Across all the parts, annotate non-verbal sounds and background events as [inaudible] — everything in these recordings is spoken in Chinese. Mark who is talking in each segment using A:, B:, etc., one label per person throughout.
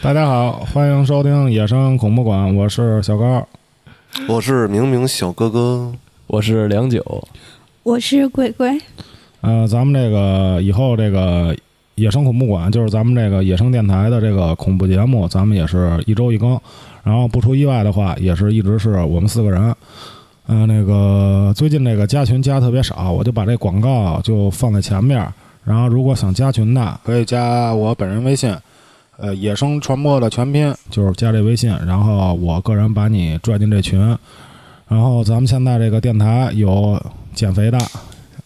A: 大家好，欢迎收听《野生恐怖馆》，我是小高。
B: 我是明明小哥哥，
C: 我是梁九，
D: 我是鬼鬼，
A: 呃，咱们这个以后这个《野生恐怖馆》就是咱们这个野生电台的这个恐怖节目，咱们也是一周一更。然后不出意外的话，也是一直是我们四个人。嗯、那个最近这个加群加特别少，我就把这广告就放在前面。然后如果想加群的，可以加我本人微信，呃，野生传播的全拼，就是加这微信。然后我个人把你拽进这群。然后咱们现在这个电台有减肥的，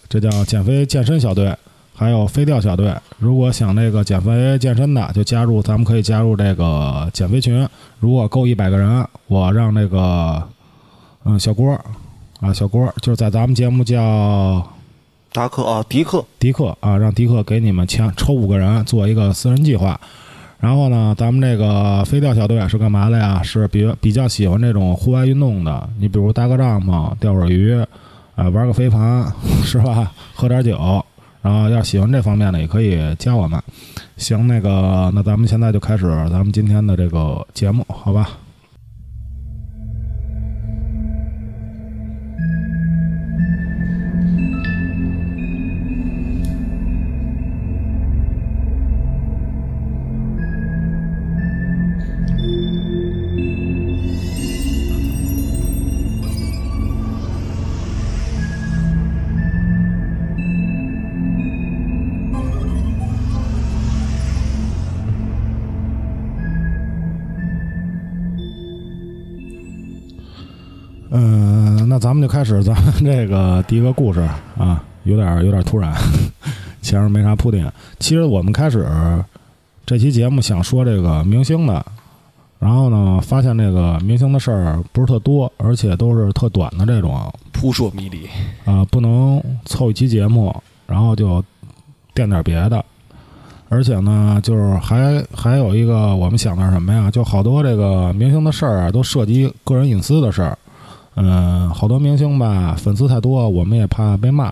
A: 这叫减肥健身小队，还有飞钓小队。如果想这个减肥健身的，就加入，咱们可以加入这个减肥群。如果够一百个人，我让这个嗯小郭啊，小郭就是在咱们节目叫
B: 达克啊，迪克，
A: 迪克啊，让迪克给你们签抽五个人做一个私人计划。然后呢，咱们这个飞钓小队啊是干嘛的呀？是比比较喜欢这种户外运动的，你比如搭个帐篷、钓会儿鱼，呃，玩个飞盘，是吧？ [laughs] 喝点酒。然后要喜欢这方面的，也可以加我们。行，那个，那咱们现在就开始咱们今天的这个节目，好吧？嗯，那咱们就开始咱们这个第一个故事啊，有点有点突然，前面没啥铺垫。其实我们开始这期节目想说这个明星的，然后呢，发现这个明星的事儿不是特多，而且都是特短的这种啊、
C: 扑朔迷离。
A: 不能凑一期节目，然后就垫点别的。而且呢，就是还还有一个，我们想的是什么呀？就好多这个明星的事儿啊，都涉及个人隐私的事儿。嗯，好多明星吧，粉丝太多，我们也怕被骂。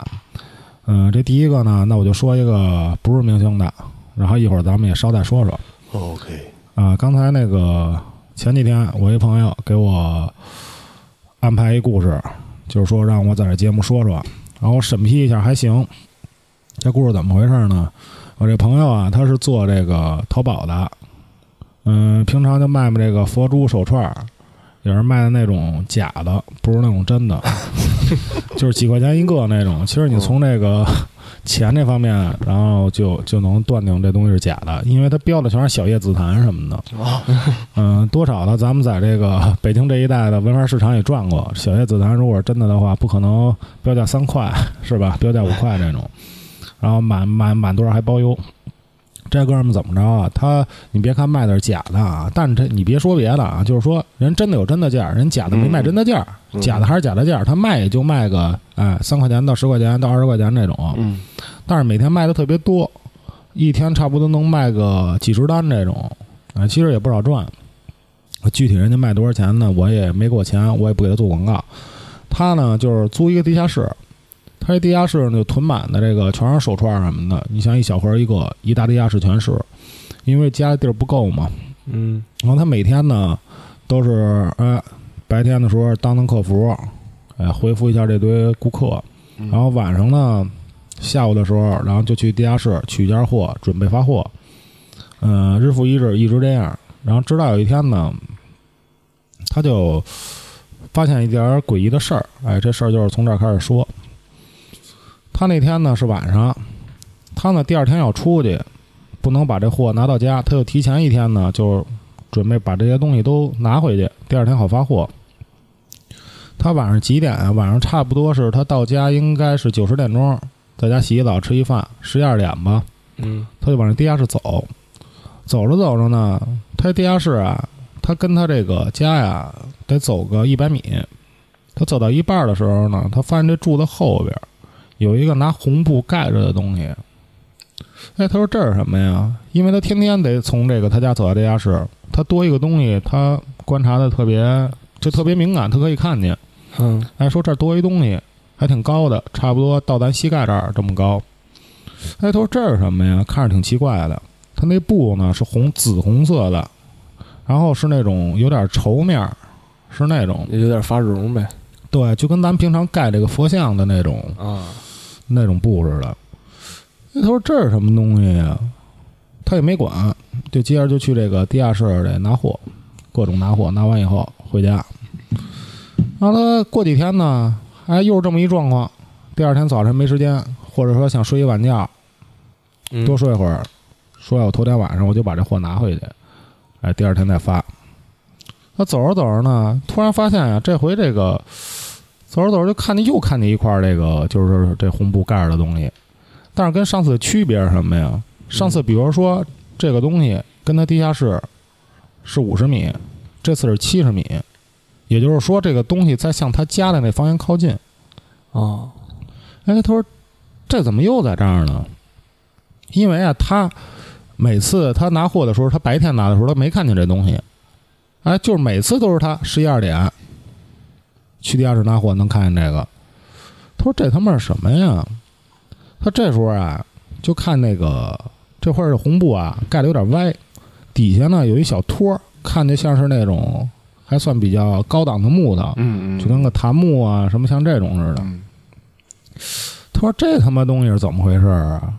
A: 嗯，这第一个呢，那我就说一个不是明星的，然后一会儿咱们也捎带说说。
B: 哦 OK，
A: 啊，刚才那个前几天我一朋友给我安排一故事，就是说让我在这节目说说，然后我审批一下还行。这故事怎么回事呢？我这朋友啊，他是做这个淘宝的，嗯，平常就卖卖这个佛珠手串儿，也是卖的那种假的，不是那种真的，就是几块钱一个那种。其实你从这个钱这方面，然后就就能断定这东西是假的，因为它标的全是小叶紫檀什么的。
B: 啊，
A: 嗯，多少呢？咱们在这个 [laughs] 北京这一带的文玩市场也转过，小叶紫檀如果是真的的话，不可能标价三块是吧？ [laughs] 标价五块这种，然后满满满多少还包邮。这哥们儿怎么着啊？他你别看卖的是假的啊，但是这你别说别的啊，就是说人真的有真的价儿，人假的没卖真的价儿，
B: 嗯
A: 假的还是假的价儿，他卖也就卖个哎三块钱到十块钱到二十块钱这种，
B: 嗯，
A: 但是每天卖的特别多，一天差不多能卖个几十单这种，啊，其实也不少赚。具体人家卖多少钱呢？我也没给我钱，我也不给他做广告。他呢，就是租一个地下室，他这地下室呢就囤满的这个全是手串什么的。你像一小盒一个，一大地下室全是，因为家里地儿不够嘛。
C: 嗯，
A: 然后他每天呢都是哎，白天的时候当当客服，哎，回复一下这堆顾客，
B: 然
A: 然后晚上呢，下午的时候，然后就去地下室取一件货，准备发货。嗯、日复一日，一直这样。然后直到有一天呢，他就发现一点儿诡异的事儿。哎，这事儿就是从这儿开始说。他那天呢是晚上，他呢第二天要出去，不能把这货拿到家，他就提前一天呢就准备把这些东西都拿回去，第二天好发货。他晚上几点啊？晚上差不多是他到家应该是九十点钟，在家洗洗澡吃一饭，十一二点吧，
C: 嗯，
A: 他就往这地下室走。走着走着呢，他这地下室啊，他跟他这个家呀得走个一百米。他走到一半的时候呢，他发现这柱子后边有一个拿红布盖着的东西。哎，他说这是什么呀？因为他天天得从这个他家走到地下室，他多一个东西，他观察的特别就特别敏感，他可以看见。
C: 嗯，
A: 哎，说这儿多一东西，还挺高的，差不多到咱膝盖这儿这么高。哎，他说这是什么呀？看着挺奇怪的。他那布呢是红紫红色的，然后是那种有点绸面儿，是那种
C: 有点发绒呗
A: 对，就跟咱们平常盖这个佛像的那种
C: 啊，
A: 那种布似的。他说这是什么东西呀、他也没管，就接着就去这个地下室里拿货，各种拿货，拿完以后回家。然后他过几天呢，哎，又是这么一状况。第二天早晨没时间，或者说想睡一晚觉，
C: 嗯
A: 多睡会儿，说我头天晚上我就把这货拿回去，哎，第二天再发。他走着走着呢，突然发现呀、这回这个走着走着就看见又看见一块儿这个就是这红布盖儿的东西，但是跟上次的区别是什么呀？上次比如说这个东西跟它地下室是五十米，这次是七十米，也就是说这个东西在向他家的那方向靠近。
C: 啊，
A: 哎，他说这怎么又在这儿呢？因为啊，他每次他拿货的时候，他白天拿的时候，他没看见这东西。哎，就是每次都是他十一二点去地下室拿货，能看见这个。他说这他妈是什么呀？他这时候啊，就看那个这块儿的红布啊盖的有点歪，底下呢有一小托儿，看着像是那种还算比较高档的木头，
B: 嗯
A: 就跟个檀木啊什么像这种似的。
B: 嗯
A: 他说：“这他妈东西是怎么回事儿啊？”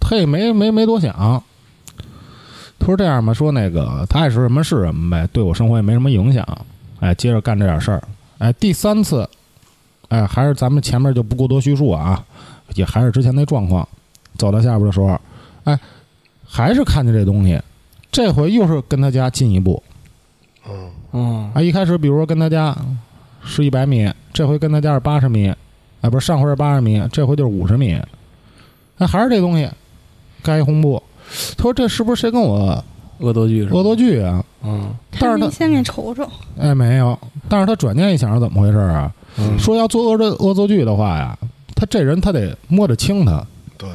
A: 他也没没没多想。他说：“这样吧，说那个他爱吃什么是什么呗，对我生活也没什么影响。”哎，接着干这点事儿。哎，第三次，哎，还是咱们前面就不过多叙述啊，也还是之前那状况。走到下边的时候，哎，还是看见这东西。这回又是跟他家进一步。
B: 嗯
C: 嗯
A: 啊，一开始比如说跟他家是一百米，这回跟他家是八十米，哎，不是上回是八十米，这回就是五十米，哎，还是这东西，盖一红布。他说这是不是谁跟我
C: 恶作剧是吧
A: 恶作剧啊？
C: 嗯
A: 但是
D: 看
A: 他
D: 那下面瞅瞅，
A: 哎，没有。但是他转念一想是怎么回事啊？
C: 嗯
A: 说要做恶作恶作剧的话呀，他这人他得摸得清他，
B: 对，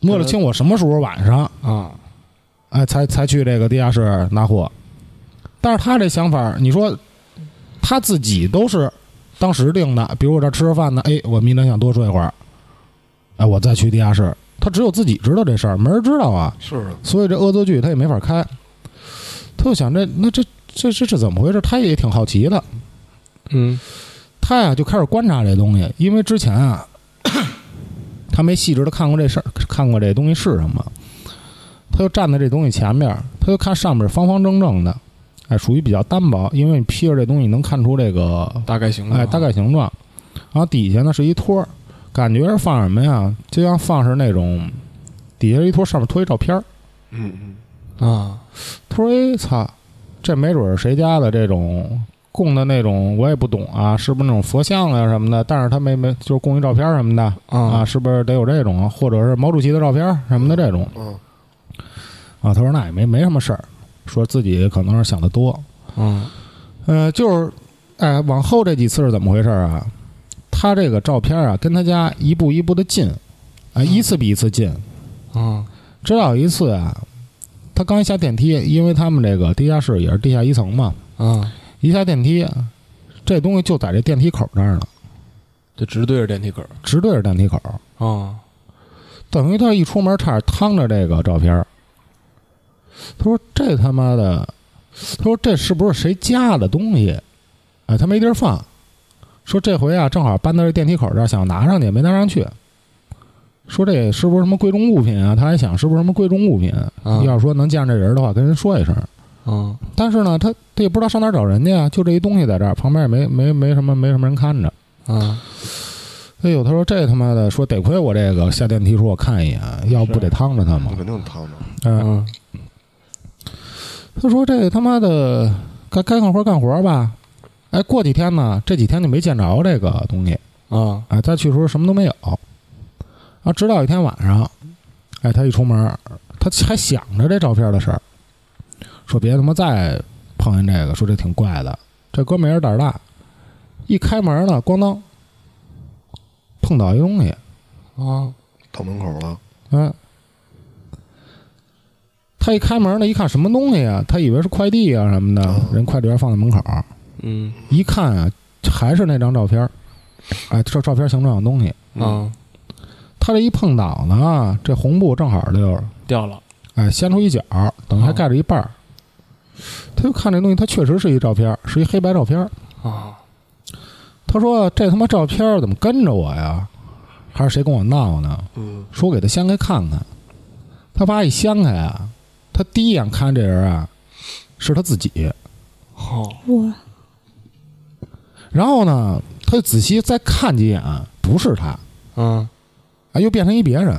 A: 摸得清我什么时候晚上
C: 啊，
A: 哎，才才去这个地下室拿货。但是他这想法儿，你说他自己都是当时定的，比如我这吃着饭呢，哎，我明天想多睡会儿，哎，我再去地下室。他只有自己知道这事儿，没人知道啊，
B: 是啊，
A: 所以这恶作剧他也没法开。他就想这那这这这这怎么回事？他也挺好奇的，
C: 嗯
A: 他呀就开始观察这东西，因为之前啊， [coughs] 他没细致的看过这事儿，看过这东西是什么。他就站在这东西前面，他就看上面方方正正的，哎，属于比较单薄，因为你披着这东西能看出这个
C: 大概行吧
A: 哎大概形状，然后底下呢是一托儿，感觉是放什么呀？就像放是那种底下是一托儿，上面托一照片儿。
B: 嗯嗯，
C: 啊，
A: 他说：“哎，操，这没准儿谁家的这种供的那种，我也不懂啊，是不是那种佛像啊什么的？但是他没没就是供一照片什么的
C: 啊
A: 啊，是不是得有这种啊，或者是毛主席的照片什么的这种
B: 嗯
A: 啊？”他说：“那也没没什么事儿，说自己可能是想的多，
C: 嗯
A: 呃，就是，哎，往后这几次是怎么回事儿啊？他这个照片啊，跟他家一步一步的近，啊，一次比一次近，
C: 嗯
A: 直到有一次啊，他刚一下电梯，因为他们这个地下室也是地下一层嘛。”
C: 啊，
A: 一下电梯，这东西就在这电梯口那儿呢，
C: 就直对着电梯口
A: 直对着电梯口。
C: 啊，
A: 等于他一出门，差点趟着这个照片儿。他说：“这他妈的，他说这是不是谁家的东西？哎，他没地儿放。说这回啊，正好搬到这电梯口这儿，想拿上去没拿上去。说这是不是什么贵重物品啊？他还想是不是什么贵重物品？
C: 啊
A: 要是说能见着这人的话，跟人说一声。
C: 嗯
A: 但是呢，他他也不知道上哪儿找人去啊，就这一东西在这儿，旁边也没没没什么没什么人看着。”
C: 啊
A: 哎呦，他说这他妈的，说得亏我这个下电梯说我看一眼，要不
C: 是
A: 得趟着他吗
B: 那？肯定烫的，
A: 嗯，
C: 嗯
A: 他说这他妈的该该干活干活吧。哎，过几天呢，这几天就没见着这个东西，
C: 啊
A: 哎，再去的时候什么都没有。啊，直到一天晚上，哎，他一出门，他还想着这照片的事儿，说别他妈再碰见这个，说这挺怪的，这哥们儿也是胆儿大。一开门呢，咣当，碰到一东西，
C: 啊
B: 到门口了，
A: 嗯，他一开门呢，一看什么东西啊？他以为是快递啊什么的，人快递员放在门口，
C: 嗯
A: 一看啊，还是那张照片儿，哎，这照片形状的东西。
B: 嗯
C: 啊
A: 他这一碰倒呢，这红布正好就
C: 掉了
A: 哎掀出一角，等于还
C: 哦
A: 盖着一半儿。他他就看这东西，他确实是一照片儿，是一黑白照片儿。
C: 啊
A: 他说这他妈照片儿怎么跟着我呀？还是谁跟我闹呢？
B: 嗯
A: 说给他掀开看看。他爸一掀开啊，他第一眼看这人啊，是他自己。
C: 好
D: 哇，
A: 然后呢，他就仔细再看几眼，不是他，
C: 嗯
A: 啊，又变成一别人。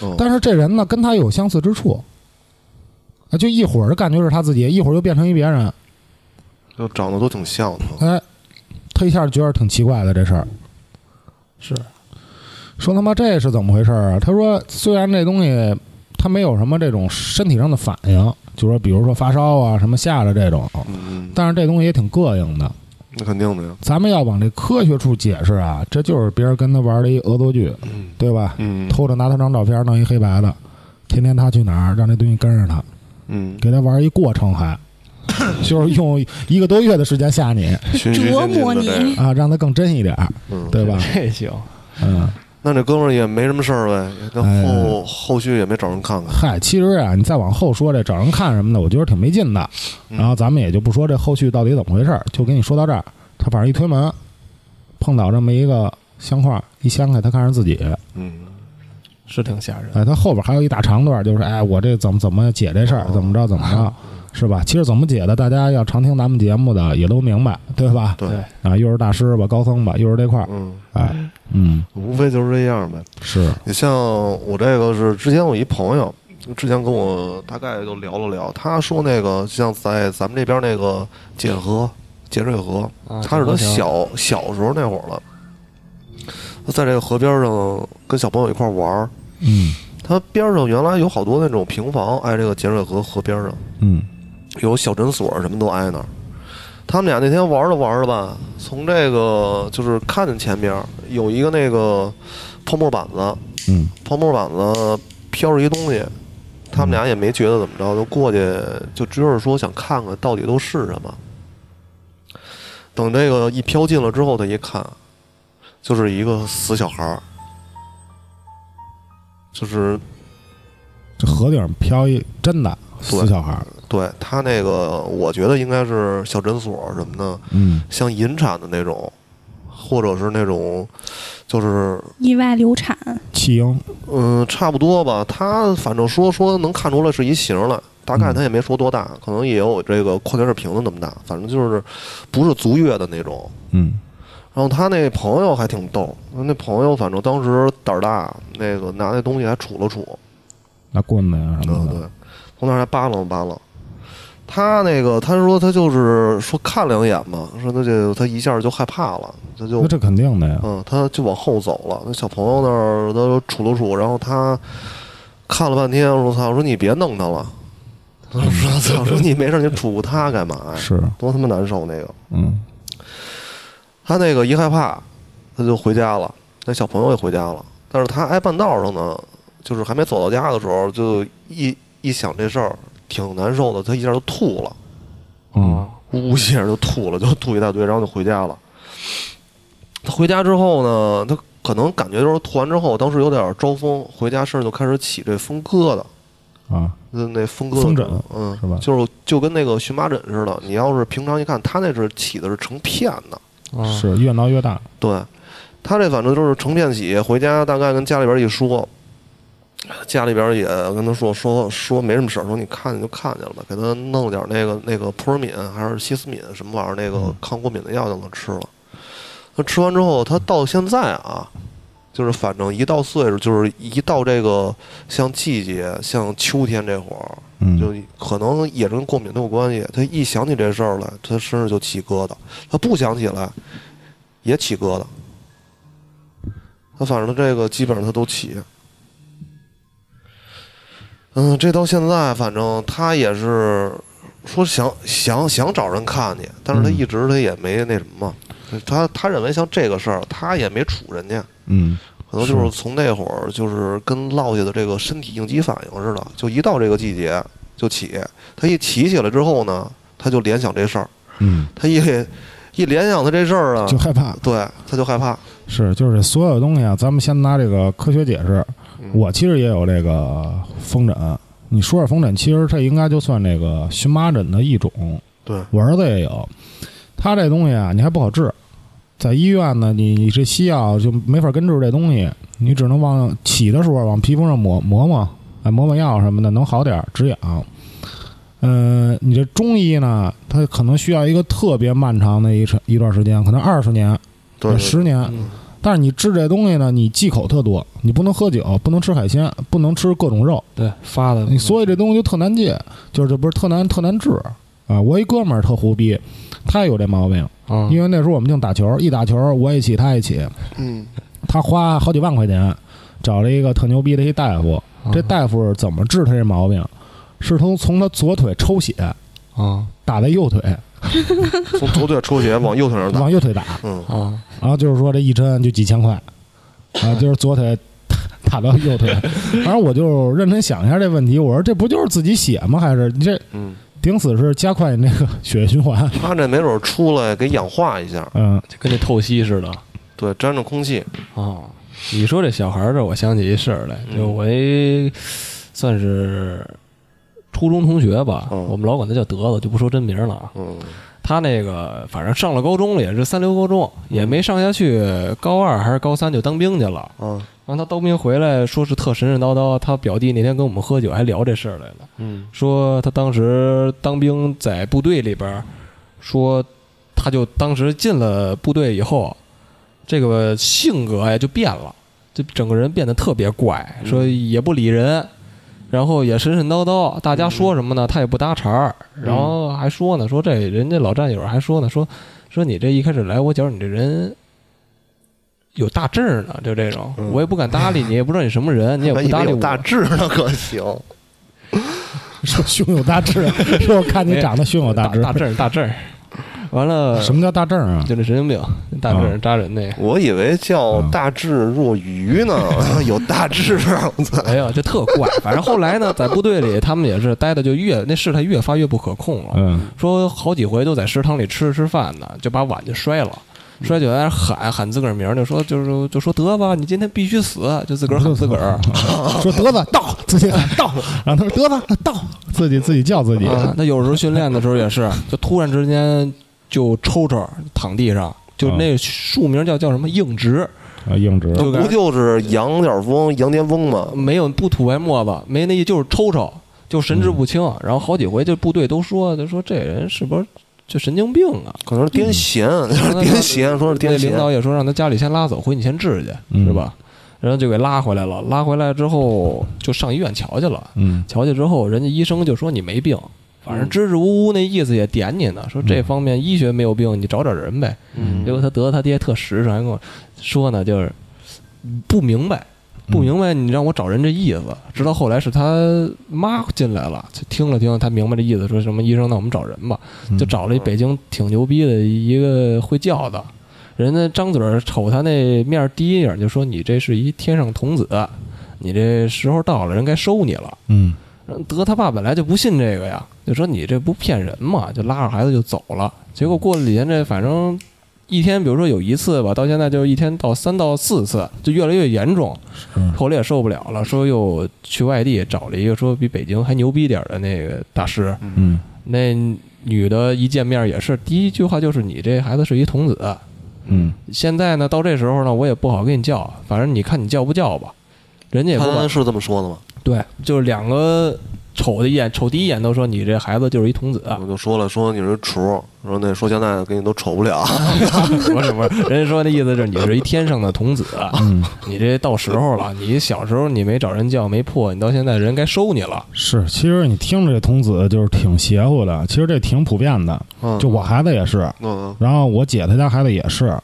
B: 哦
A: 但是这人呢，跟他有相似之处，啊，就一会儿感觉是他自己，一会儿又变成一别人。
B: 就长得都挺像的哈，
A: 哎，他一下就觉得挺奇怪的这事儿。
C: 是
A: 说他妈这是怎么回事儿啊？他说虽然这东西他没有什么这种身体上的反应，就说比如说发烧啊什么吓着这种，
B: 嗯，嗯
A: 但是这东西也挺膈应的。
B: 那肯定的呀，
A: 咱们要往这科学处解释啊，这就是别人跟他玩的一恶作剧，
B: 嗯
A: 对吧？
B: 嗯
A: 偷着拿他张照片弄一黑白的，天天他去哪儿让这东西跟着他，
B: 嗯，
A: 给他玩一过程还，就是用一个多月的时间吓你
B: 循序
D: 琢
B: 渐进
D: 磨
B: 的这
D: 你
B: 个，，
A: 啊，让他更真一点儿，
B: 嗯，
A: 对吧？
C: 这行
A: 嗯。
B: 那这哥们儿也没什么事儿呗，那
A: 哎
B: 后后续也没找人看看，
A: 嗨，其实啊，你再往后说这找人看什么的，我觉得挺没劲的。
B: 嗯
A: 然后咱们也就不说这后续到底怎么回事儿，就给你说到这儿。他反正一推门，碰到这么一个相框，一掀开，他看是自己。
B: 嗯
C: 是挺吓人
A: 哎，他后边还有一大长段，就是哎，我这怎么怎么解这事儿，怎么着怎么着，是吧？其实怎么解的，大家要常听咱们节目的也都明白，对吧？
B: 对
C: 对
A: 啊，又是大师吧，高僧吧，又是这块儿，
B: 嗯，
A: 哎，嗯，
B: 无非就是这样呗。
A: 是，
B: 你像我这个是之前我一朋友，之前跟我大概就聊了聊，他说那个像在咱们这边那个解河、解水河，
C: 啊
B: 他是他
C: 挺吓人
B: 小小时候那会儿了，他在这个河边上跟小朋友一块儿玩儿，
A: 嗯
B: 他边上原来有好多那种平房挨这个解水河河边上，
A: 嗯
B: 有小诊所什么都挨那儿。他们俩那天玩着玩着吧，从这个就是看见前边儿有一个那个泡沫板子，
A: 嗯
B: 泡沫板子飘着一东西，他们俩也没觉得怎么着，就过去，就只是说想看看到底都是什么。等这个一飘近了之后，他一看，就是一个死小孩儿，就是
A: 这河顶上飘一真的死
B: 对
A: 小孩儿，
B: 对他那个，我觉得应该是小诊所什么的，
A: 嗯
B: 像引产的那种，或者是那种，就是
D: 意外流产，
A: 弃婴。
B: 嗯，差不多吧。他反正说说能看出来是一型儿来，大概他也没说多大，可能也有这个矿泉水瓶子那么大，反正就是不是足月的那种。
A: 嗯
B: 然后他那朋友还挺逗，那朋友反正当时胆儿大，那个拿那东西还杵了杵，，
A: 拿棍子呀什
B: 嗯
A: 么
B: 对
A: 的，，
B: 从那儿还扒拉扒拉。他那个他说他就是说看两眼嘛，说他就他一下就害怕了，他就
A: 那这肯定的呀。
B: 嗯，他就往后走了。那小朋友那儿他杵了杵，然后他看了半天，我操！我说你别弄他了，我说操！我说你没事，你杵他干嘛呀？
A: 是，
B: 多他妈难受那个。
A: 嗯
B: 他那个一害怕，他就回家了。那小朋友也回家了，但是他挨半道上呢，就是还没走到家的时候，就一一想这事儿挺难受的，他一下就吐了。
A: 嗯
C: 啊
B: 呜呜一下就吐了，就吐一大堆，然后就回家了。他回家之后呢，他可能感觉就是吐完之后，当时有点招风，回家身上就开始起这风疙瘩，
A: 啊，
B: 那那风疙瘩，
A: 风疹
B: 嗯，
A: 是吧
B: 就是就跟那个荨麻疹似的。你要是平常一看，他那是起的是成片的，
C: 啊
A: 嗯是越挠越大。
B: 对，他这反正就是成片起，回家大概跟家里边一说。家里边也跟他说说说没什么事儿，说你看见就看见了吧，给他弄了点那个那个扑尔敏还是西斯敏什么玩意儿那个
A: 嗯
B: 抗过敏的药就能吃了。他吃完之后，他到现在啊，就是反正一到岁数，就是一到这个像季节，像秋天这会儿，就
A: 嗯，
B: 可能也是跟过敏都有关系。他一想起这事儿来，他身上就起疙瘩；他不想起来，也起疙瘩。他反正这个基本上他都起。嗯，这到现在，反正他也是说想想想找人看去，但是他
A: 嗯
B: 一直他也没那什么嘛。他他认为像这个事儿，他也没处人家，
A: 嗯，
B: 可能就是
A: 是
B: 从那会儿，就是跟落下的这个身体应激反应似的，就一到这个季节就起。他一起起来之后呢，他就联想这事儿，
A: 嗯，
B: 他一一联想他这事儿啊
A: 就，害怕。
B: 对，他就害怕。
A: 是，就是所有东西啊，咱们先拿这个科学解释。
B: 嗯
A: 我其实也有这个风疹，你说是风疹，其实这应该就算这个荨麻疹的一种。
B: 对，
A: 我儿子也有，他这东西啊，你还不好治，在医院呢，你你这西药就没法根治这东西，你只能往起的时候往皮肤上抹抹抹，哎，抹抹药什么的能好点儿止痒。嗯、你这中医呢，它可能需要一个特别漫长的一程一段时间，可能二十年、
B: 对，
A: 十年，
C: 嗯
A: 但是你治这东西呢，你忌口特多，你不能喝酒，不能吃海鲜，不能吃各种肉，
C: 对，发的
A: 你所以这东西就特难戒，就是这不是特难特难治啊！我一哥们儿特胡逼，他也有这毛病，
C: 啊，
A: 因为那时候我们净打球，一打球我也起他也起，
B: 嗯，
A: 他花好几万块钱找了一个特牛逼的一大夫，
C: 啊
A: 这大夫怎么治他这毛病？是从从他左腿抽血
C: 啊
A: 打在右腿，
B: 从左腿抽血往右腿上打，
A: 往右腿打，
B: 嗯，
C: 啊，
A: 然后就是说这一针就几千块，啊，就是左腿打到右腿，反正我就认真想一下这问题，我说这不就是自己血吗？还是你这
B: 嗯，
A: 顶死是加快你那个血液循环？
B: 他这没准儿出来给氧化一下，
A: 嗯，
C: 就跟那透析似的。
B: 对，沾着空气，
C: 哦，你说这小孩儿这，我想起一事儿来，
B: 嗯
C: 就我一算是初中同学吧，
B: 嗯
C: 我们老管他叫德子，就不说真名了啊。
B: 嗯
C: 他那个反正上了高中了，也是三流高中，也没上下去，高二还是高三就当兵去了。
B: 啊，
C: 然后他当兵回来，说是特神神叨叨。他表弟那天跟我们喝酒，还聊这事儿来了，
B: 嗯
C: 说他当时当兵在部队里边儿，说他就当时进了部队以后，这个性格呀就变了，就整个人变得特别怪，
B: 嗯
C: 说也不理人，然后也神神叨叨，大家说什么呢，他也不搭茬儿，然后还说呢，说这人家老战友还说呢，说说你这一开始来，我觉得你这人。有大志儿呢，就这种，
B: 嗯
C: 我也不敢搭理你，也不知道你什么人，你也不
B: 还以
C: 搭
B: 为
C: 理
B: 有
C: 我。嗯
B: 大志呢，可行，
A: 说胸有大志，说我看你长得胸有哦大志，
C: 大证大证，完了
A: 什么叫大志啊？
C: 呃就那神经病，大
A: 啊
C: 证扎人那个，
B: 我以为叫
C: 嗯
B: 大智若愚呢， [laughs] 有大智，我操
C: 哎呀，就特怪。反正后来呢，在部队里他们也是待的就越那事态越发越不可控了，
A: 嗯，
C: 说好几回都在食堂里吃着吃饭呢，就把碗就摔了。
A: 嗯
C: 摔就在那儿喊喊自个儿名儿，就说就是说就说得吧，你今天必须死，就自个儿喊自个儿。啊
A: [laughs] 说德子到，自己喊
C: [laughs]
A: 到，然后他说德子到，自己自己叫自己，
C: 啊，那有时候训练的时候也是，就突然之间就抽抽躺地上，就
A: 啊
C: 那术名叫叫什么硬直，
A: 啊，硬直，
C: 就
B: 不就是羊角风、羊癫疯吗？
C: 呃没有不吐白沫子，没那意就是抽抽，就神志不清。然后好几回，这部队都说，就说这人是不是就神经病啊？
B: 可能是癫痫，
C: 嗯
B: 癫痫，说是
C: 那
B: 癫
C: 领
B: 痫
C: 导，也说让他家里先拉走，回你先治去，
A: 嗯
C: 是吧？然后就给拉回来了，拉回来之后就上医院瞧去了，
A: 嗯
C: 瞧去之后，人家医生就说你没病，反正
B: 嗯
C: 支支吾吾那意思也点你呢，说这方面医学没有病，你找找人呗。
B: 嗯
C: 结果他得他爹特实诚，还跟我说呢，就是不明白，不明白你让我找人这意思。直到后来是他妈进来了，就听了听，他明白这意思，说什么医生，那我们找人吧，
A: 嗯
C: 就找了一北京挺牛逼的一个会叫的。人家张嘴儿瞅他那面儿低一眼，就说你这是一天上童子，你这时候到了，人该收你了。
A: 嗯
C: 德他爸本来就不信这个呀，就说你这不骗人嘛，就拉着孩子就走了。结果过了几天，这反正一天，比如说有一次吧，到现在就一天到三到四次，就越来越严重。后来也受不了了，说又去外地找了一个说比北京还牛逼点儿的那个大师。
A: 嗯
C: 那女的一见面也是第一句话就是你这孩子是一童子，
A: 嗯
C: 现在呢到这时候呢我也不好给你叫，反正你看你叫不叫吧，人家也不管
B: 他是这么说的吗？
C: 对，就是两个瞅的一眼，瞅第一眼都说你这孩子就是一童子，
B: 我就说了，说你是厨，说那说现在给你都瞅不了，
C: [laughs] 不是不是，人家说那意思就是你是一天上的 [laughs] 童子，
A: 嗯，
C: 你这到时候了，你小时候你没找人叫没破，你到现在人该收你了。
A: 是，其实你听着这童子就是挺邪乎的，其实这挺普遍的，
B: 嗯
A: 就我孩子也是，
B: 嗯
A: 然后我姐她家孩子也是，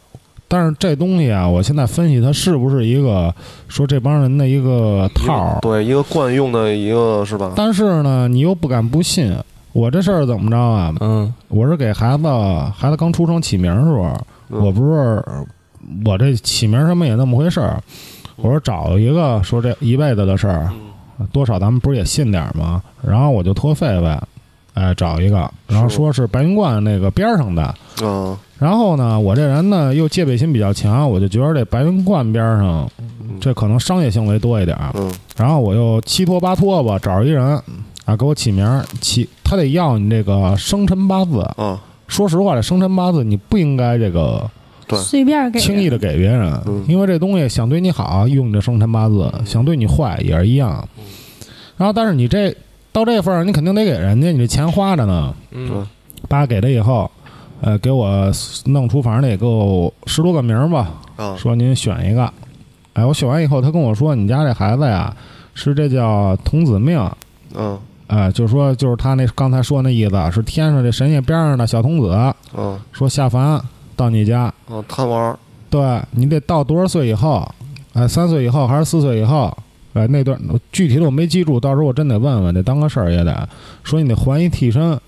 A: 但是这东西啊，我现在分析它是不是一个说这帮人的一个
B: 一个
A: 套儿，
B: 对，一个惯用的一个是吧？
A: 但是呢，你又不敢不信。我这事儿怎么着啊？
C: 嗯
A: 我是给孩子孩子刚出生起名儿的时候，
B: 嗯
A: 我不是我这起名儿什么也那么回事儿。我说找一个说这一辈子的事儿，
B: 嗯
A: 多少咱们不是也信点儿吗？然后我就托狒狒，哎，找一个，然后
B: 是
A: 说是白云观那个边儿上的。
B: 嗯
A: 然后呢，我这人呢又戒备心比较强，我就觉得这白云观边儿上
B: 嗯
A: 这可能商业行为多一点儿。
B: 嗯
A: 然后我又七拖八拖吧，找一人啊，给我起名儿，起他得要你这个生辰八字。
B: 啊，
A: 说实话，这生辰八字你不应该这个
B: 对
D: 随便给人
A: 轻易的给别人
B: 嗯，
A: 因为这东西想对你好，用你的生辰八字；
B: 嗯
A: 想对你坏也是一样。然后，但是你这到这份儿，你肯定得给人家，你这钱花着呢。
C: 嗯，
A: 爸给了以后，呃，给我弄出房里给我十多个名儿吧，
B: 啊，
A: 说您选一个。哎，我选完以后，他跟我说，你家这孩子呀，是这叫童子命，
B: 嗯，
A: 呃，就是说，就是他那刚才说那意思，是天上这神仙边上的小童子，
B: 嗯，
A: 说下凡到你家，
B: 嗯，贪玩儿，
A: 对你得到多少岁以后，哎，三岁以后还是四岁以后，哎，那段具体的我没记住，到时候我真得问问，得当个事儿也得说你得还一替身，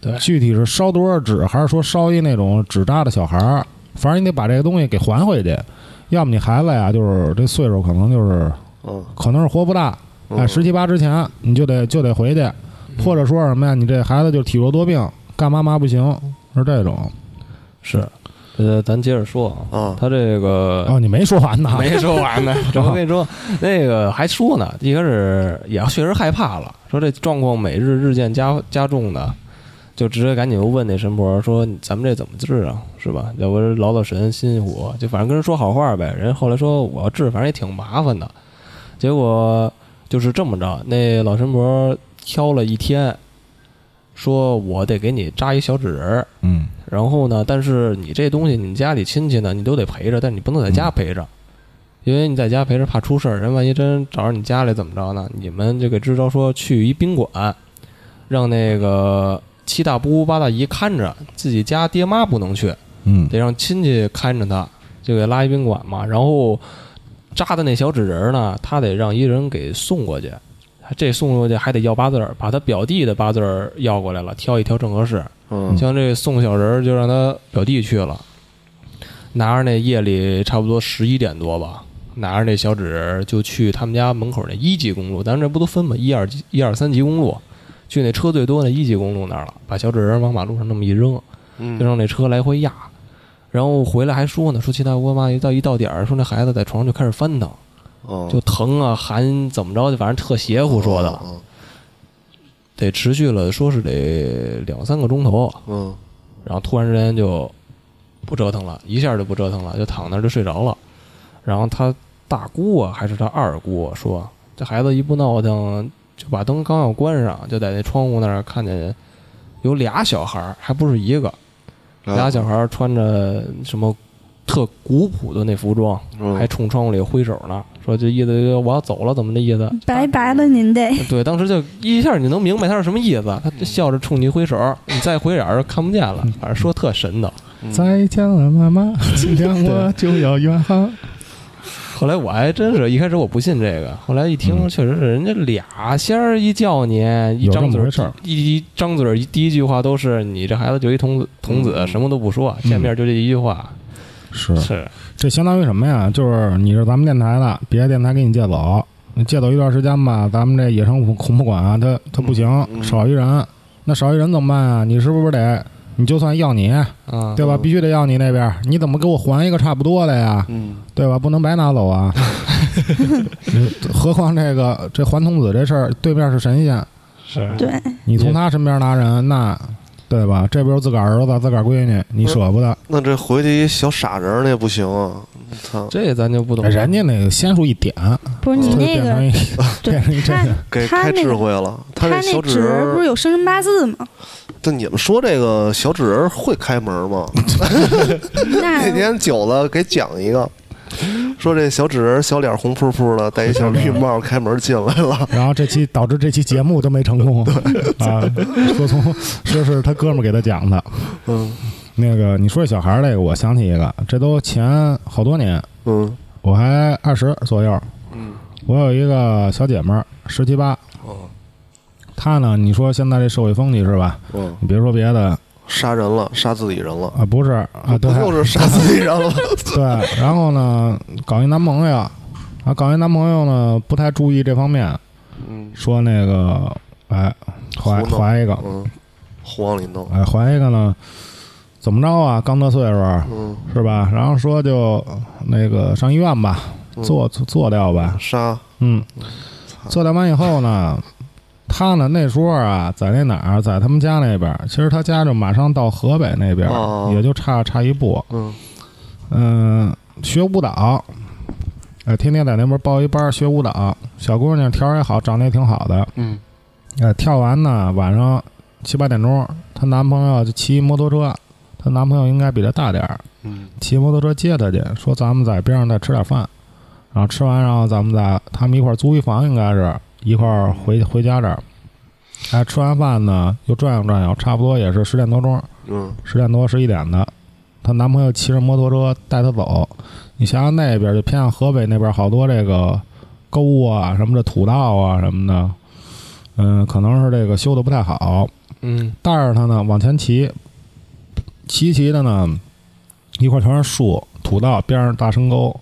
C: 对
A: 具体是烧多少纸，还是说烧一那种纸扎的小孩儿，反正你得把这个东西给还回去，要么你孩子呀，就是这岁数可能就是
B: 嗯，
A: 可能是活不大，
B: 嗯
A: 哎，十七八之前你就得就得回去，或者说什么呀，你这孩子就体弱多病，干嘛嘛不行，是这种。
C: 是，呃，咱接着说啊，
B: 啊，
C: 他这个
A: 哦，你没说完呢，
C: 没说完 [laughs] 呢，这我跟你说，那个还说呢，一开始也确实害怕了，说这状况每日日渐加加重的，就直接赶紧又问那神婆说：“咱们这怎么治啊？是吧？要不劳劳神辛辛苦，就反正跟人说好话呗。”人后来说我要治，反正也挺麻烦的。结果就是这么着，那老神婆挑了一天，说我得给你扎一小纸人儿，
E: 嗯，
C: 然后呢，但是你这东西，你家里亲戚呢，你都得陪着，但你不能在家陪着，因为你在家陪着怕出事儿，人万一真找上你家里怎么着呢？你们就给支招说去一宾馆，让那个七大姑八大姨看着，自己家爹妈不能去，
E: 嗯，
C: 得让亲戚看着他，就给拉一宾馆嘛。然后扎的那小纸人儿呢，他得让一人给送过去，这送过去还得要八字儿，把他表弟的八字儿要过来了，挑一挑正合适。
B: 嗯，
C: 像这宋小人儿就让他表弟去了，拿着那夜里差不多十一点多吧，拿着那小纸人儿就去他们家门口那一级公路，咱这不都分吗？一二级、一二三级公路，去那车最多那一级公路那儿了，把小纸人儿往马路上那么一扔，就
B: 嗯，
C: 让那车来回压。然后回来还说呢，说七大姑八大姨到一到点儿，说那孩子在床上就开始翻腾，
B: 哦
C: 就疼啊、喊怎么着，就反正特邪乎说的，
B: 嗯
C: 得持续了，说是得两三个钟头。啊
B: 嗯，
C: 然后突然之间就不折腾了，一下就不折腾了，就躺那儿就睡着了。然后他大姑啊，还是他二姑啊说，这孩子一不闹腾，就把灯刚要关上，就在那窗户那儿看见有俩小孩儿，还不是一个，
B: 嗯
C: 俩小孩儿穿着什么特古朴的那服装，
B: 嗯
C: 还冲窗户里挥手呢，说这意思就我要走了，怎么这意思？ [laughs]
D: 拜拜了，您得
C: 对，当时就一下你能明白他是什么意思，他就笑着冲你挥手，你再回眼儿看不见了，反正说特神的。
B: 嗯
A: 再见了，妈
B: [laughs]
A: 妈，今天我就要远航。
C: 后来我还真是一开始我不信这个，后来一听
E: 嗯
C: 确实是人家俩仙儿一叫你，一
A: 有这
C: 张
A: 么
C: 嘴
A: 回事儿
C: 一一张嘴一第一句话都是你这孩子就一童子童子，
B: 嗯
C: 什么都不说，见面就这一句话，
A: 是，
C: 是
A: 这相当于什么呀？就是你是咱们电台的，别的电台给你借走，你借走一段时间吧，咱们这野生恐恐怖馆啊，它它不行，
B: 嗯
A: 少一人，那少一人怎么办啊？你是不是得？你就算要你，
B: 嗯
C: 啊，
A: 对吧？必须得要你那边，你怎么给我还一个差不多的呀？
B: 嗯，
A: 对吧？不能白拿走
B: [laughs]
A: 啊！ [laughs] 何况这个这还童子这事儿，对面是神仙，
C: 是
D: 对，
A: 你从他身边拿人，那对吧？这不是自个儿儿子、自个儿闺女，你舍不得。
B: 那这回去一小傻人儿那不行啊，操，
C: 这咱就不懂了，
A: 哎人家那个仙术一点，
D: 不是
A: 就
D: 你那
A: 变成
D: 个
A: 一
D: 对
A: [laughs] 变成一这
D: 他
A: 个。
B: 给
D: 他
B: 开
D: 那
B: 智
D: 个
B: 慧了。
D: 他
B: 这
D: 那
B: 小
D: 纸
B: 纸人
D: 人不是
B: 儿，
D: 有生辰八
B: [laughs]
D: 字吗？
B: 就你们说这个小纸人儿会开门吗？
D: 嗯
B: 那
D: 那
B: 天久了给讲一个，说这小纸人儿小脸红扑扑的，戴一小绿帽开门进来了。
A: 然后这期导致这期节目都没成功啊！说从说是他哥们儿给他讲的。
B: 嗯
A: 那个你说这小孩儿这个，我想起一个，这都前好多年，
B: 嗯
A: 我还二十左右，
B: 嗯
A: 我有一个小姐们儿，十七八，
B: 哦
A: 她呢，你说现在这社会风气是吧？
B: 嗯，
A: 你别说别的
B: 杀人了，杀自己人了，
A: 啊，不是啊，
B: 不
A: 对
B: 就是杀自己人了吗？
A: 对，然后呢，搞一男朋友，啊，搞一男朋友呢，不太注意这方面，
B: 嗯
A: 说那个，哎，怀
B: 胡闹
A: 怀一个，
B: 嗯，胡往里弄。
A: 哎，怀一个呢，怎么着啊？刚到岁数
B: 嗯，
A: 是吧？然后说就那个上医院吧，
B: 嗯
A: 做做掉吧，
B: 杀
A: 嗯，做掉完以后呢，他呢那时候啊，在那哪儿，在他们家那边儿，其实他家就马上到河北那边儿，
B: 哦
A: 也就差差一步。
B: 嗯
A: 嗯、学舞蹈，呃，天天在那边报一班儿学舞蹈。小姑娘条儿也好，长得也挺好的。
B: 嗯
A: 呃，跳完呢，晚上七八点钟，她男朋友就骑摩托车，她男朋友应该比她大点儿，
B: 嗯
A: 骑摩托车接她去，说咱们在边上再吃点饭，然后吃完，然后咱们再他们一块儿租一房，应该是一块儿回回家这儿。哎，吃完饭呢，又转悠转悠，差不多也是十点多钟，
B: 嗯
A: 十点多十一点的，她男朋友骑着摩托车带她走。你想想那边儿就偏向河北那边儿好多这个沟啊什么的土道啊什么的，嗯，可能是这个修的不太好。
C: 嗯
A: 带着她呢往前骑，骑骑的呢，一块儿全是树土道，边上大深沟。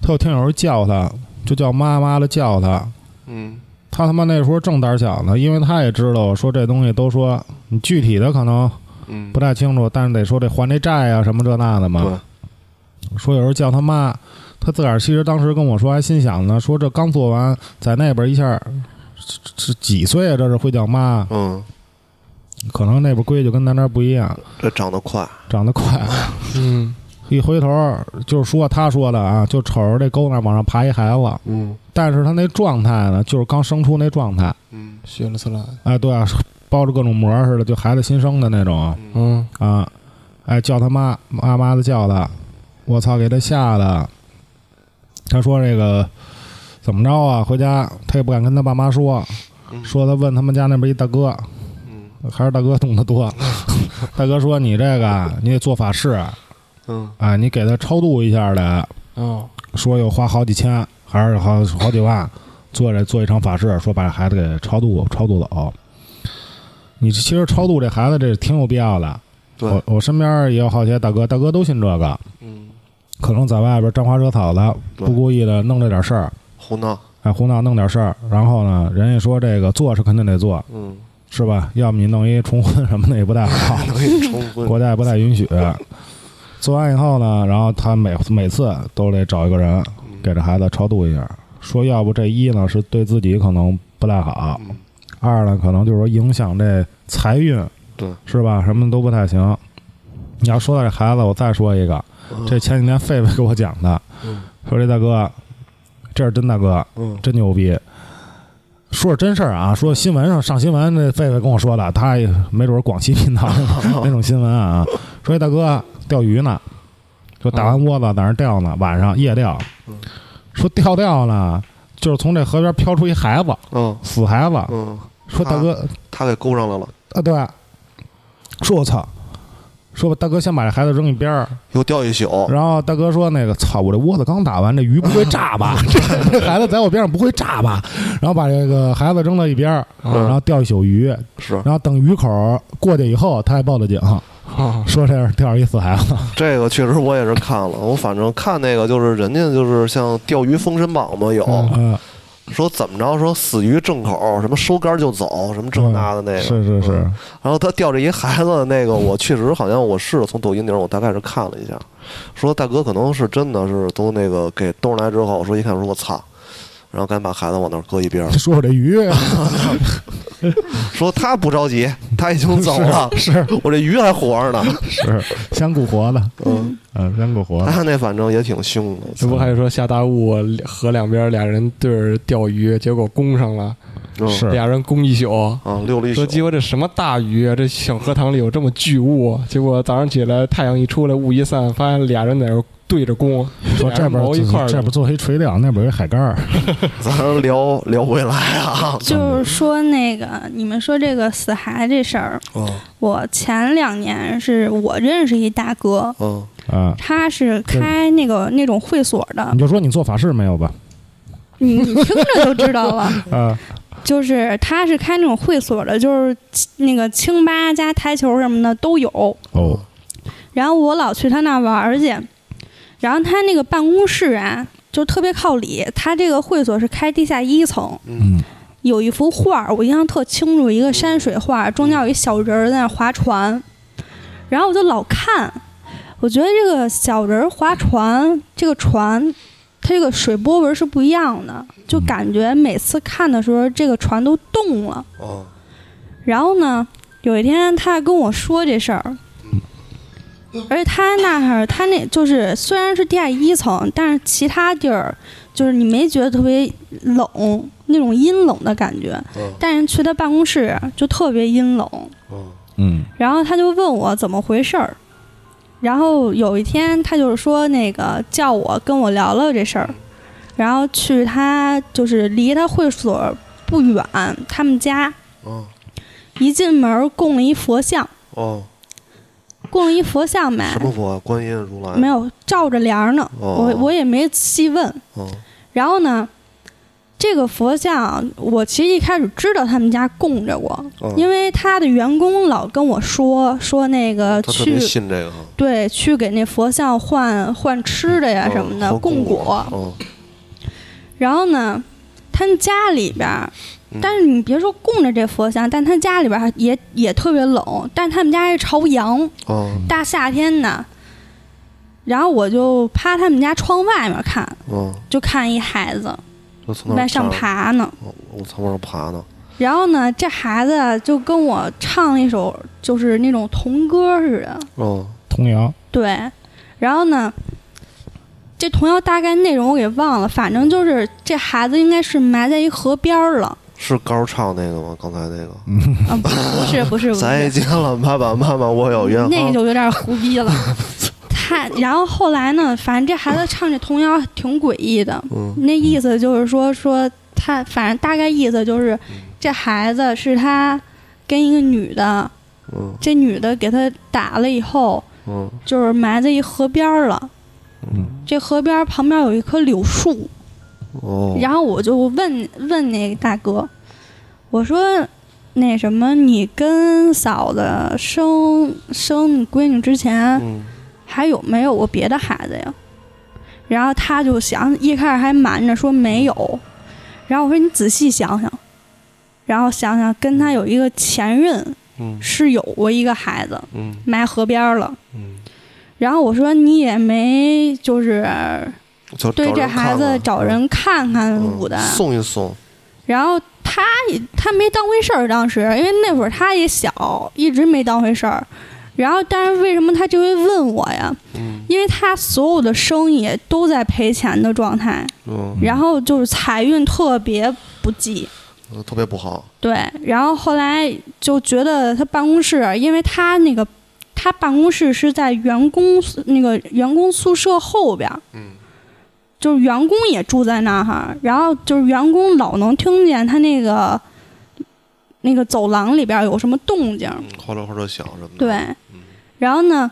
A: 她就听有人叫她，就叫妈妈的叫她，
B: 嗯
A: 他他妈那时候正胆小呢，因为他也知道说这东西都说你具体的可能
B: 嗯，
A: 不太清楚，但是得说这还这债啊什么这那的嘛。
B: 对，
A: 说有时候叫他妈，他自个儿其实当时跟我说，还心想呢，说这刚做完在那边一下，这这几岁啊？这是会叫妈，
B: 嗯，
A: 可能那边规矩跟咱这儿不一样，
B: 这长得快，
A: 长得快。
C: 嗯
A: 一回头就是说他说的啊，就瞅着这沟那儿往上爬一孩子，
B: 嗯
A: 但是他那状态呢，就是刚生出那状态，
B: 嗯
C: 学了次了，
A: 哎，对啊，包着各种膜似的，就孩子新生的那种。
C: 嗯
A: 啊，哎，叫他妈，妈妈的叫他，我操，给他吓的。他说这个怎么着啊？回家他也不敢跟他爸妈说，
B: 嗯
A: 说他问他们家那边一大哥，
B: 嗯
A: 还是大哥懂得多。 [laughs] 大哥说你这个你得做法事，
B: 嗯
A: 啊，你给他超度一下的，
C: 哦
A: 说又花好几千，还是好好几万，做这做一场法事，说把孩子给超度超度走。你其实超度这孩子这挺有必要的，
B: 对
A: 我我身边也有好些大哥，大哥都信这个，
B: 嗯，
A: 可能在外边沾花惹草的，
B: 对
A: 不故意的弄这点事儿，
B: 胡闹，
A: 哎，胡闹弄点事儿，然后呢，人家说这个做是肯定得做，
B: 嗯，
A: 是吧？要么你弄一重婚什么的也不太
B: [laughs]
A: 好，
B: 能给你冲昏，
A: 国家也不太允许。做完以后呢，然后他每每次都得找一个人
B: 嗯
A: 给这孩子超度一下，说要不这一呢是对自己可能不太好，
B: 嗯
A: 二呢，可能就是说影响这财运，
B: 对，
A: 是吧？什么都不太行。你要说到这孩子，我再说一个，这前几天狒狒给我讲的，
B: 嗯
A: 说这大哥，啊这是真大哥，啊
B: 嗯
A: 真牛逼。说是真事儿啊，说新闻上上新闻，那狒狒跟我说的，他也没准儿广西频
B: [laughs]
A: 道那种新闻啊，说这大哥钓鱼呢，说打完窝子在那儿钓呢，晚上夜钓
B: 嗯，
A: 说钓钓呢，就是从这河边飘出一孩子，
B: 嗯
A: 死孩子，
B: 嗯，
A: 说大哥
B: 他给勾上来了，
A: 啊，对，说我操，说吧，大哥先把这孩子扔一边儿，
B: 又钓一宿，
A: 然后大哥说那个操，我这窝子刚打完，这鱼不会炸吧？这孩子在我边上不会炸吧？然后把这个孩子扔到一边儿，
B: 嗯
A: 然
C: 啊
A: 后钓一宿鱼，
B: 是
A: 然后等鱼口过去以后，他还报的警，
C: 啊
A: 说这是钓着一死孩子。
B: 这个，确实我也是看了，我反正看那个就是人家就是像钓鱼封神榜嘛，有、
A: 嗯，
B: 说怎么着说死鱼正口，什么收竿就走，什么这那的那个，
A: 是是是
B: 嗯，然后他吊着一孩子，那个我确实好像我是从抖音顶上我大概是看了一下，说大哥可能是真的是都那个给兜上来之后，说一看说我操，然后赶紧把孩子往那儿搁一
A: [laughs]
B: 边儿，
A: 说我这鱼
B: 说他不着急，他已经走了，
A: 是
B: [laughs]
A: 啊
B: 我这鱼还活着呢。
A: 是香菇活的，
B: 嗯，
A: 嗯，香菇活的，
B: 他那反正也挺凶的，
C: 这不还说下大雾，河两边俩人对着钓鱼，结果攻上了，
B: 嗯
A: 是
C: 俩人攻一宿。
B: 啊，溜了一宿
C: 说，鸡巴这什么大鱼啊！这小荷塘里有这么巨雾，结果早上起来太阳一出来，雾一散，发现俩人在那儿对着攻，
A: 说
C: 俩
A: 这
C: 人
A: 边
C: 毛一块
A: 儿
C: 儿
A: 这边
C: 的
A: 做一垂钓，那边有一海竿儿，
B: 咱聊聊回来
A: [laughs]
B: 啊，
D: 就是说那个你们说这个死孩这事儿，
B: 嗯
D: 我前两年是我认识一大哥，
B: 嗯
A: 啊，
D: 他是开
A: 嗯
D: 那个那种会所的
A: 你，就说你做法事没有吧？
D: 你你听着就知道了。
A: 啊，
D: 就是他是开那种会所的，就是那个清吧加台球什么的都有。
A: 哦，
D: 然后我老去他那玩儿去，然后他那个办公室啊，就特别靠里。他这个会所是开地下一层，
A: 嗯，
D: 有一幅画儿，我印象特清楚，一个山水画儿，中间有一小人儿在那儿划船，然后我就老看，我觉得这个小人儿划船，这个船，它这个水波纹是不一样的，就感觉每次看的时候，这个船都动了。
B: 哦，
D: 然后呢，有一天他还跟我说这事儿，而且他那儿他那就是虽然是地下一层，但是其他地儿就是你没觉得特别冷那种阴冷的感觉，
B: 嗯
D: 但是去他办公室就特别阴冷。
B: 嗯，
E: 嗯
D: 然后他就问我怎么回事儿，然后有一天他就是说那个叫我跟我聊聊这事儿，然后去他就是离他会所不远他们家，
B: 哦，
D: 一进门供了一佛像，
B: 哦，
D: 供了一佛像没？
B: 什么佛啊？观音、如来？
D: 没。有，照着帘儿呢。
B: 哦
D: 我我也没细问。
B: 哦，
D: 然后呢，这个佛像我其实一开始知道他们家供着过，
B: 哦
D: 因为他的员工老跟我说说那个
B: 他特别
D: 去
B: 信这个哈。
D: 对，去给那佛像换换吃的啊呀什么的，
B: 哦
D: 供果。
B: 哦，
D: 然后呢，他们家里边儿
B: 嗯，
D: 但是你别说供着这佛像，但他家里边儿也也特别冷，但是他们家是朝阳，
B: 哦，
D: 大夏天呢。然后我就趴他们家窗外面看，
B: 哦，
D: 就看一孩子
B: 他从哪
D: 在
B: 儿
D: 上
B: 爬？
D: 爬呢。
B: 哦我从往上爬呢。
D: 然后呢，这孩子就跟我唱一首就是那种童歌似的，
B: 哦，
A: 童谣，
D: 对，然后呢，这童谣大概内容我给忘了，反正就是这孩子应该是埋在一河边儿了。
B: 是高唱那个吗？刚才那个。
D: 啊，不是不是不
B: 再
D: 是，
B: 见了，爸爸妈妈，我有约。
D: 那个就有点胡逼了。 [laughs] 他然后后来呢，反正这孩子唱这童谣挺诡异的，
B: 嗯
D: 那意思就是说说他，反正大概意思就是这孩子是他跟一个女的，
B: 嗯
D: 这女的给他打了以后，
B: 嗯
D: 就是埋在一河边儿了。
E: 嗯
D: 这河边儿旁边有一棵柳树，
B: 哦
D: 然后我就问问那个大哥，我说那什么，你跟嫂子生生你闺女之前，
B: 嗯
D: 还有没有过别的孩子呀？然后他就想，一开始还瞒着说没有，然后我说你仔细想想，然后想想跟他有一个前任
B: 嗯
D: 是有过一个孩子
B: 嗯
D: 埋河边儿了，
B: 嗯，
D: 然后我说你也没就是
B: 就
D: 对这孩子找人看看捂的，
B: 嗯送一送。
D: 然后他也他没当回事儿，当时因为那会儿他也小，一直没当回事儿。然后，但是为什么他这回问我呀？
B: 嗯
D: 因为他所有的生意都在赔钱的状态，
B: 嗯，
D: 然后就是财运特别不济。
B: 呃特别不好。
D: 对，然后后来就觉得他办公室，因为他那个他办公室是在员工宿那个员工宿舍后边，
B: 嗯
D: 就是员工也住在那儿哈，然后就是员工老能听见他那个那个走廊里边有什么动静，
B: 嗯，哗啦哗啦响什么的。
D: 对，
B: 嗯
D: 然后呢，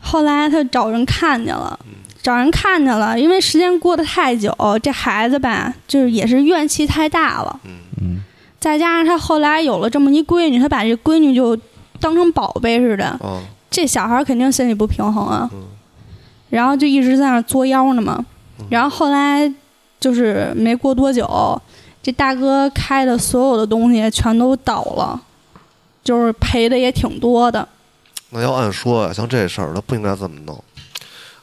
D: 后来他找人看见了，
B: 嗯
D: 找人看见了，因为时间过得太久，这孩子吧，就是也是怨气太大了，
B: 嗯
E: 嗯
D: 再加上他后来有了这么一闺女，他把这闺女就当成宝贝似的，
B: 啊
D: 这小孩肯定心里不平衡啊，
B: 嗯
D: 然后就一直在那儿作妖呢嘛
B: 嗯。
D: 然后后来就是没过多久，这大哥开的所有的东西全都倒了，就是赔的也挺多的。
B: 那要按说啊，像这事儿他不应该这么弄。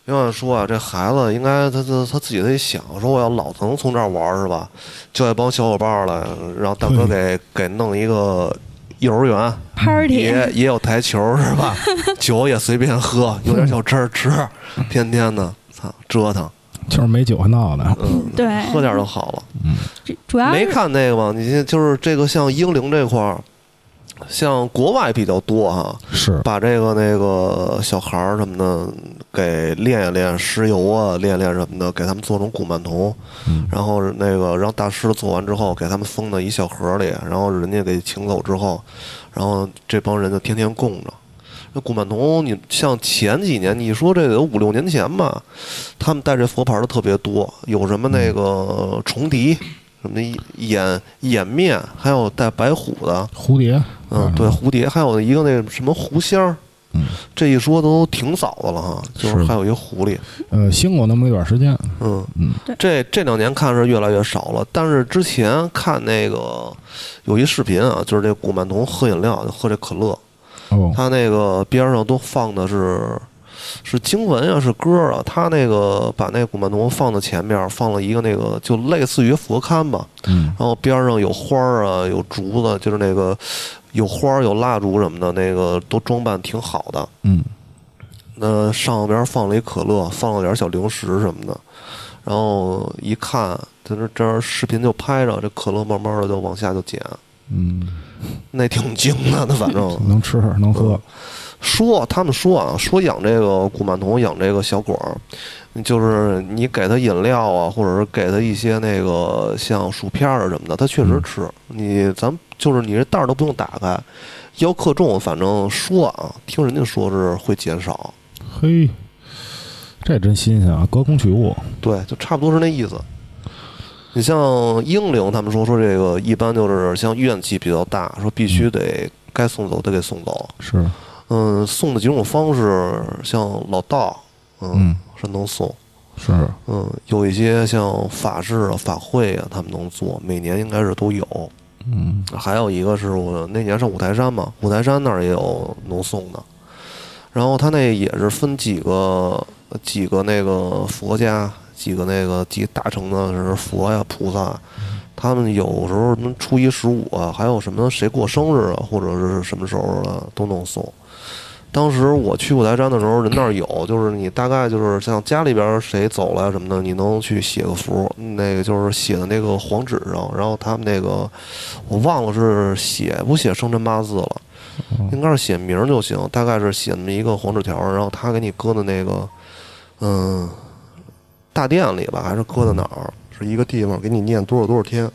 B: 要按说啊，这孩子应该他他他自己得想，说我要老子能从这儿玩儿是吧？叫一帮小伙伴儿来，让大哥给给弄一个幼儿园，
D: Party，
B: 嗯也也有台球是吧？ [laughs] 酒也随便喝，有点小汁儿吃，天天的操折腾，
E: 就是没酒还闹的，
B: 嗯，
D: 对
B: 喝点儿就好了。
D: 主主要
B: 没
D: 是
B: 看那个吗？你这就是这个像英灵这块儿，像国外比较多哈，
E: 是
B: 把这个那个小孩儿什么的给练一练石油啊，练一练什么的，给他们做成古曼童，
E: 嗯
B: 然后那个让大师做完之后，给他们封到一小盒里，然后人家给请走之后，然后这帮人就天天供着。那古曼童，你像前几年，你说这得有五六年前吧，他们带这佛牌的特别多，有什么那个重笛，什么眼眼面，还有带白虎的，
E: 蝴蝶，
B: 嗯，对，蝴蝶，还有一个那什么狐仙儿，
E: 嗯
B: 这一说都挺早的了哈，就是
E: 是
B: 还有一狐狸，
E: 呃，兴过那么一段时间，
B: 嗯
E: 嗯
D: 对
B: 这这两年看是越来越少了，但是之前看那个有一视频啊，就是这古曼童喝饮料，就喝这可乐，
E: 哦，
B: 他那个边上都放的是是经文啊，是歌啊，他那个把那古曼童放到前面，放了一个那个就类似于佛龛吧，
E: 嗯
B: 然后边儿上有花儿啊，有竹子，就是那个有花儿有蜡烛什么的，那个都装扮挺好的。
E: 嗯
B: 那上边放了一可乐，放了点小零食什么的，然后一看，在这这儿视频就拍着，这可乐慢慢的就往下就减，
E: 嗯，
B: 那挺精的，那反正
A: 嗯
E: 能吃能喝，
B: 说他们说啊，说养这个古曼童，养这个小狗儿，就是你给它饮料啊，或者是给它一些那个像薯片儿啊什么的，它确实吃。你咱就是你这袋儿都不用打开，要克重，反正说啊，听人家说是会减少，
E: 嘿，这真新鲜啊，隔空取物，
B: 对，就差不多是那意思。你像英灵他们说说这个，一般就是像怨气比较大，说必须得该送走得给送走。
E: 是，
B: 嗯，送的几种方式，像老道，
E: 嗯，
B: 是能送。
E: 是，
B: 嗯，有一些像法事啊、法会啊，他们能做，每年应该是都有。
E: 嗯
B: 还有一个是我那年上五台山嘛，五台山那儿也有能送的。然后他那也是分几个几个那个佛家，几个那个几大乘的是佛呀、菩萨，他们有时候什么初一十五啊，还有什么谁过生日啊，或者是什么时候了都能送。当时我去五台山的时候，人那儿有，就是你大概就是像家里边儿谁走了什么的，你能去写个符，那个就是写的那个黄纸上，然后他们那个我忘了是写不写生辰八字了，应该是写名儿就行，大概是写那么一个黄纸条儿，然后他给你搁在那个，嗯，大殿里吧，还是搁在哪儿，是一个地方给你念多少多少天。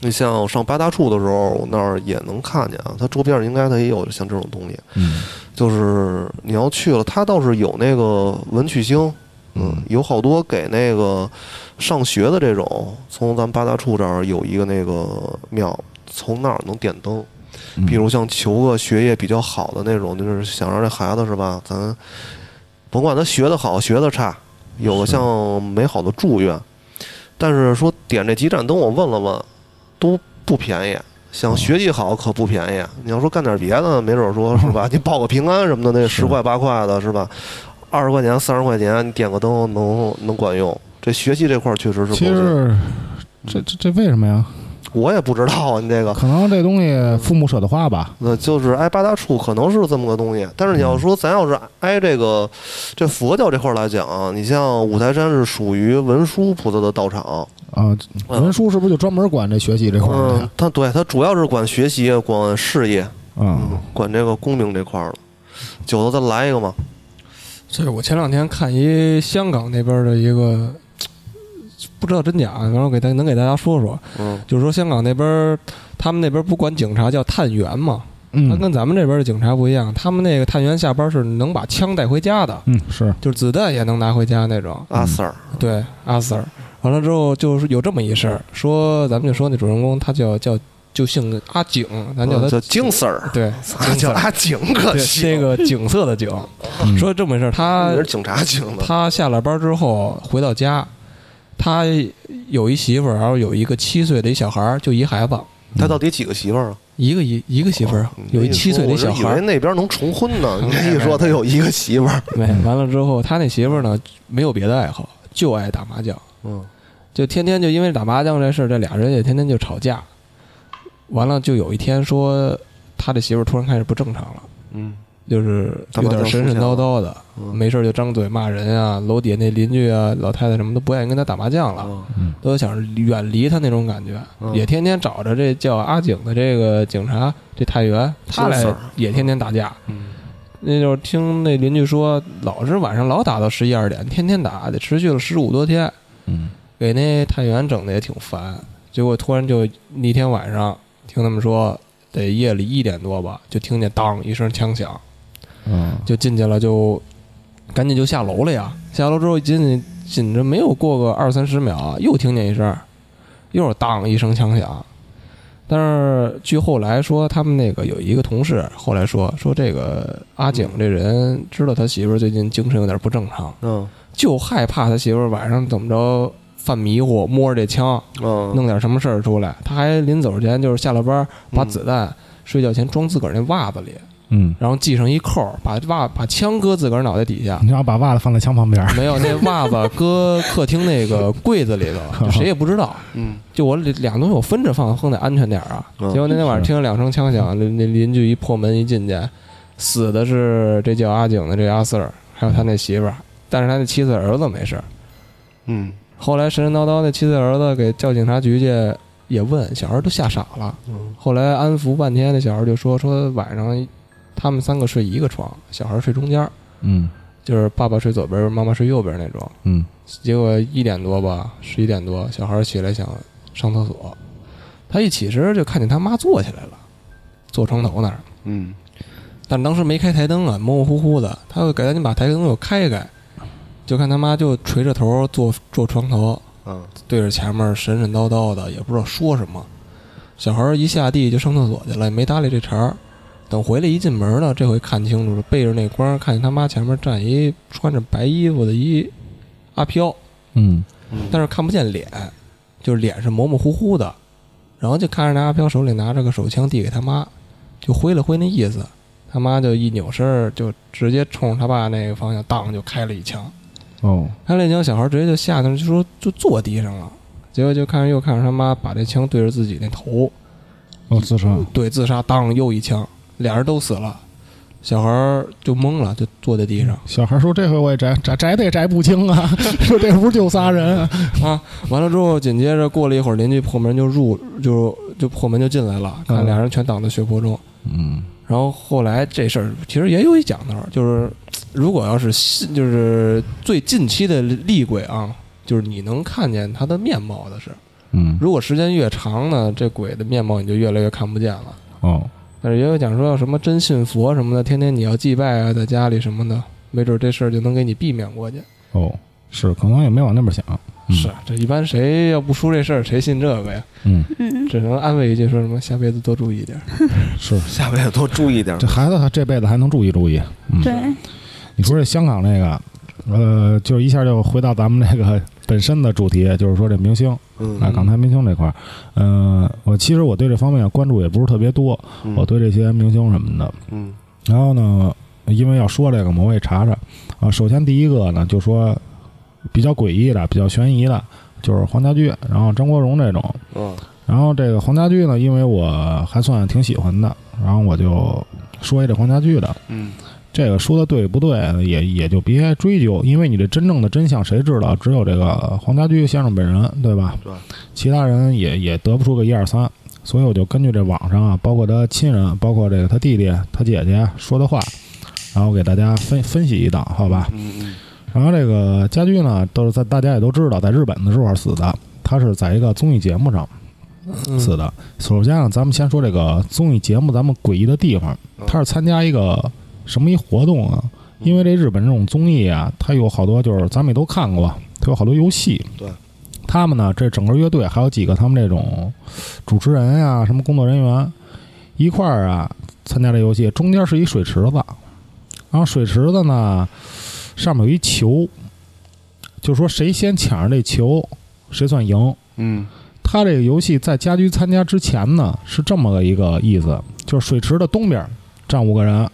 B: 你像我上八大处的时候，我那儿也能看见啊，它周边儿应该它也有像这种东西，
E: 嗯
B: 就是你要去了，它倒是有那个文曲星，嗯，有好多给那个上学的这种，从咱们八大处这儿有一个那个庙，从那儿能点灯。
E: 嗯
B: 比如像求个学业比较好的那种，就是想让这孩子是吧，咱甭管他学的好学的差，有个像美好的祝愿。但是说点这几盏灯，我问了问，都不便宜。想学习好可不便宜，你要说干点别的，没准说是吧？你 [laughs] 报个平安什么的，那十块八块的是吧？二十块钱、三十块钱，你点个灯能能管用。这学习这块儿确实是，
A: 其实这这这为什么呀？
B: 我也不知道啊，你这个
A: 可能这东西父母舍得花吧。
B: 那就是挨八大处可能是这么个东西，但是你要说咱要是挨这个这佛教这块儿来讲啊，你像五台山是属于文殊菩萨的道场，
A: 啊，
B: 嗯
A: 文书是不是就专门管这学习这块儿的
B: 嗯
A: 呀？，
B: 他对他主要是管学习、管事业、
E: 啊，
B: 管这个功名这块儿了。九子再来一个嘛，
C: 这我前两天看一香港那边的一个，不知道真假，啊然后给大能给大家说说，
B: 嗯
C: 就是说香港那边，他们那边不管警察叫探员嘛，他
E: 嗯
C: 跟咱们这边的警察不一样，他们那个探员下班是能把枪带回家的，
E: 嗯是，
C: 就是子弹也能拿回家那种。
B: 阿 Sir，
C: 对，阿 Sir，完了之后就是有这么一事儿，说咱们就说那主人公他叫叫就姓阿景，嗯咱叫
B: 嗯
C: 他、
B: 哦叫京 Sir，
C: 对，
B: 啊叫 [laughs] 阿景可
C: 对
B: 惜，
C: 那个景色的景，
E: 嗯
C: 说这么一事儿，他
B: 你是警察警的，
C: 他下了班之后回到家，他有一媳妇儿，然后有一个七岁的一小孩儿，就一孩子，
B: 他到底几个媳妇儿啊？
C: 一个一一个媳妇儿，有一七岁的
B: 哦我
C: 一
B: 是
C: 小
B: 以
C: 孩
B: 为
C: 儿。
B: 那边能重婚 [laughs] 呢，你一说他有一个媳妇儿，
C: 对，哎完了之后，他那媳妇儿呢，没有别的爱好，就爱打麻将。
B: 嗯，
C: 就天天就因为打麻将这事儿，这俩人也天天就吵架。完了，就有一天说，他这媳妇儿突然开始不正常了，
B: 嗯，
C: 就是有点神神叨叨的，没事儿就张嘴骂人啊，楼底下那邻居啊、老太太什么都不愿意跟他打麻将了，
B: 啊，
C: 都想远离他那种感觉，
B: 嗯
C: 也天天找着这叫阿景的这个警察这探员，他
B: 小
C: 来
B: 三儿
C: 也天天打架。
B: 嗯
C: 那就是听那邻居说，老是晚上老打到十一二点，天天打，得持续了十五多天。
E: 嗯
C: 给那探员整的也挺烦。结果突然就那天晚上，听他们说得夜里一点多吧，就听见当一声枪响，
A: 啊
E: 嗯
C: 就进去了，就赶紧就下楼了呀。下楼之后一进去，紧着没有过个二三十秒，又听见一声，又是当一声枪响。但是据后来说，他们那个有一个同事后来说，说这个阿景这人知道他媳妇儿最近精神有点不正常，
B: 嗯
C: 就害怕他媳妇儿晚上怎么着犯迷糊，摸着这枪
B: 嗯，
C: 弄点什么事儿出来。他还临走之前就是下了班，把
B: 嗯
C: 子弹睡觉前装自个儿那袜子里，
A: 嗯，
C: 然后系上一扣儿，把袜把枪搁自个儿脑
B: [laughs]
C: 袋底下，
F: 你要把袜子放在枪旁边儿，
C: 没有那袜子搁客厅那个柜子里
B: [laughs]
C: 头，就谁也不知道。
B: 嗯，
C: 就我俩俩东西我分着放，放得安全点儿啊。
B: 嗯
C: 结果那天晚上听了两声枪响，那那邻居一破门一进去，死的是这叫阿景的这阿四儿，还有他那媳妇儿，但是他那妻子儿子没事儿。
B: 嗯，
C: 后来神神叨叨那妻子儿子给叫警察局去，也问小孩儿都吓傻了。
B: 嗯，
C: 后来安抚半天，那小孩就说说晚上他们三个睡一个床，小孩睡中间儿，
A: 嗯
C: 就是爸爸睡左边，妈妈睡右边那种。
A: 嗯，
C: 结果一点多吧，十一点多，小孩起来想上厕所，他一起身就看见他妈坐起来了，坐床头那儿，
B: 嗯，
C: 但当时没开台灯啊，模模糊糊的，他就赶紧把台灯给开开，就看他妈就垂着头坐坐床头，
B: 啊，
C: 对着前面神神叨叨的，也不知道说什么。小孩儿一下地就上厕所去了，也没搭理这茬儿。等回来一进门呢，这回看清楚了，背着那光儿，看见他妈前面站一穿着白衣服的一阿飘，
A: 嗯
B: 嗯
C: 但是看不见脸，就是脸是模模糊糊的。然后就看着那阿飘手里拿着个手枪递给他妈，就挥了挥那意思。他妈就一扭身儿，就直接冲着他爸那个方向当就开了一枪。
A: 哦
C: 他那枪小孩直接就吓得就说就坐地上了，结果就看着又看着他妈把这枪对着自己那头，
A: 哦，自杀，
C: 对自杀，当又一枪，俩人都死了，小孩儿就懵了，就坐在地上
F: 小孩说：“这回我也摘摘摘的也摘不清
A: [laughs]
F: 啊！说这屋就仨人，
C: 啊。完了之后，紧接着过了一会儿，邻居破门就入就就破门就进来了，看俩人全挡在血泊中。
A: 嗯
C: 然后后来这事儿其实也有一讲头，就是如果要是新就是最近期的厉鬼啊，就是你能看见他的面貌的是。
A: 嗯
C: 如果时间越长呢，这鬼的面貌你就越来越看不见了。
A: 哦
C: 但是也有讲说要什么真信佛什么的，天天你要祭拜啊，在家里什么的，没准这事儿就能给你避免过去。
A: 哦，是，可能也没往那边想，嗯
C: 是，啊这一般谁要不出这事儿，谁信这个呀？
A: 嗯，
D: 嗯，
C: 只能安慰一句，说什么下辈子多注意点儿。
A: 嗯是，
B: 下辈子多注意点儿
A: 这。孩子他这辈子还能注意注意。嗯，
D: 对，
A: 你说这香港那个，呃，就是一下就回到咱们这个 [laughs] 本身的主题，就是说这明星啊，
B: 嗯
A: 港台明星这块儿，嗯、我其实我对这方面关注也不是特别多，
B: 嗯
A: 我对这些明星什么的，
B: 嗯
A: 然后呢，因为要说这个嘛，我也查查啊。首先第一个呢，就说比较诡异的、比较悬疑的，就是黄家驹，然后张国荣这种。
B: 啊
A: 然后这个黄家驹呢，因为我还算挺喜欢的，然后我就说一这黄家驹的。
B: 嗯
A: 这个说的对不对呢，也也就别追究，因为你这真正的真相谁知道？只有这个呃黄家驹先生本人，对吧？
B: 对
A: 其他人也也得不出个一二三。所以我就根据这网上啊，包括他亲人，包括这个他弟弟、他姐姐说的话，然后给大家分分析一道，好吧？
B: 嗯
A: 然后这个家驹呢，都是在大家也都知道，在日本的时候死的，他是在一个综艺节目上
C: 嗯
A: 死的。首先啊，咱们先说这个综艺节目，咱们诡异的地方，他是参加一个什么一活动啊？因为这日本这种综艺啊，它有好多就是咱们也都看过，它有好多游戏。
B: 对，
A: 他们呢，这整个乐队还有几个他们这种主持人呀、什么工作人员一块儿啊参加这游戏，中间是一水池子，然后水池子呢上面有一球，就说谁先抢着这球，谁算赢。
B: 嗯
A: 它这个游戏在家居参加之前呢，是这么个一个意思，就是水池的东边站五个人，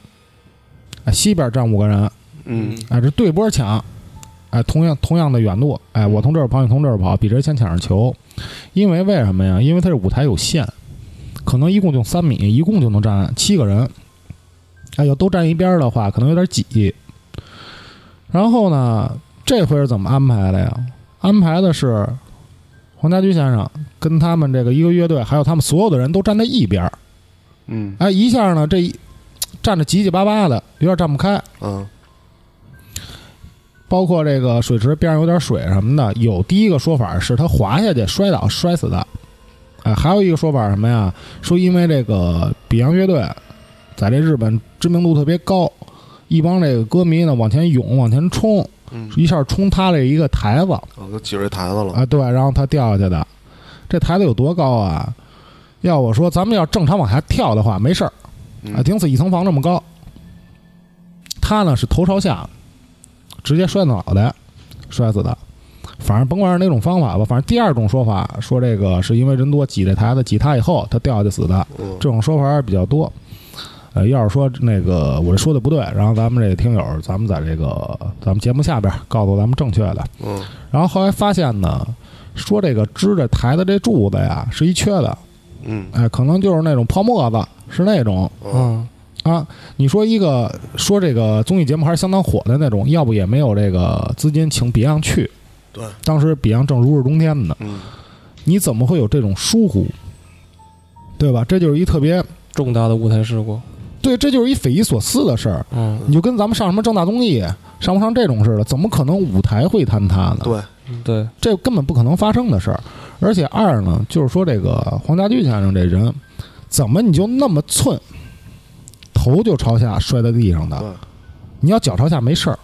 A: 哎，西边站五个人，
B: 嗯
A: 哎，这对波抢，哎，同样同样的远度，哎，我从这儿跑，你从这儿跑，比谁先抢上球。因为为什么呀？因为它这舞台有限，可能一共就三米，一共就能站七个人。哎，要都站一边儿的话，可能有点挤。然后呢，这回是怎么安排的呀？安排的是黄家驹先生跟他们这个一个乐队，还有他们所有的人都站在一边儿。
B: 嗯
A: 哎，一下呢，这一站着挤挤巴巴的，有点站不开。
B: 啊
A: 包括这个水池边上有点水什么的，有第一个说法是他滑下去摔倒摔死的，哎，还有一个说法是什么呀？说因为这个比洋乐队在这日本知名度特别高，一帮这个歌迷呢往前涌往前冲，
B: 嗯，
A: 一下冲塌了一个台子
B: 我就挤哦着这台子了。
A: 啊，对，然后他掉下去的。这台子有多高啊？要我说，咱们要正常往下跳的话，没事儿。啊，
B: 嗯
A: 顶死一层房这么高。他呢是头朝下，直接摔脑袋，摔死的。反正甭管是哪种方法吧，反正第二种说法说这个是因为人多挤这台子，挤塌以后他掉下去死的，
B: 嗯
A: 这种说法比较多。呃，要是说那个我这说的不对，然后咱们这听友，咱们在这个咱们节目下边告诉咱们正确的。
B: 嗯，
A: 然后后来发现呢，说这个支这台的这柱子呀是一缺的，
B: 嗯
A: 哎，可能就是那种泡沫子，是那种
B: 嗯
C: 嗯，
A: 啊。你说一个说这个综艺节目还是相当火的那种，要不也没有这个资金请 Beyond 去。
B: 对，
A: 当时 Beyond 正如日中天呢，
B: 嗯，
A: 你怎么会有这种疏忽？对吧？这就是一特别
C: 重大的舞台事故，
A: 对，这就是一匪夷所思的事儿。
C: 嗯，
A: 你就跟咱们上什么正大综艺，上不上这种似的，怎么可能舞台会坍塌呢？
B: 对，
C: 对，
A: 这根本不可能发生的事儿。而且二呢，就是说这个黄家驹先生这人，怎么你就那么寸，头就朝下摔在地上
B: 对
A: 的，你要脚朝下没事儿，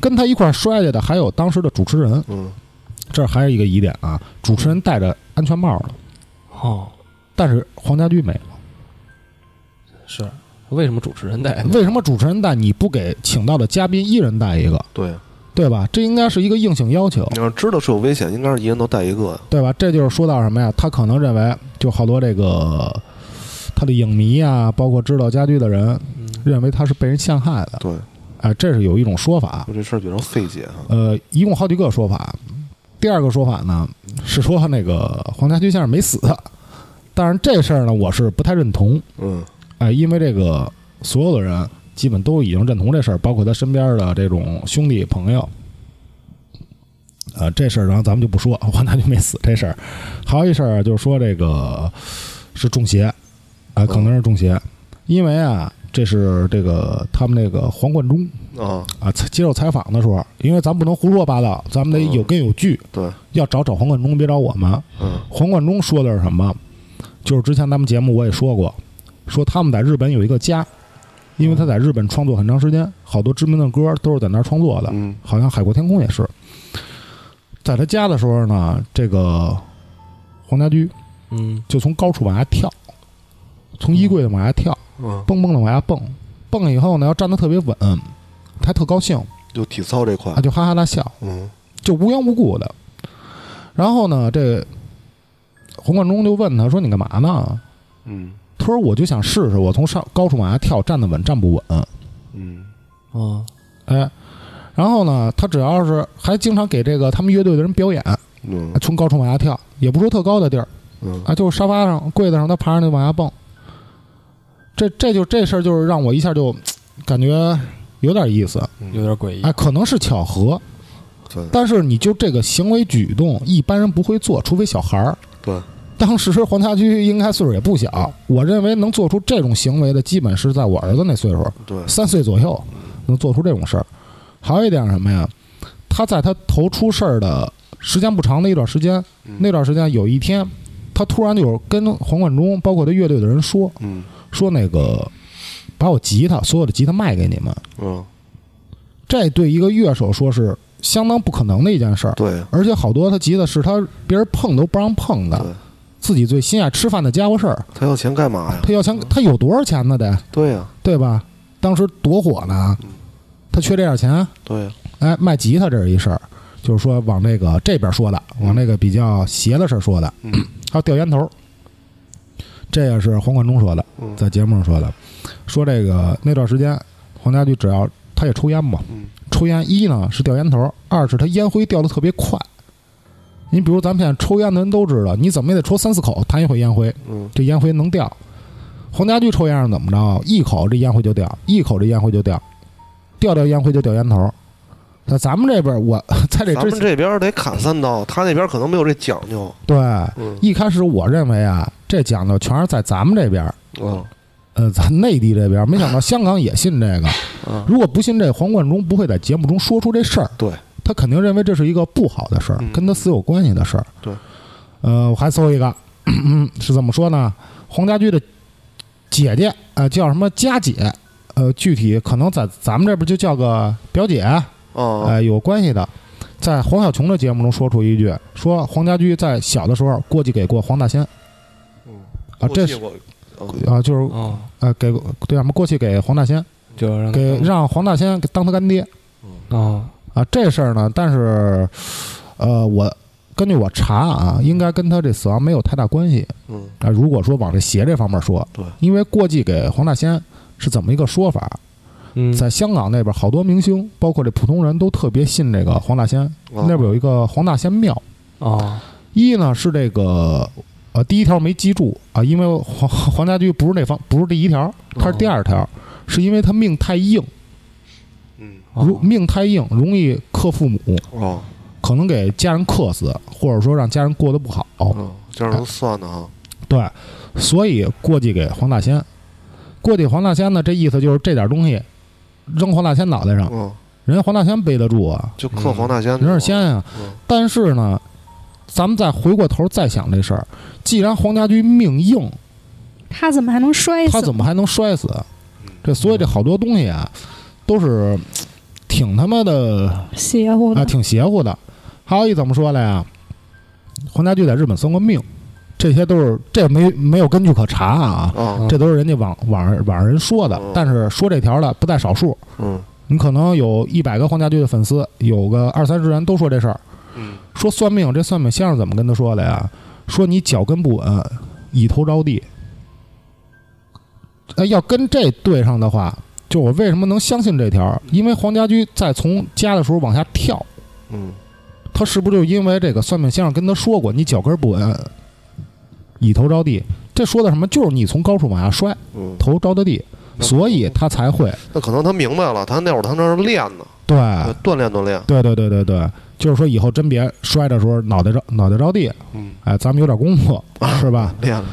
A: 跟他一块儿摔下去的还有当时的主持人，
B: 嗯
A: 这儿还有一个疑点啊，主持人戴着安全帽呢，
C: 哦，
A: 但是黄家驹没有，
C: 是为什么主持人带呢？
A: 为什么主持人戴你不给请到的嘉宾一人戴一个，
B: 对，啊
A: 对吧？这应该是一个硬性要求。
B: 你要知道是有危险，应该是一人都带一个，
A: 对吧？这就是说到什么呀？他可能认为，就好多这个他的影迷啊，包括知道家居的人，
C: 嗯
A: 认为他是被人陷害的。
B: 对，
A: 哎，这是有一种说法。
B: 我这事儿比较费解哈，
A: 呃，一共好几个说法。第二个说法呢是说那个黄家驹先生没死，但是这事儿呢我是不太认同。
B: 嗯
A: 哎，因为这个所有的人基本都已经认同这事儿，包括他身边的这种兄弟朋友。呃，这事儿然后咱们就不说，黄大就没死这事儿。还有一事儿就是说这个是中邪，啊、可能是中邪，因为啊，这是这个他们那个黄贯中
B: 啊，
A: 啊接受采访的时候，因为咱不能胡说八道，咱们得有根有据，
B: 对，
A: 要找找黄贯中，别找我们。
B: 嗯
A: 黄贯中说的是什么？就是之前咱们节目我也说过，说他们在日本有一个家，因为他在日本创作很长时间，好多知名的歌都是在那儿创作的，
B: 嗯
A: 好像《海阔天空》也是。在他家的时候呢，这个黄家驹
C: 嗯，
A: 就从高处往下跳，从衣柜里往下跳，
B: 嗯，
A: 蹦蹦的往下蹦，蹦了以后呢，要站得特别稳，他特高兴，
B: 就体操这块
A: 他，就哈哈大笑。
B: 嗯
A: 就无缘无故的。然后呢，这黄贯中就问他说：“你干嘛呢
B: 嗯？”
A: 他说：“我就想试试，我从上高处往下跳，站得稳站不稳。
B: 嗯，
C: 哦，”
A: 哎，然后呢，他只要是还经常给这个他们乐队的人表演，
B: 嗯
A: 从高处往下跳，也不说特高的地儿
B: 嗯
A: 啊，就是沙发上、柜子上，他爬上去往下蹦。这这就这事儿，就是让我一下就嘖感觉有点意思。
C: 有点诡异
A: 哎，，可能是巧合，
B: 对
A: 但是你就这个行为举动，一般人不会做，除非小孩儿。
B: 对，
A: 当时黄家驹应该岁数也不小，我认为能做出这种行为的，基本是在我儿子那岁数，
B: 对，
A: 三岁左右能做出这种事儿。还有一点是什么呀？他在他头出事儿的时间不长的一段时间，
B: 嗯
A: 那段时间有一天，他突然就跟黄贯中，包括他乐队的人说
B: 嗯
A: 说那个，把我吉他所有的吉他卖给你们。
B: 嗯，
A: 这对一个乐手说是相当不可能的一件事儿，
B: 对
A: 而且好多他吉他是他别人碰都不让碰的，
B: 对，
A: 自己最心爱吃饭的家伙事儿。
B: 他要钱干嘛呀？
A: 他要钱，他有多少钱呢？得
B: 对呀，
A: 对吧？当时多火呢
B: 嗯，
A: 他缺这点钱，
B: 对呀，
A: 哎，卖吉他这是一事儿，就是说往这个这边说的，往那个比较邪的事儿说的，
B: 嗯
A: 还有掉烟头，这也是黄贯中说的，
B: 嗯
A: 在节目上说的，说这个那段时间黄家驹只要他也抽烟嘛，
B: 嗯
A: 抽烟一呢是掉烟头，二是他烟灰掉的特别快。你比如咱们现在抽烟的人都知道，你怎么也得抽三四口弹一回烟灰，
B: 嗯
A: 这烟灰能掉。黄家驹抽烟是怎么着？啊一口这烟灰就掉，一口这烟灰就掉，掉掉烟灰就掉烟头。在咱们这边儿，我 [laughs] 在这
B: 咱
A: 之
B: 们
A: 前，
B: 这边得砍三刀，他那边可能没有这讲究，
A: 对，
B: 嗯
A: 一开始我认为啊，这讲究全是在咱们这边儿，
B: 嗯
A: 呃，咱内地这边儿，没想到香港也信这个。
B: [laughs] 嗯
A: 如果不信这，黄贯中不会在节目中说出这事儿。
B: 对，
A: 他肯定认为这是一个不好的事儿
B: 嗯，
A: 跟他死有关系的事儿。
B: 对，
A: 呃，我还搜一个，是怎么说呢？黄家驹的姐姐，呃，叫什么佳姐？呃，具体可能在咱们这边就叫个表姐，
B: 啊
A: 呃，有关系的。在黄小琼的节目中说出一句，说黄家驹在小的时候过继给过黄大仙
B: 嗯
A: 啊，这是
B: 是嗯
A: 啊，就是
C: 哦，
A: 呃，给过对什么过去给黄大仙，
C: 就让
A: 给让黄大仙给当他干爹，
C: 哦，
A: 啊，这事儿呢，但是，呃，我根据我查啊，应该跟他这死亡没有太大关系
B: 嗯
A: 啊。如果说往这邪这方面说，
B: 对
A: 因为过继给黄大仙是怎么一个说法？
C: 嗯，
A: 在香港那边，好多明星，包括这普通人都特别信这个黄大仙。
B: 啊
A: 那边有一个黄大仙庙，
C: 哦，
A: 一呢是这个呃第一条没记住啊，因为黄 [laughs] 黄家驹不是那方不是第一条，他
C: 哦
A: 是第二条，是因为他命太硬，
B: 嗯
A: 如
C: 哦
A: 命太硬容易克父母，
B: 哦
A: 可能给家人克死，或者说让家人过得不好。
B: 哦，这样能算的啊？
A: 对，所以过继给黄大仙，过继黄大仙呢，这意思就是这点东西扔黄大仙脑袋上，
B: 嗯，
A: 人家黄大仙背得住啊，
B: 就克黄大仙
A: 人是仙啊。
B: 嗯
A: 但是呢，咱们再回过头再想这事儿，既然黄家驹命硬，
D: 他怎么还能摔死？
A: 他怎么还能摔死
B: 嗯？
A: 这所以这好多东西啊，都是挺他妈的
D: 邪乎的？
A: 啊，挺邪乎的。还有一怎么说来呀？黄家驹在日本算过命，这些都是这没没有根据可查啊，
B: 啊，
A: 这都是人家网网上网上人说的
B: 哦，
A: 但是说这条的不在少数。
B: 嗯
A: 你可能有一百个黄家驹的粉丝，有个二三十人都说这事儿，
B: 嗯
A: 说算命这算命先生怎么跟他说的呀？说你脚跟不稳，以头着地。哎，要跟这对上的话，就我为什么能相信这条？因为黄家驹在从家的时候往下跳，
B: 嗯
A: 他是不是就因为这个算命先生跟他说过你脚跟不稳，以头着地？这说的什么？就是你从高处往下摔，
B: 嗯，
A: 头着的地，所以他才会
B: 那可能他明白了，他那会儿他那是练呢，
A: 对
B: 锻炼锻炼。
A: 对对对对对，就是说以后真别摔的时候脑袋着脑袋着地，
B: 嗯，
A: 哎，咱们有点功夫是吧？
B: 练了。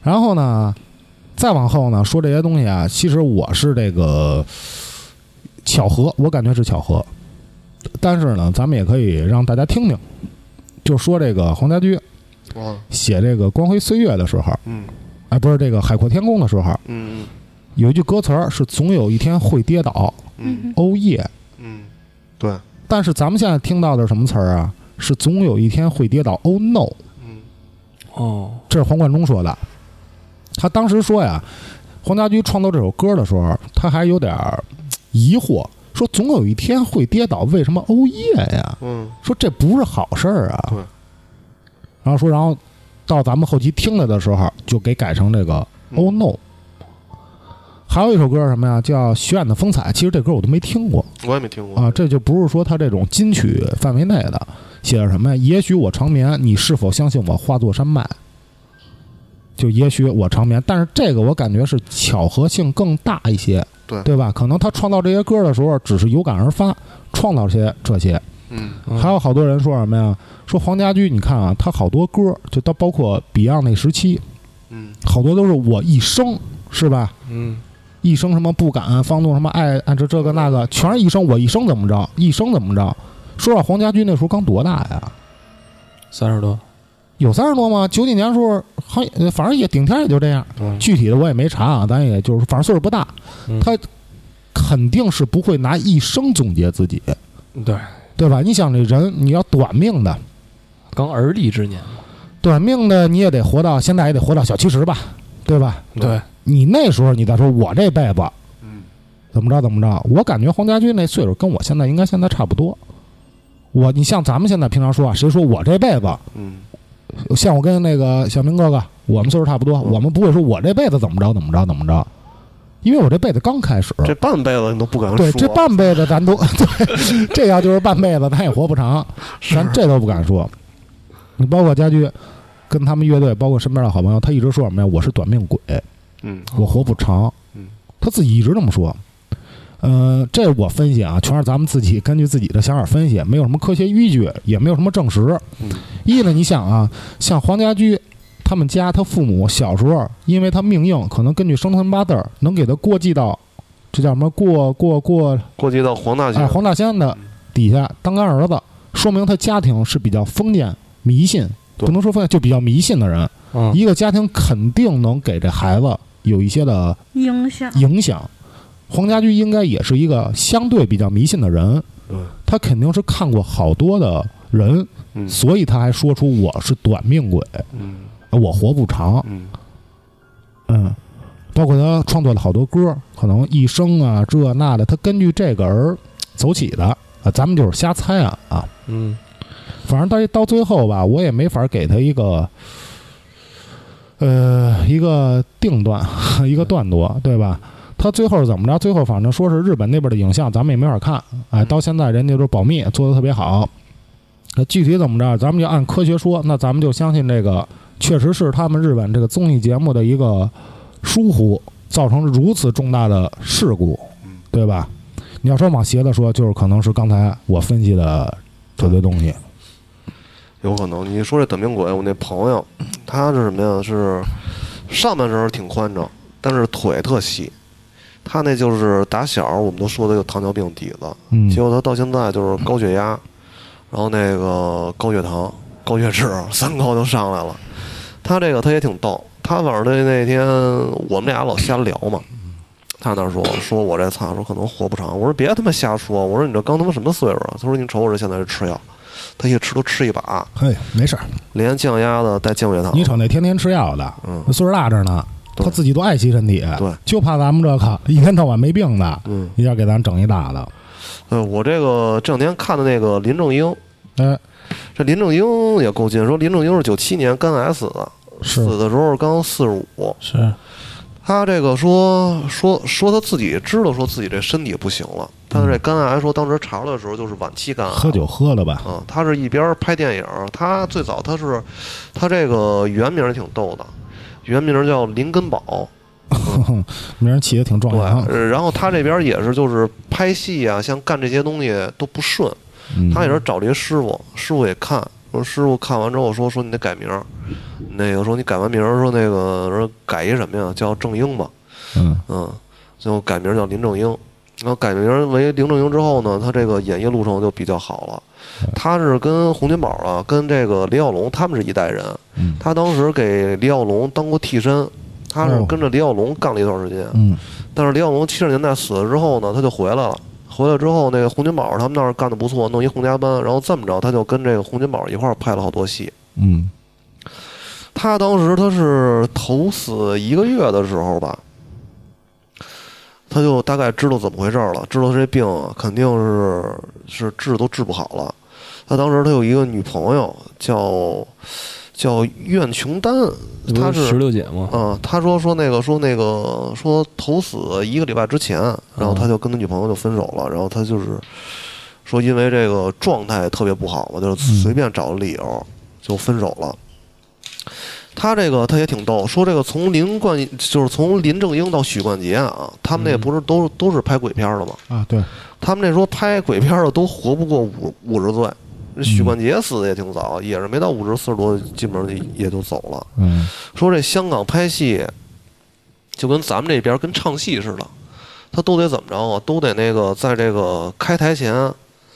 A: 然后呢，再往后呢，说这些东西啊，其实我是这个巧合，我感觉是巧合。但是呢，咱们也可以让大家听听，就说这个黄家驹
B: 啊，
A: 写这个《光辉岁月》的时候，
B: 嗯
A: 哎，不是这个《海阔天空》的时候，
B: 嗯
A: 有一句歌词儿是“总有一天会跌倒
B: 嗯”，
A: 哦耶！
B: 嗯，对，
A: 但是咱们现在听到的是什么词儿啊？是“总有一天会跌倒哦 no”，
B: 嗯
C: 哦，
A: 这是黄贯中说的。他当时说呀，黄家驹创作这首歌的时候，他还有点儿嘖疑惑，说总有一天会跌倒，为什么哦耶呀？
B: 嗯
A: 说这不是好事儿啊。
B: 对。
A: 然后说，然后到咱们后期听了的时候，就给改成这个
B: 嗯哦
A: Oh no。还有一首歌是什么呀？叫《许愿的风采》。其实这歌我都没听过
B: 我也没听过
A: 啊，这就不是说它这种金曲范围内的。写的什么呀？也许我长眠，你是否相信我化作山脉？就也许我长眠，但是这个我感觉是巧合性更大一些，
B: 对
A: 对吧？可能他创造这些歌的时候，只是有感而发，创造些这些。
B: 嗯
A: 还有好多人说什么呀？说黄家驹，你看啊，他好多歌，就到包括 Beyond 那时期，
B: 嗯
A: 好多都是我一生，是吧？
C: 嗯
A: 一生什么不敢放纵，什么爱爱这这个那个，全是一生我一生怎么着，一生怎么着。说到黄家驹那时候刚多大呀？
C: 三十多，
A: 有三十多吗？九几年时候，好像呃反正也顶天也就这样。
C: 嗯
A: 具体的我也没查啊，咱也就是反正岁数不大，
C: 嗯
A: 他肯定是不会拿一生总结自己，
C: 对，
A: 对吧？你想这人，你要短命的，
C: 刚而立之年嘛，
A: 短命的你也得活到现在，也得活到小七十吧，对吧？
C: 对，
A: 你那时候你再说我这辈子
B: 嗯
A: 怎么着怎么着，我感觉黄家驹那岁数跟我现在应该现在差不多。我你像咱们现在平常说啊，谁说我这辈子
B: 嗯
A: 像我跟那个小明哥哥，我们岁数差不多，我们不会说我这辈子怎么着怎么着怎么着，因为我这辈子刚开始。
B: 这半辈子你都不敢说，啊
A: 对，这半辈子咱都 [laughs] 对，这要就是半辈子咱也活不长，咱这都不敢说。你包括家驹，跟他们乐队，包括身边的好朋友，他一直说什么呀？我是短命鬼，
B: 嗯
A: 我活不长。
B: 嗯，
A: 他自己一直这么说。嗯，这我分析啊，全是咱们自己根据自己的想法分析，没有什么科学依据，也没有什么证实。
B: 嗯
A: 一呢，你想啊，像黄家驹他们家他父母小时候，因为他命硬，可能根据生辰八字儿能给他过继到，这叫什么过过过
B: 过继到黄大仙嗯
A: 哎，，黄大仙的底下当干儿子，说明他家庭是比较封建迷信，
B: 对
A: 不能说封建，就比较迷信的人。
C: 嗯
A: 一个家庭肯定能给这孩子有一些的
D: 影响
A: 影响。黄家驹应该也是一个相对比较迷信的人，
B: 嗯
A: 他肯定是看过好多的人，
B: 嗯
A: 所以他还说出我是短命鬼，
B: 嗯
A: 我活不长。
B: 嗯
A: 嗯，包括他创作了好多歌，可能一生啊这那的，他根据这个而走起的啊，咱们就是瞎猜啊啊，
C: 嗯
A: 反正到到最后吧，我也没法给他一个。 [laughs] 呃，一个定断，一个段落，对吧？他最后是怎么着？最后反正说是日本那边的影像，咱们也没法看。哎，到现在人家都保密做的特别好。那具体怎么着，咱们就按科学说。那咱们就相信这个，确实是他们日本这个综艺节目的一个疏忽，造成了如此重大的事故，对吧？你要说往邪的说，就是可能是刚才我分析的这堆东西。
B: 有可能。你说这短命鬼，我那朋友，他是什么呀？是上半身挺宽敞，但是腿特细。他那就是打小我们都说他有糖尿病底子，
A: 嗯
B: 结果他到现在就是高血压，然后那个高血糖、高血脂，三高都上来了。他这个他也挺逗，他晚上那那天我们俩老瞎聊嘛，他那儿说说我这操说可能活不长，我说别他妈瞎说，我说你这刚他妈什么岁数啊？他说你瞅我这现在这吃药，他一吃都吃一把，
A: 嘿，没事儿，
B: 连降压的带降血糖
A: 你，瞅那天天吃药的，
B: 嗯
A: 那岁数大着呢，
B: 对
A: 他自己多爱惜身体，
B: 对
A: 就怕咱们这个一天到晚没病的，
B: 嗯，
A: 一下给咱整一大的。
B: 呃，我这个这两天看的那个林正英，
A: 哎，
B: 这林正英也够劲，说林正英是九七年肝癌死的，
A: 是
B: 死的时候刚四十五。
C: 是
B: 他这个说说说他自己知道说自己这身体不行了，但是这肝癌说当时查了的时候就是晚期肝癌。
A: 嗯喝酒喝的吧，
B: 啊，他是一边拍电影，他最早他是他这个原名挺逗的，原名叫林根宝，
A: 名儿起的挺壮
B: 对，
A: 阳。
B: 呃然后他这边也是就是拍戏啊，像干这些东西都不顺，
A: 嗯
B: 他也是找这些师傅，师傅也看，说师傅看完之后说说你得改名儿，那个说你改完名儿说那个说改一什么呀，叫正英吧，
A: 嗯
B: 嗯，最后改名叫林正英，然后改名为林正英之后呢，他这个演艺路程就比较好了。
A: 嗯
B: 他是跟洪金宝啊，跟这个李小龙他们是一代人，
A: 嗯
B: 他当时给李小龙当过替身，他是
A: 哦
B: 跟着李小龙干了一段时间。
A: 嗯
B: 但是李小龙七十年代死了之后呢，他就回来了。回来之后，那个洪金宝他们那儿干的不错，弄一洪家班，然后这么着，他就跟这个洪金宝一块儿拍了好多戏。
A: 嗯
B: 他当时他是头死一个月的时候吧，他就大概知道怎么回事儿了，知道这病啊肯定是是治都治不好了。他当时他有一个女朋友叫叫苑琼丹，他是
C: 石榴姐吗？
B: 嗯，他说说那个说那个说头死一个礼拜之前，然后他就跟他女朋友就分手了，然后他就是说因为这个状态特别不好嘛，就是随便找理由就分手了。他这个他也挺逗，说这个从林冠就是从林正英到许冠杰啊，他们那
C: 嗯
B: 不是都、都是拍鬼片儿的吗？
A: 啊，对，
B: 他们那时候拍鬼片儿的都活不过五五十岁，这许冠杰死的也挺早，也是没到五十四十多，基本上也也就走了。
A: 嗯
B: 说这香港拍戏就跟咱们这边儿跟唱戏似的，他都得怎么着啊？都得那个在这个开台前，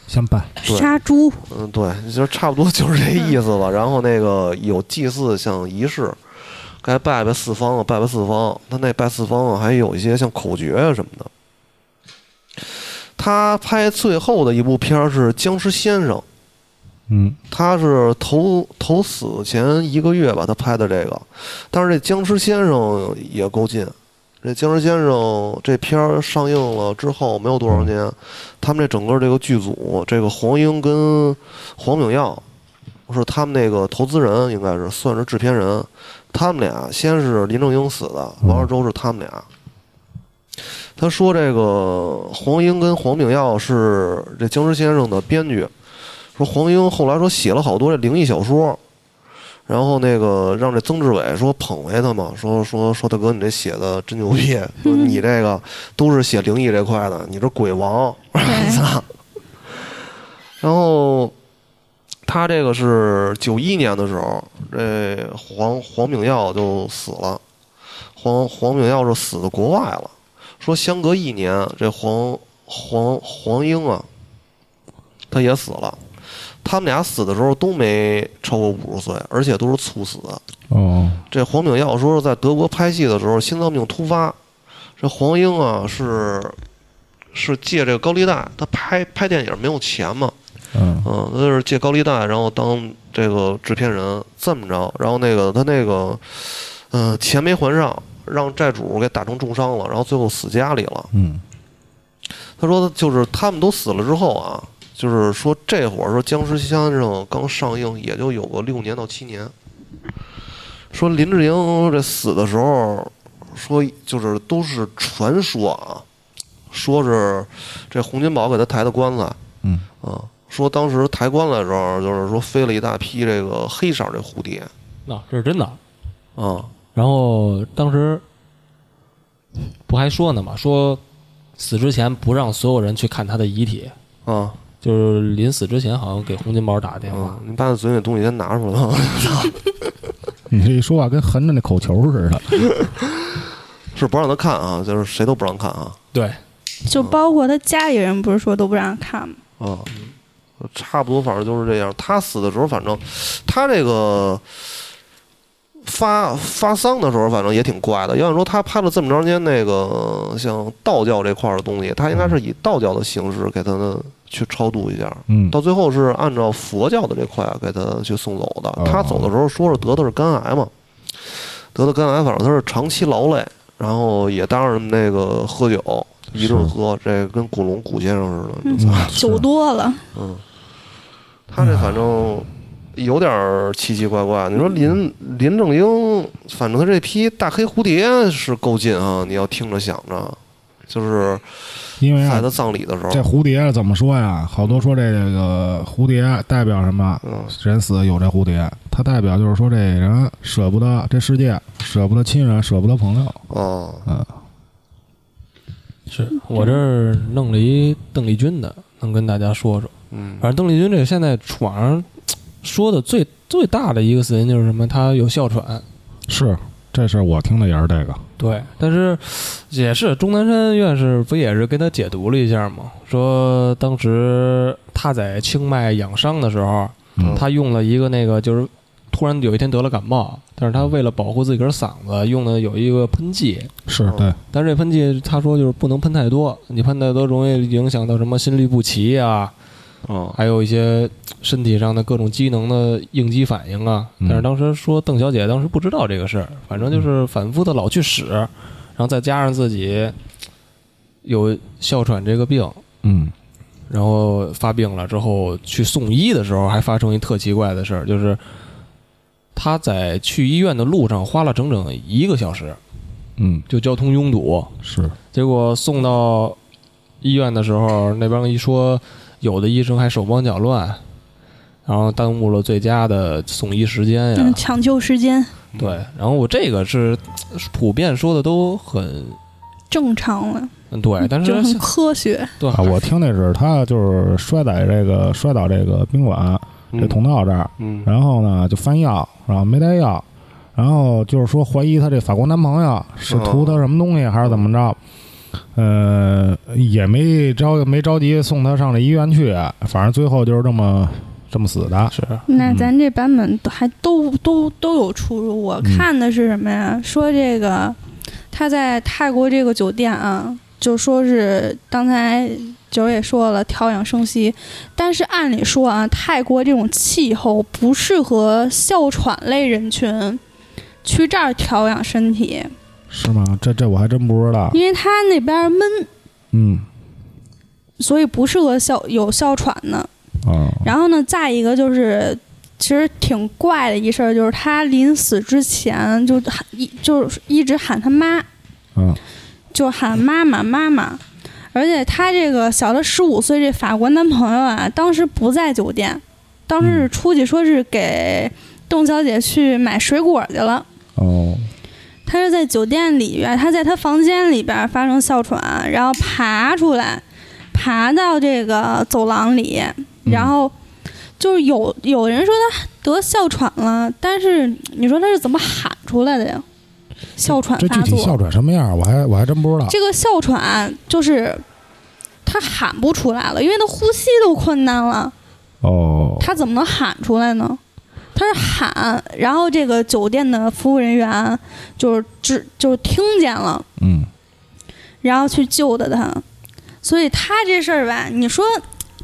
A: 先拜，
B: 对
D: 杀
B: [laughs]
D: 猪，
B: 嗯，对，就差不多就是这意思吧。然后那个有祭祀像仪式，嗯该拜拜四方啊，拜拜四方。他那拜四方啊，还有一些像口诀啊什么的。他拍最后的一部片儿是《僵尸先生》，
A: 嗯
B: 他是头头死前一个月吧，他拍的这个，但是这僵尸先生也够劲。这僵尸先生这片儿上映了之后没有多少年，他们这整个这个剧组，这个黄英跟黄炳耀是他们那个投资人，应该是算是制片人。他们俩先是林正英死的，完了之后是他们俩。他说这个黄英跟黄炳耀是这僵尸先生的编剧，说黄英后来说写了好多这灵异小说，然后那个让这曾志伟说捧回他嘛，说说说大哥你这写的真牛逼，说你这个都是写灵异这块的，你这鬼王， [laughs] 操！然后他这个是九一年的时候，这黄黄炳耀就死了，黄黄炳耀是死在国外了，说相隔一年，这黄黄黄英啊，他也死了。他们俩死的时候都没超过五十岁，而且都是猝死。
A: 哦，
B: 这黄炳耀说是在德国拍戏的时候心脏病突发，这黄英啊是是借这个高利贷，他拍拍电影没有钱嘛，
A: 嗯
B: 嗯，他就是借高利贷，然后当这个制片人这么着，然后那个他那个嗯、呃钱没还上，让债主给打成重伤了，然后最后死家里了。
A: 嗯
B: 他说就是他们都死了之后啊，就是说这会儿说《僵尸先生》刚上映，也就有个六年到七年。说林志颖这死的时候，说就是都是传说啊，说是这洪金宝给他抬的棺材，
E: 嗯
B: 啊，说当时抬棺材的时候，就是说飞了一大批这个黑色儿的蝴蝶
C: 那这是真的。
B: 啊，
C: 然后当时不还说呢嘛，说死之前不让所有人去看他的遗体，
B: 啊，
C: 就是临死之前好像给洪金宝打的电话
B: 嗯，，你把你嘴里的东西先拿出来啊。
A: 你这一说话跟横着那口球似的。
B: [laughs] 是不让他看啊，就是谁都不让看啊，
C: 对，
D: 就包括他家里人不是说都不让看吗？嗯
B: 啊，差不多，反正就是这样。他死的时候，反正他这个发发丧的时候，反正也挺怪的。要想说他拍了这么长时间那个像道教这块儿的东西，他应该是以道教的形式给他去超度一下。
E: 嗯，
B: 到最后是按照佛教的这块啊给他去送走的
E: 哦。
B: 他走的时候说是得的是肝癌嘛，得的肝癌，反正他是长期劳累，然后也当然那个喝酒一顿喝，这跟古龙古先生似的，
E: 嗯
D: 酒多了，
B: 嗯，他这反正有点儿奇奇怪怪。你说林林正英，反正他这批大黑蝴蝶是够劲啊！你要听着想着，就是
E: 因为
B: 在
E: 啊
B: 他葬礼的时
E: 这
B: 候，
E: 蝴蝶怎么说呀？好多说这个蝴蝶代表什么？
B: 嗯
E: 人死有这蝴蝶，它代表就是说这人舍不得这世界，舍不得亲人，舍不得朋友。
B: 哦，
C: 是我这儿弄了一邓丽君的，能跟大家说说。
B: 嗯
C: 反正邓丽君这个现在网上说的最最大的一个死因就是什么，她有哮喘。
E: 是，这事儿我听的也是这个。
C: 对，但是也是钟南山院士不也是跟他解读了一下吗？说当时他在清迈养伤的时候，
E: 嗯
C: 他用了一个那个就是。突然有一天得了感冒，但是他为了保护自己的嗓子，用的有一个喷剂，
E: 是
B: 哦
E: 对，
C: 但是这喷剂他说就是不能喷太多，你喷太多容易影响到什么心律不齐啊，
B: 哦，
C: 还有一些嘖身体上的各种机能的应激反应啊。
E: 嗯
C: 但是当时说邓小姐当时不知道这个事儿，反正就是反复的老去使，然后再加上自己嘖有哮喘这个病，
E: 嗯
C: 然后发病了之后去送医的时候，还发生一特奇怪的事儿，就是她在去医院的路上花了整整一个小时，
E: 嗯
C: 就交通拥堵，
E: 是，
C: 结果送到医院的时候，那边一说，有的医生还手忙脚乱，然后耽误了最佳的送医时间呀
B: 啊
D: 嗯，。抢救时间
C: 对，然后我这个是普遍说的都很
D: 正常了，
C: 嗯对，但
D: 就是很科学。
C: 对
E: 啊，我听那是他就是摔在这个摔倒这个宾馆这通道这儿，
B: 嗯，
E: 然后呢就翻药，然后没带药，然后就是说怀疑她这法国男朋友是
C: 哦
E: 图她什么东西还是怎么着，呃，也没着没着急送她上这医院去，反正最后就是这么这么死的。
C: 是
D: 那咱这版本都还都都都有出入。我
E: 嗯
D: 看的是什么呀？说这个他在泰国这个酒店啊，就说是刚才九儿也说了调养生息，但是按理说啊，泰国这种气候不适合哮喘类人群去这儿调养身体，
E: 是吗？这这我还真不知道。
D: 因为他那边闷，
E: 嗯
D: 所以不适合哮有哮喘的。
E: 啊，
D: 然后呢，再一个就是，其实挺怪的一事儿，就是他临死之前就喊一就是一直喊他妈，
E: 嗯，
D: 就喊妈妈妈妈。而且他这个小他十五岁这法国男朋友啊，当时不在酒店，当时是出去说是给邓小姐去买水果去了。
E: 哦，
D: 他是在酒店里边，他在他房间里边发生哮喘，然后爬出来，爬到这个走廊里，
A: 嗯
D: 然后就是有有人说他得哮喘了，但是你说他是怎么喊出来的呀？哮喘
A: 这具
D: 发
A: 体哮
D: 作，
A: 喘什么样，我还我还真不知道。
D: 这个哮喘就是他喊不出来了，因为他呼吸都困难了，
E: 哦，
D: 他怎么能喊出来呢？他是喊，然后这个酒店的服务人员就是只就是听见了。
E: 嗯，
D: 然后去救的他。所以他这事儿吧，你说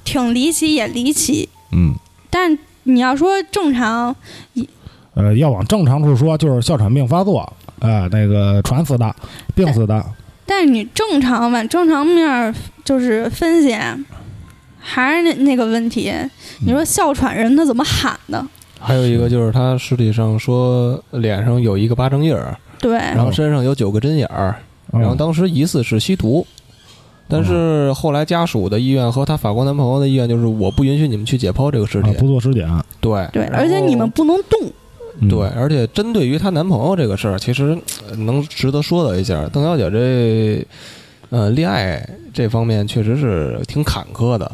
D: 挺离奇也离奇，
E: 嗯，
D: 但你要说正常，
E: 呃，要往正常处说，就是哮喘病发作，啊，那个喘死的，病死的，
D: 但是你正常往正常面儿就是分析，还是那那个问题，
C: 嗯
D: 你说哮喘人他怎么喊的？
C: 还有一个就是她尸体上说脸上有一个巴掌印儿，
D: 对，
C: 然后身上有九个针眼
A: 嗯
C: 儿，哎然后当时疑似是吸毒，但是后来家属的意愿和她法国男朋友的意愿就是我不允许你们去解剖这个尸
A: 啊
C: 体，
A: 不做尸检，
C: 对
D: 对，
C: 然后
D: 而且你们不能动，
A: 嗯
C: 对，而且针对于她男朋友这个事儿，其实呃能值得说道一下，邓小姐这呃恋爱这方面确实是挺坎坷的。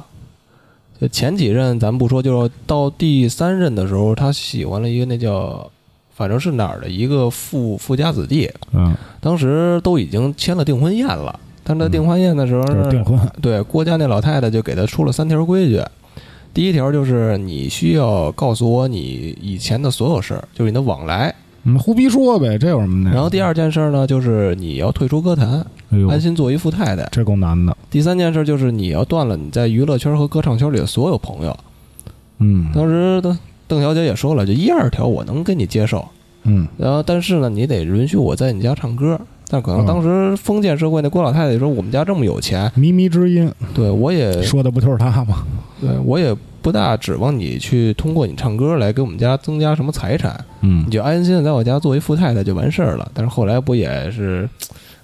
C: 就前几任咱不说，就是到第三任的时候，她喜欢了一个那叫，反正是哪儿的一个富富家子弟，
A: 嗯，
C: 当时都已经签了订婚宴了，但是在订婚宴的时候
A: 嗯就是
C: 呢，
A: 订婚，
C: 对郭家那老太太就给他出了三条规矩。第一条就是你需要告诉我你以前的所有事儿，就是你的往来。
A: 你嗯胡逼说呗，这有什么的？
C: 然后第，二件事儿呢，就是你要退出歌坛，
A: 哎呦，
C: 安心做一富太太。
A: 这够难的，
C: 第三件事就是你要断了你在娱乐圈和歌唱圈里的所有朋友。
A: 嗯
C: 当时邓邓小姐也说了，就一二条我能跟你接受，
A: 嗯，
C: 然后但是呢，你得允许我在你家唱歌。但可能
A: 嗯
C: 当时封建社会那郭老太太说，我们家这么有钱，
A: 靡靡之音
C: 对我也
A: 说的不嗯就是他吗？
C: 对我也不大指望你去通过你唱歌来给我们家增加什么财产，
A: 嗯
C: 你就安心的在我家做一富太太就完事儿了。但是后来不也是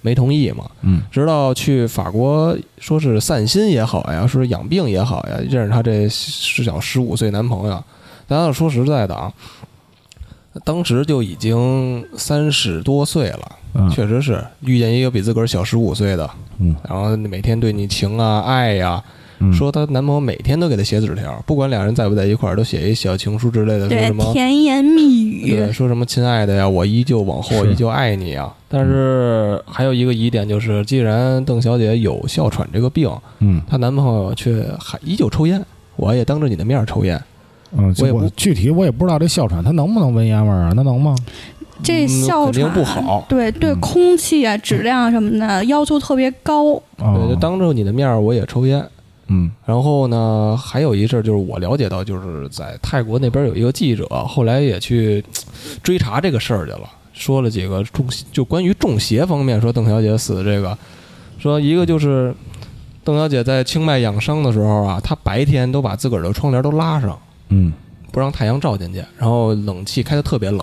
C: 没同意嘛？
A: 嗯，
C: 直到去法国，说是散心也好呀，说是养病也好呀，认识她这是小十五岁男朋友。咱要说实在的啊，当时就已经三十多岁了。
A: 嗯，
C: 确实是遇见一个比自个儿小十五岁的，
A: 嗯，
C: 然后每天对你情啊、爱呀、
A: 嗯
C: 说她男朋友每天都给她写纸条，不管俩人在不在一块儿，都写一小情书之类的，说
D: 对
C: 什，么
D: 甜言蜜
C: 对，
D: 语，
C: 说什么亲爱的呀，我依旧往后
A: 是
C: 依旧爱你啊。但是还有一个疑点就是，既然邓小姐有哮喘这个病，
A: 嗯
C: 她男朋友却还依旧抽烟，我也当着你的面儿抽烟，
A: 嗯，
C: 我也不
A: 我具体我也不知道这哮喘它能不能闻烟味儿啊？那能吗？
D: 这
C: 嗯
D: 哮
C: 肯定
D: 喘
C: 不好。
D: 对对，
A: 嗯
D: 空气啊、质量啊什么的要求特别高，
A: 哦
C: 对，就当着你的面儿我也抽烟，
A: 嗯
C: 然后呢，还有一事儿就是我了解到，就是在泰国那边有一个记者，后来也去嘖追查这个事儿去了，说了几个中就关于中邪方面，说邓小姐死的这个，说一个就是邓小姐在清迈养伤的时候啊，她白天都把自个儿的窗帘都拉上，
A: 嗯
C: 不让太阳照进去，然后冷气开得特别冷，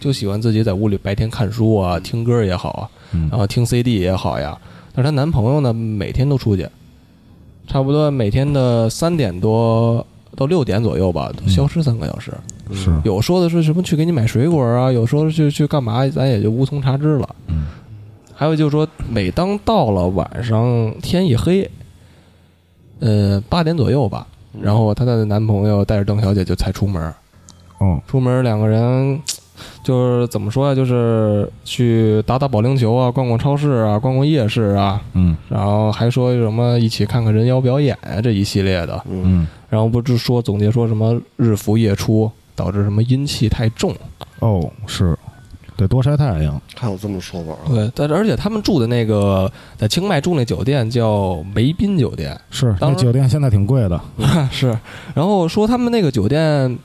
C: 就喜欢自己在屋里白天看书啊、听歌也好啊，
A: 嗯
C: 然后听 CD 也好呀。但是她男朋友呢，每天都出去，差不多每天的三点多到六点左右吧，都消失三个小时。
A: 是
B: 嗯
C: 有说的是什么去给你买水果啊，有说去去干嘛，咱也就无从查知了。
A: 嗯
C: 还有就是说，每当到了晚上天一黑，呃，八点左右吧，然后她的男朋友带着邓小姐就才出门。
A: 哦
C: 出门两个人就是怎么说呀、就是去打打保龄球啊，逛逛超市啊，逛逛夜市啊，
A: 嗯
C: 然后还说什么一起看看人妖表演啊这一系列的，
B: 嗯，
A: 嗯
C: 然后不是说总结说什么日伏夜出导致什么阴气太重，
A: 哦是，得多晒太阳。
B: 还有这么说法啊？
C: 对，但是而且他们住的那个在清迈住那酒店叫梅宾酒店，
A: 是
C: 当
A: 那
C: 时
A: 酒店现在挺贵的，
C: [laughs] 是，然后说他们那个酒店，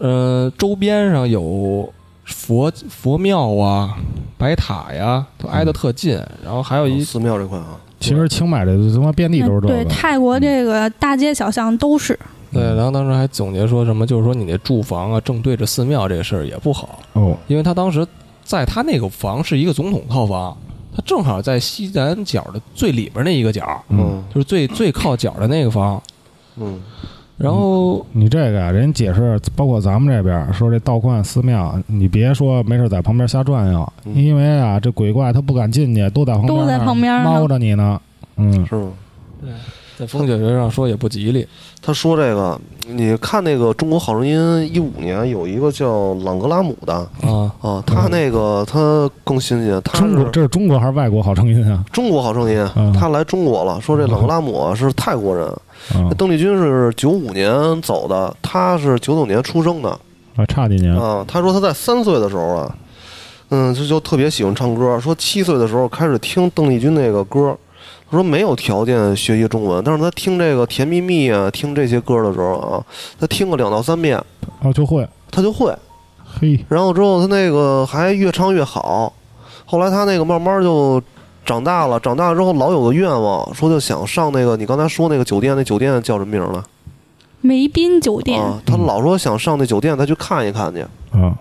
C: 呃，周边上有佛佛庙啊、白塔呀，都挨得特近。然后还有一
B: 寺庙这块啊，
A: 其实清迈这他妈遍地都是这
D: 嗯对
A: 个，
D: 泰国
C: 嗯
D: 这个大街小巷都是，
C: 对，然后当时还总结说什么，就是说你那住房啊，正对着寺庙这个事儿也不好，
A: 哦
C: 因为他当时在他那个房是一个总统套房，他正好在西南角的最里边那一个角，
A: 嗯。
C: 就是最最靠角的那个房。
B: 嗯
C: 然后嗯
A: 你这个啊人解释，包括咱们这边儿说这道观寺庙，你别说没事在旁边瞎转悠，
B: 嗯
A: 因为啊这鬼怪他不敢进去，都在旁边
D: 都在
A: 那儿
D: 旁边呢
A: 猫着你呢。嗯
B: 嗯，是吗？
C: 在风水学上说也不吉利，
B: 他说这个，你看那个《中国好声音》一五年有一个叫朗格拉姆的
C: 啊，
B: 啊，他那个他更新鲜，他
A: 嗯中国
B: 是
A: 这是中国还是外国好声音啊？
B: 中国好声音
A: 嗯，
B: 他来中国了，说这朗格拉姆啊是泰国人，
A: 嗯
B: 邓丽君是九五年走的，她是九九年出生的
A: 啊，差几年。
B: 啊。她说她在三岁的时候啊，嗯，就就特别喜欢唱歌。说七岁的时候开始听邓丽君那个歌，她说没有条件学习中文，但是她听这个《甜蜜蜜》啊，听这些歌的时候啊，她听个两到三遍，
A: 哦，就会，
B: 她就会。
A: 嘿，
B: 然后之后她那个还越唱越好，后来她那个慢慢就。长大了，长大之后老有个愿望，说就想上那个你刚才说那个酒店，那酒店叫什么名儿来？
D: 梅宾酒店，
B: 哦啊，他老说想上那酒店，他去看一看去。
A: 啊，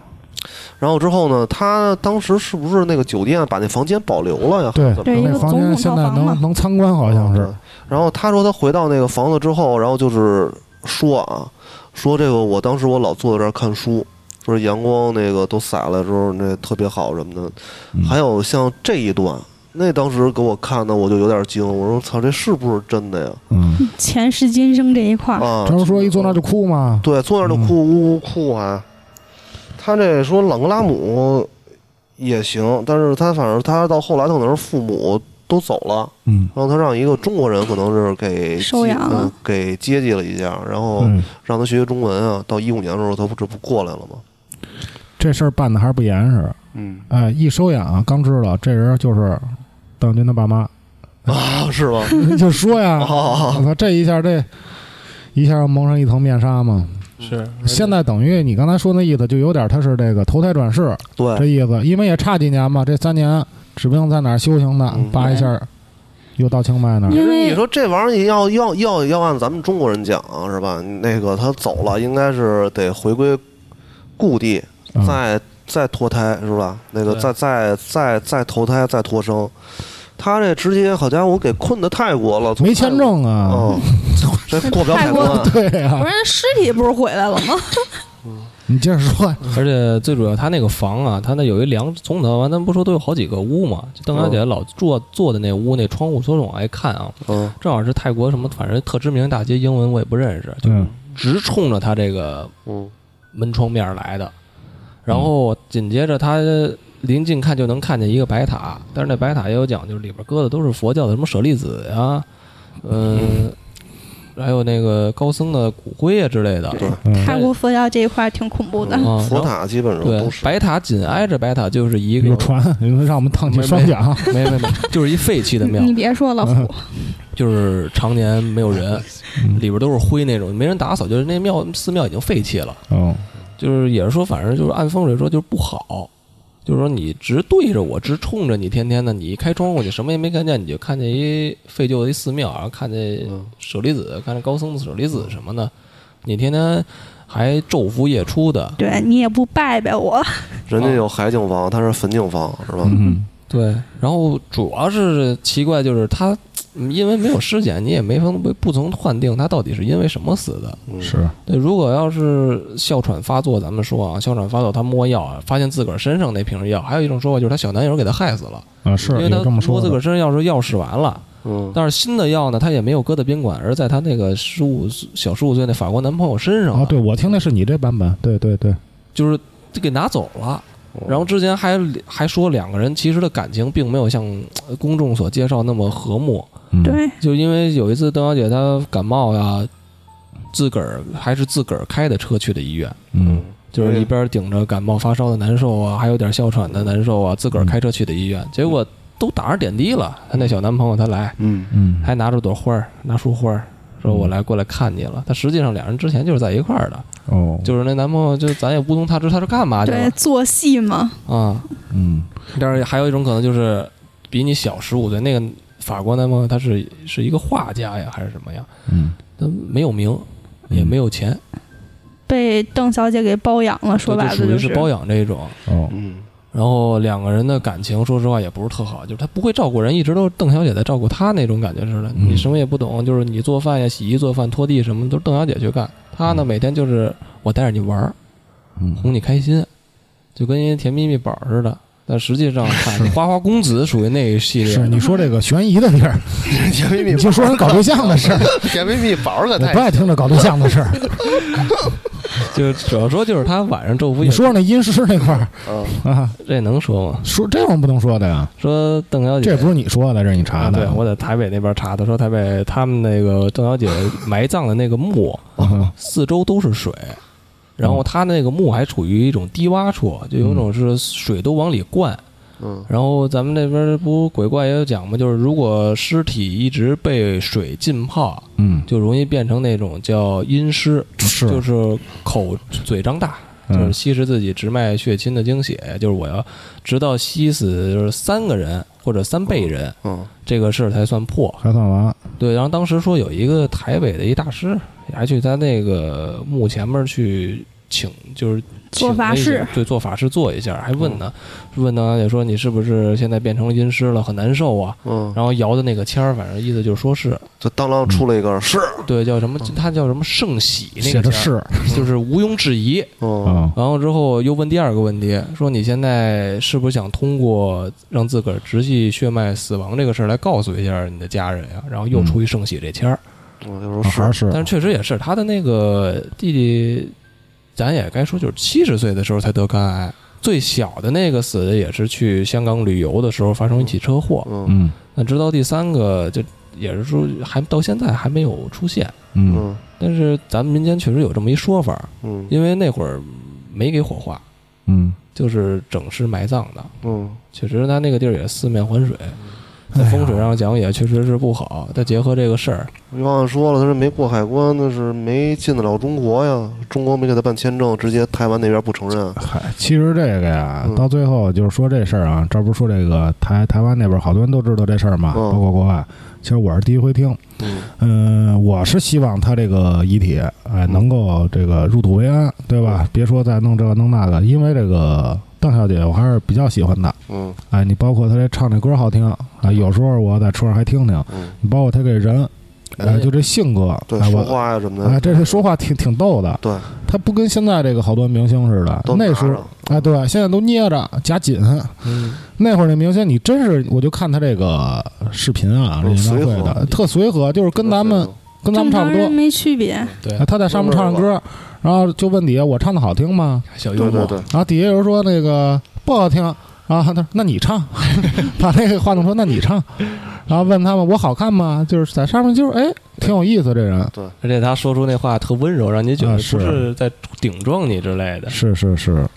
B: 然后之后呢，他当时是不是那个酒店把那房间保留了呀？
A: 对
B: 还是怎么
D: 对一
B: 着
A: 那
D: 个
A: 房间
D: 总统
A: 现
D: 套
A: 在
D: 房嘛
A: 能能参观，好像是
B: 嗯。然后他说他回到那个房子之后，然后就是说啊，说这个我当时我老坐在这儿看书，说阳光那个都洒了之后，那特别好什么的。
E: 嗯
B: 还有像这一段，那当时给我看的我就有点惊，我说操，这是不是真的呀？
E: 嗯，
D: 前世今生这一块儿，
B: 啊，
A: 他不是说一坐那儿就哭吗？
B: 对，坐那儿就哭，呜呜哭还。他这说朗格拉姆也行，但是他反正他到后来可能是父母都走了，
E: 嗯，
B: 然后他让一个中国人可能是给
D: 收
B: 接
D: 养
B: 呃
D: 了
B: 给接济了一下，然后
A: 嗯
E: 对，
B: 让他学学中文啊。到一五年的时候，他不这不过来了吗？ [laughs]
A: 这事儿办的还是不严实。
G: 嗯，
A: 哎，一收养啊刚知道这人就是邓军他爸妈， [laughs]
B: 啊，是吗？
A: 就说呀，
B: [laughs] 啊
A: 我操，这一下这一下蒙上一层面纱嘛。
C: 是
A: 现在等于你刚才说那意思，就有点他是这个投胎转世这
B: 对，
A: 意思，因为也差几年嘛，这三年指不定在哪儿修行呢
B: 嗯，
A: 叭一下又到清迈那儿。
D: 因
B: 你
D: 为
B: 说这玩意儿你要要要要按咱们中国人讲啊是吧？那个他走了，应该是得回归故地，
A: 嗯
B: 再再脱胎是吧？那个
C: 对
B: 再再再再投胎再脱生，他这直接好家伙，我给困到泰国了，从
A: 没签证
B: 泰
A: 啊，
C: 哦
B: 国，嗯，这过不了海
D: 泰
B: 关。
A: 对呀、
D: 不是尸体不是回来了吗？
A: 你接着说，
C: 而且最主要，他那个房啊，他那有一梁总统完，咱们不说都有好几个屋嘛？就邓小姐老坐坐的那屋，那窗户所总爱看啊，
B: 嗯，
C: 正好是泰国什么，反正特知名大街，英文我也不认识，
E: 嗯，
C: 直冲着他这个
B: 嗯
C: 门窗面儿来的。然后紧接着他临近看就能看见一个白塔，但是那白塔也有讲究，里边搁的都是佛教的什么舍利子呀、嗯、还有那个高僧的骨灰啊之类的。
B: 对
A: 嗯
D: 泰国佛教这一块儿挺恐怖的。
C: 嗯
B: 佛塔基本上
C: 对
B: 都，是
C: 白塔紧挨着白塔就是一个
A: 有船，让我们荡起
C: 没
A: 双桨。
C: 没没没，就是一废弃的庙
D: 你，别说老虎，
C: 就是常年没有人，
E: 嗯
C: 里边都是灰那种，没人打扫，就是那庙寺庙已经废弃了，
E: 哦，
C: 就是也是说，反正就是按风水说就是不好，就是说你直对着我，直冲着你，天天的你一开窗户，你什么也没看见，你就看见一废旧的一寺庙，然后看见
B: 嗯
C: 舍利子，看见高僧的舍利子什么的，你天天还昼伏夜出的，
D: [laughs] 对你也不拜拜我，
B: 人家有海景房，他是坟景房，是吧？
E: 嗯，
C: 对，然后主要是奇怪就是他，嗯因为没有尸检，你也没法不不能判定他到底是因为什么死的。
B: 嗯
E: 是，
C: 对，如果要是哮喘发作，咱们说啊，哮喘发作他摸药啊，发现自个儿身上那瓶药，还有一种说法就是他小男友给他害死了，
E: 啊，是
C: 因为
E: 有
C: 他
E: 这么
C: 摸
E: 说
C: 自个儿
E: 的，
C: 身上药时候药使完了，
B: 嗯，
C: 但是新的药呢，他也没有搁在宾馆，而在他那个十五小十五岁那法国男朋友身上
A: 啊，
C: 了，
A: 对，我听的是你这版本，对对对，
C: 就是就给拿走
E: 哦
C: 了。
B: 嗯
C: 然后之前还还说两个人其实的感情并没有像呃公众所介绍那么和睦，
E: 嗯，
D: 对，
C: 就因为有一次邓小姐她感冒呀，自个儿还是自个儿开的车去的医院，
E: 嗯，
D: 哎
C: 就是一边顶着感冒发烧的难受啊，还有点哮喘的难受啊，自个儿开车去的医院，
D: 嗯
C: 结果都打着点滴了。她那小男朋友他来，
G: 嗯，
E: 嗯，
C: 还拿着朵花儿，拿束花儿。说我来过来看你
D: 嗯
C: 了，但实际上两人之前就是在一块儿的，
E: 哦，
C: 就是那男朋友就咱也不通他知他是干嘛去
D: 对
C: 了
D: 做戏嘛，
C: 啊、
E: 嗯，
C: 但是还有一种可能就是比你小十五岁，那个法国男朋友他是是一个画家呀，还是什么呀？
E: 嗯，
C: 他没有名，也没有钱，
D: 被邓小姐给包养了，说白
C: 就
D: 了
C: 属于
D: 就是
C: 包养这一种。
E: 哦，
B: 嗯，
C: 然后两个人的感情，说实话也不是特好，就是他不会照顾人，一直都是邓小姐在照顾他那种感觉似的。
E: 嗯
C: 你什么也不懂，就是你做饭呀、洗衣做饭、拖地什么都是邓小姐去干。他
A: 嗯
C: 呢，每天就是我带着你玩儿，
E: 嗯，
C: 哄你开心，就跟一甜蜜蜜宝似的。但实
A: [laughs]
C: 际上，看花花公子属于那一系列
A: 是，你说这个悬疑的地儿，
G: 甜蜜
A: 你
G: 蜜，
A: 就说人搞对象的事儿，
G: 甜蜜蜜宝儿可
A: 我
G: 太
A: 不爱听这搞对象的事儿。
C: 就主要说就是他晚上昼伏
A: 你
C: 夜
A: 说说那阴尸那块儿
B: [laughs] 啊，
A: 啊，
C: 这能说吗？
A: 说这我们不能说的呀，
C: 说邓小姐
A: 这不是你说的，这是你查
C: 啊，对
A: 的。
C: 我在台北那边查的，说台北他们那个邓小姐埋葬的那个墓，
A: [laughs]
E: 嗯
C: 四周都是水，然后她那个墓还处于一种低洼处，就有一种
E: 嗯
C: 是水都往里灌。
B: 嗯，
C: 然后咱们那边不鬼怪也有讲嘛，就是如果尸体一直被水浸泡，
E: 嗯，
C: 就容易变成那种叫阴尸，
E: 是
C: 就是口嘴张大，就是
E: 嗯
C: 吸食自己直脉血亲的精血，就是我要直到吸死就是三个人或者三辈人，
B: 嗯，
C: 这个事儿才算破。
A: 还算完，
C: 对，然后当时说有一个台北的一大师，还去他那个墓前面去请就是
D: 做
C: 请
D: 法
C: 了一下
D: 事，嗯
C: 对，做法事做一下，还问他，问他也说你是不是现在变成了阴尸了，很难受啊。
B: 嗯，
C: 然后摇的那个签儿，反正意思就是说是
B: 就当啷出来一个是，
C: 对，叫什么？他叫什么圣喜那
A: 嗯写
C: 个
A: 着
C: 签儿，
A: 是
C: 就是毋庸置疑。
B: 嗯
A: 啊，
C: 然后之后又问第二个问题，说你现在是不是想通过让自个儿直系血脉死亡这个事儿来告诉一下你的家人呀、然后又出一圣喜这签儿，
B: 嗯，就说
A: 啊还
B: 是，
A: 是
C: 但是确实也是他的那个弟弟，咱也该说就是七十岁的时候才得肝癌，最小的那个死的也是去香港旅游的时候发生一起车祸，
B: 嗯
A: 嗯
C: 那直到第三个就也是说还到现在还没有出现，
A: 嗯
B: 嗯
C: 但是咱们民间确实有这么一说法，
B: 嗯
C: 因为那会儿没给火化，
A: 嗯，
C: 就是整尸埋葬的。
B: 嗯，
C: 确实，他那个地儿也四面环水，在风水上讲也确实是不好。再结合这个事儿，
B: 你忘了说了，他是没过海关，那是没进得了中国呀，中国没给他办签证，直接台湾那边不承认。
A: 嗨，其实这个呀
B: 嗯，
A: 到最后就是说这事儿啊，这不是说这个台台湾那边好多人都知道这事儿嘛，
B: 嗯
A: 包括国外。其实我是第一回听，
B: 嗯
A: 嗯、我是希望他这个遗体，哎，能够这个入土为安，对吧？别说再弄这个弄那个，因为这个邓小姐我还是比较喜欢的，
B: 嗯
A: 哎，你包括她这唱这歌好听，哎，有时候我在车上还听听，
B: 嗯，
A: 你包括她这人，
C: 哎
A: 哎，就这性格，
B: 对，
A: 哎，
B: 说
A: 我，
B: 话呀嗯什么
A: 哎，
B: 的，
A: 这是说话挺挺逗的，
B: 对，
A: 她不跟现在这个好多明星似的
B: 都，
A: 那
B: 拿
A: 时候
B: 着，
A: 哎，对，现在都捏着夹紧，
C: 嗯，
A: 那会儿那明星，你真是，我就看他这个视频啊，这
B: 嗯
A: 演唱会
B: 随和
A: 的特随和，就是跟咱们跟咱
D: 正
A: 们差
D: 常
A: 不
D: 人
A: 多。
D: 没区别。
C: 对
A: 哎，他在上面唱着歌，然后就问底下我唱的好听吗？
C: 小幽
B: 对对
C: 默，
B: 对，
A: 然后底下有人说那个不好听，然后他说那你唱， [laughs] 把那个话筒说那你唱，然后问他们我好看吗？就是在上面就是哎挺有意思这人，
C: 而且他说出那话特温柔，让你觉得
A: 啊
C: 不
A: 是
C: 是在顶撞你之类的。
A: 是是是，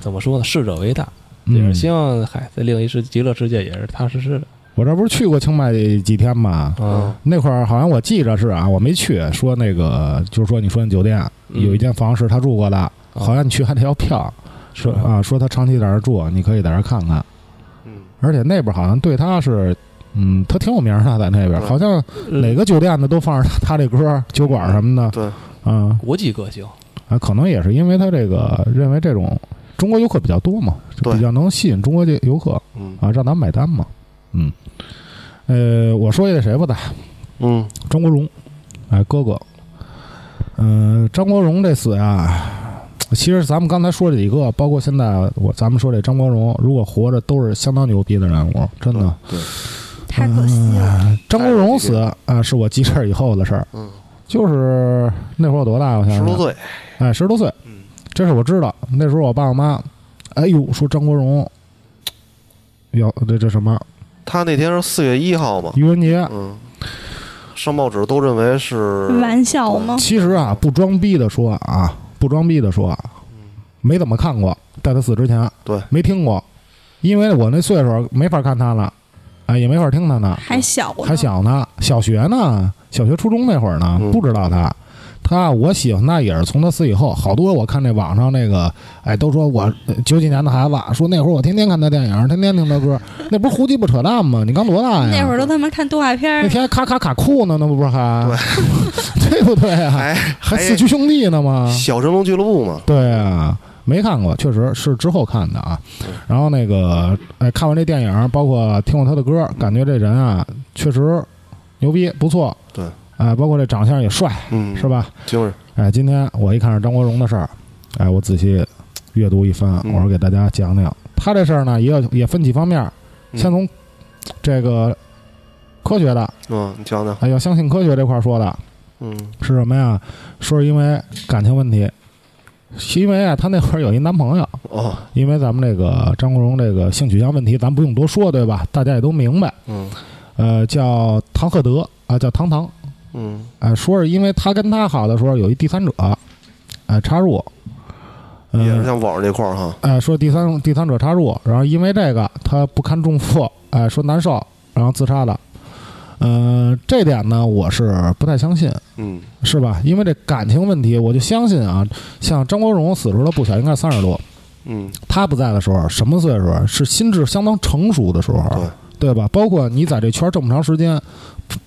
C: 怎么说呢？逝者为大，也
A: 嗯
C: 是，希望嗨，在另一世极乐世界也是踏踏实实的。
A: 我这不是去过清迈几天吗？
C: 嗯，
A: 那块儿好像我记着是啊，我没去，说那个就是说你说那酒店
C: 嗯
A: 有一间房是他住过的，好像你去还得要票，说
C: 吧
A: 啊，说他长期在那儿住，你可以在那儿看看。
B: 嗯，
A: 而且那边好像对他是，嗯，他挺有名儿的，在那边
B: 对
A: 好像哪个酒店的都放着他他这歌儿，酒馆什么的
B: 嗯对，
A: 啊
C: 国际歌星，
A: 啊，可能也是因为他这个认为这种中国游客比较多嘛，就
B: 对
A: 比较能吸引中国这游客
B: 嗯
A: 啊，让咱们买单嘛，嗯，呃，我说一个谁吧，
B: 嗯
A: 张国荣，哎，哥哥，嗯、张国荣这死啊，其实咱们刚才说这几个，包括现在我咱们说这张国荣，如果活着都是相当牛逼的人物，真的。
B: 对，
D: 太可惜了。
A: 张国荣死啊，是我记事儿以后的事儿，
B: 嗯，
A: 就是那会儿我多大？我想
B: 十
A: 想
B: 多，岁，
A: 哎，十多岁，
B: 嗯
A: 这是我知道。那时候我爸我妈，哎呦，说张国荣。要这这什么
B: 他那天是四月一号嘛，
A: 愚人节？
B: 嗯，上报纸都认为是
D: 玩笑吗？
A: 其实啊，不装逼的说啊，不装逼的说啊，没怎么看过，在他死之前，
B: 嗯对，
A: 没听过，因为我那岁数没法看他了，哎，也没法听他呢，
D: 还小呢，
A: 还小呢，小学呢，小学初中那会儿呢
B: 嗯，
A: 不知道他。他我喜欢他也是从他死以后，好多我看那网上那个，哎，都说我呃九几年的孩子，说那会儿我天天看他电影，天天听他歌， [laughs] 那不是胡鸡巴扯淡吗？你刚多大呀？
D: 那会儿都他妈看动画片
A: 那
D: 儿，
A: 天还卡卡卡酷呢，那不是还 [laughs] 对不对啊？
B: 还
A: 还四驱兄弟呢吗？
B: 小神龙俱乐部嘛，
A: 对啊，没看过，确实是之后看的啊。然后那个，哎，看完这电影，包括听过他的歌，感觉这人啊，确实牛逼，不错。
B: 对，
A: 哎，包括这长相也帅，
B: 嗯，
A: 是？吧？
B: 精神，
A: 哎，今天我一看是张国荣的事儿，哎，我仔细阅读一番，
B: 嗯
A: 我说给大家讲讲他这事儿呢，也有也分几方面儿，
B: 嗯
A: 先从这个科学的，
B: 嗯，你讲讲，
A: 哎，要相信科学这块儿说的，
B: 嗯
A: 是什么呀？说是因为感情问题，是因为啊，她那会儿有一男朋友，
B: 哦，
A: 因为咱们这个张国荣这个性取向问题，咱不用多说，对吧？大家也都明白。
B: 嗯
A: 呃，叫唐鹤德啊、叫唐唐，
B: 嗯
A: 哎、说是因为他跟他好的时候有一第三者，哎、插入，
B: 也是
A: 嗯、
B: 像网上这块儿哈，
A: 哎、说第三第三者插入，然后因为这个他不堪重负，哎、说难受，然后自杀的。嗯、这点呢，我是不太相信。
B: 嗯
A: 是吧？因为这感情问题，我就相信啊，像张国荣死的时候他不小，应该三十多，
B: 嗯，
A: 他不在的时候什么岁数啊？是心智相当成熟的时候，
B: 对
A: 对吧？包括你在这圈这么长时间，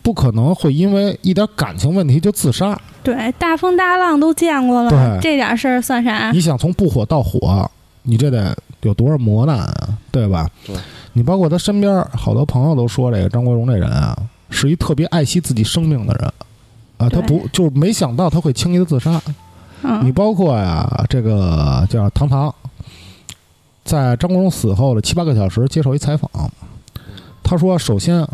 A: 不可能会因为一点感情问题就自杀。
D: 对，大风大浪都见过了
A: 对，
D: 这点事儿算啥？
A: 你想从不火到火，你这得有多少磨难啊，对吧？
C: 对
A: 你包括他身边好多朋友都说，这个张国荣这人啊，是一特别爱惜自己生命的人啊，他
D: 对
A: 不就是没想到他会轻易的自杀。你
D: 嗯，
A: 包括呀，这个叫唐唐，在张国荣死后的七八个小时接受一采访，他说：“首先，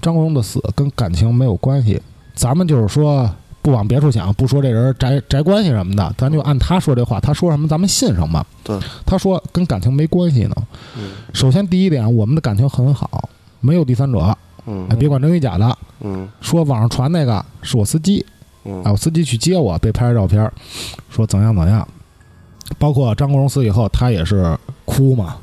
A: 张国荣的死跟感情没有关系，咱们就是说不往别处想，不说这人宅宅关系什么的，咱就按他说这话，他说什么咱们信什么。”
B: 对，
A: 他说跟感情没关系呢。
B: 嗯
A: 首先，第一点，我们的感情很好，没有第三者，哎，
B: 嗯
A: 别管真与假的。
B: 嗯
A: 说网上传那个是我司机，
B: 嗯
A: 啊，我司机去接我，被拍着照片儿，说怎样怎样。包括张国荣死以后，他也是哭嘛，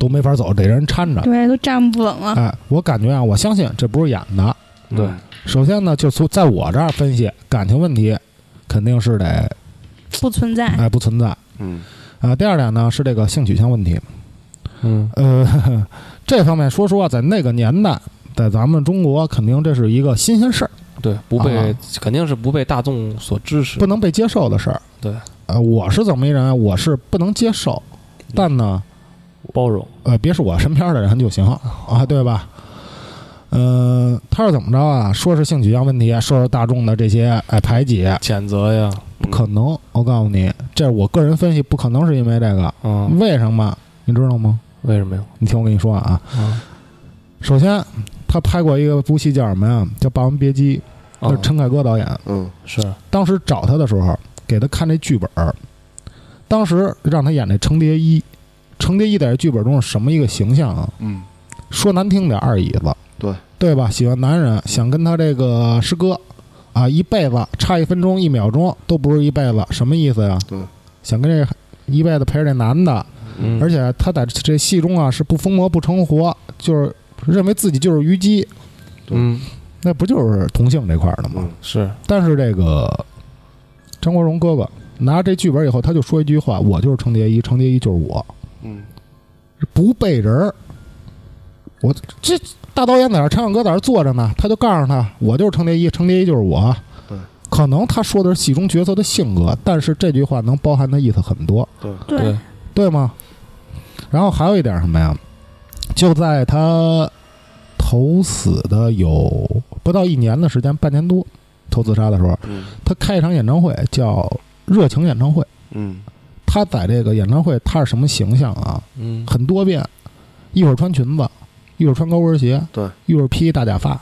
A: 都没法走，得人搀着。
D: 对，都站不稳了。
A: 哎，我感觉啊，我相信这不是演的。
C: 对，
A: 首先呢，就从在我这儿分析感情问题，肯定是得
D: 不存在。
A: 哎不存在啊、
B: 嗯
A: 第二点呢是这个性取向问题，
C: 嗯，
A: 呃， [laughs] 呵呵这方面说实话，在那个年代，在咱们中国肯定这是一个新鲜事儿。
C: 对，不被
A: 啊
C: 肯定是不被大众所支持
A: 不。能被接受的事儿。
C: 对，
A: 呃，我是怎么一人啊？我是不能接受，但呢，
C: 包容，
A: 呃，别是我身边的人就行啊，对吧？嗯、他是怎么着啊？说是性取向问题，说是大众的这些哎排挤，
C: 谴责呀，
A: 不可能。我告诉你，这是我个人分析，不可能是因为这个。
C: 嗯，
A: 为什么？你知道吗？
C: 为什么呀？
A: 你听我跟你说啊，
C: 啊，
A: 首先，他拍过一个部戏叫什么呀？叫《霸王别姬》，就是
C: 啊
A: 陈凯歌导演。
B: 嗯
C: 是
A: 当时找他的时候，给他看这剧本儿，当时让他演这程蝶衣，程蝶衣在这剧本中是什么一个形象啊？
B: 嗯
A: 说难听点，二椅子，
B: 对嗯
A: 对吧？喜欢男人，想跟他这个师哥啊，一辈子差一分钟一秒钟都不是一辈子，什么意思呀？
B: 对，
A: 想跟这一辈子陪着这男的，
C: 嗯
A: 而且他在这戏中啊是不疯魔不成活，就是认为自己就是虞姬，
C: 嗯
A: 那不就是同性这块儿的吗？
B: 嗯
C: 是
A: 但是这个张国荣哥哥拿着这剧本以后，他就说一句话：“我就是程蝶衣，程蝶衣就是我，
B: 嗯
A: 不背人儿。”我这大导演在这儿，陈凯歌在这儿坐着呢，他就告诉他：“我就是程蝶衣，程蝶衣就是我。
B: 对”
A: 可能他说的是戏中角色的性格，但是这句话能包含的意思很多，
D: 对
C: 对
A: 对吗？然后还有一点什么呀？就在他投死的有不到一年的时间，半年多，投自杀的时候，
B: 嗯
A: 他开一场演唱会叫热情演唱会。
B: 嗯
A: 他在这个演唱会，他是什么形象啊？
C: 嗯
A: 很多变，一会儿穿裙子，一会儿穿高跟鞋，
B: 对，
A: 一会儿披大假发。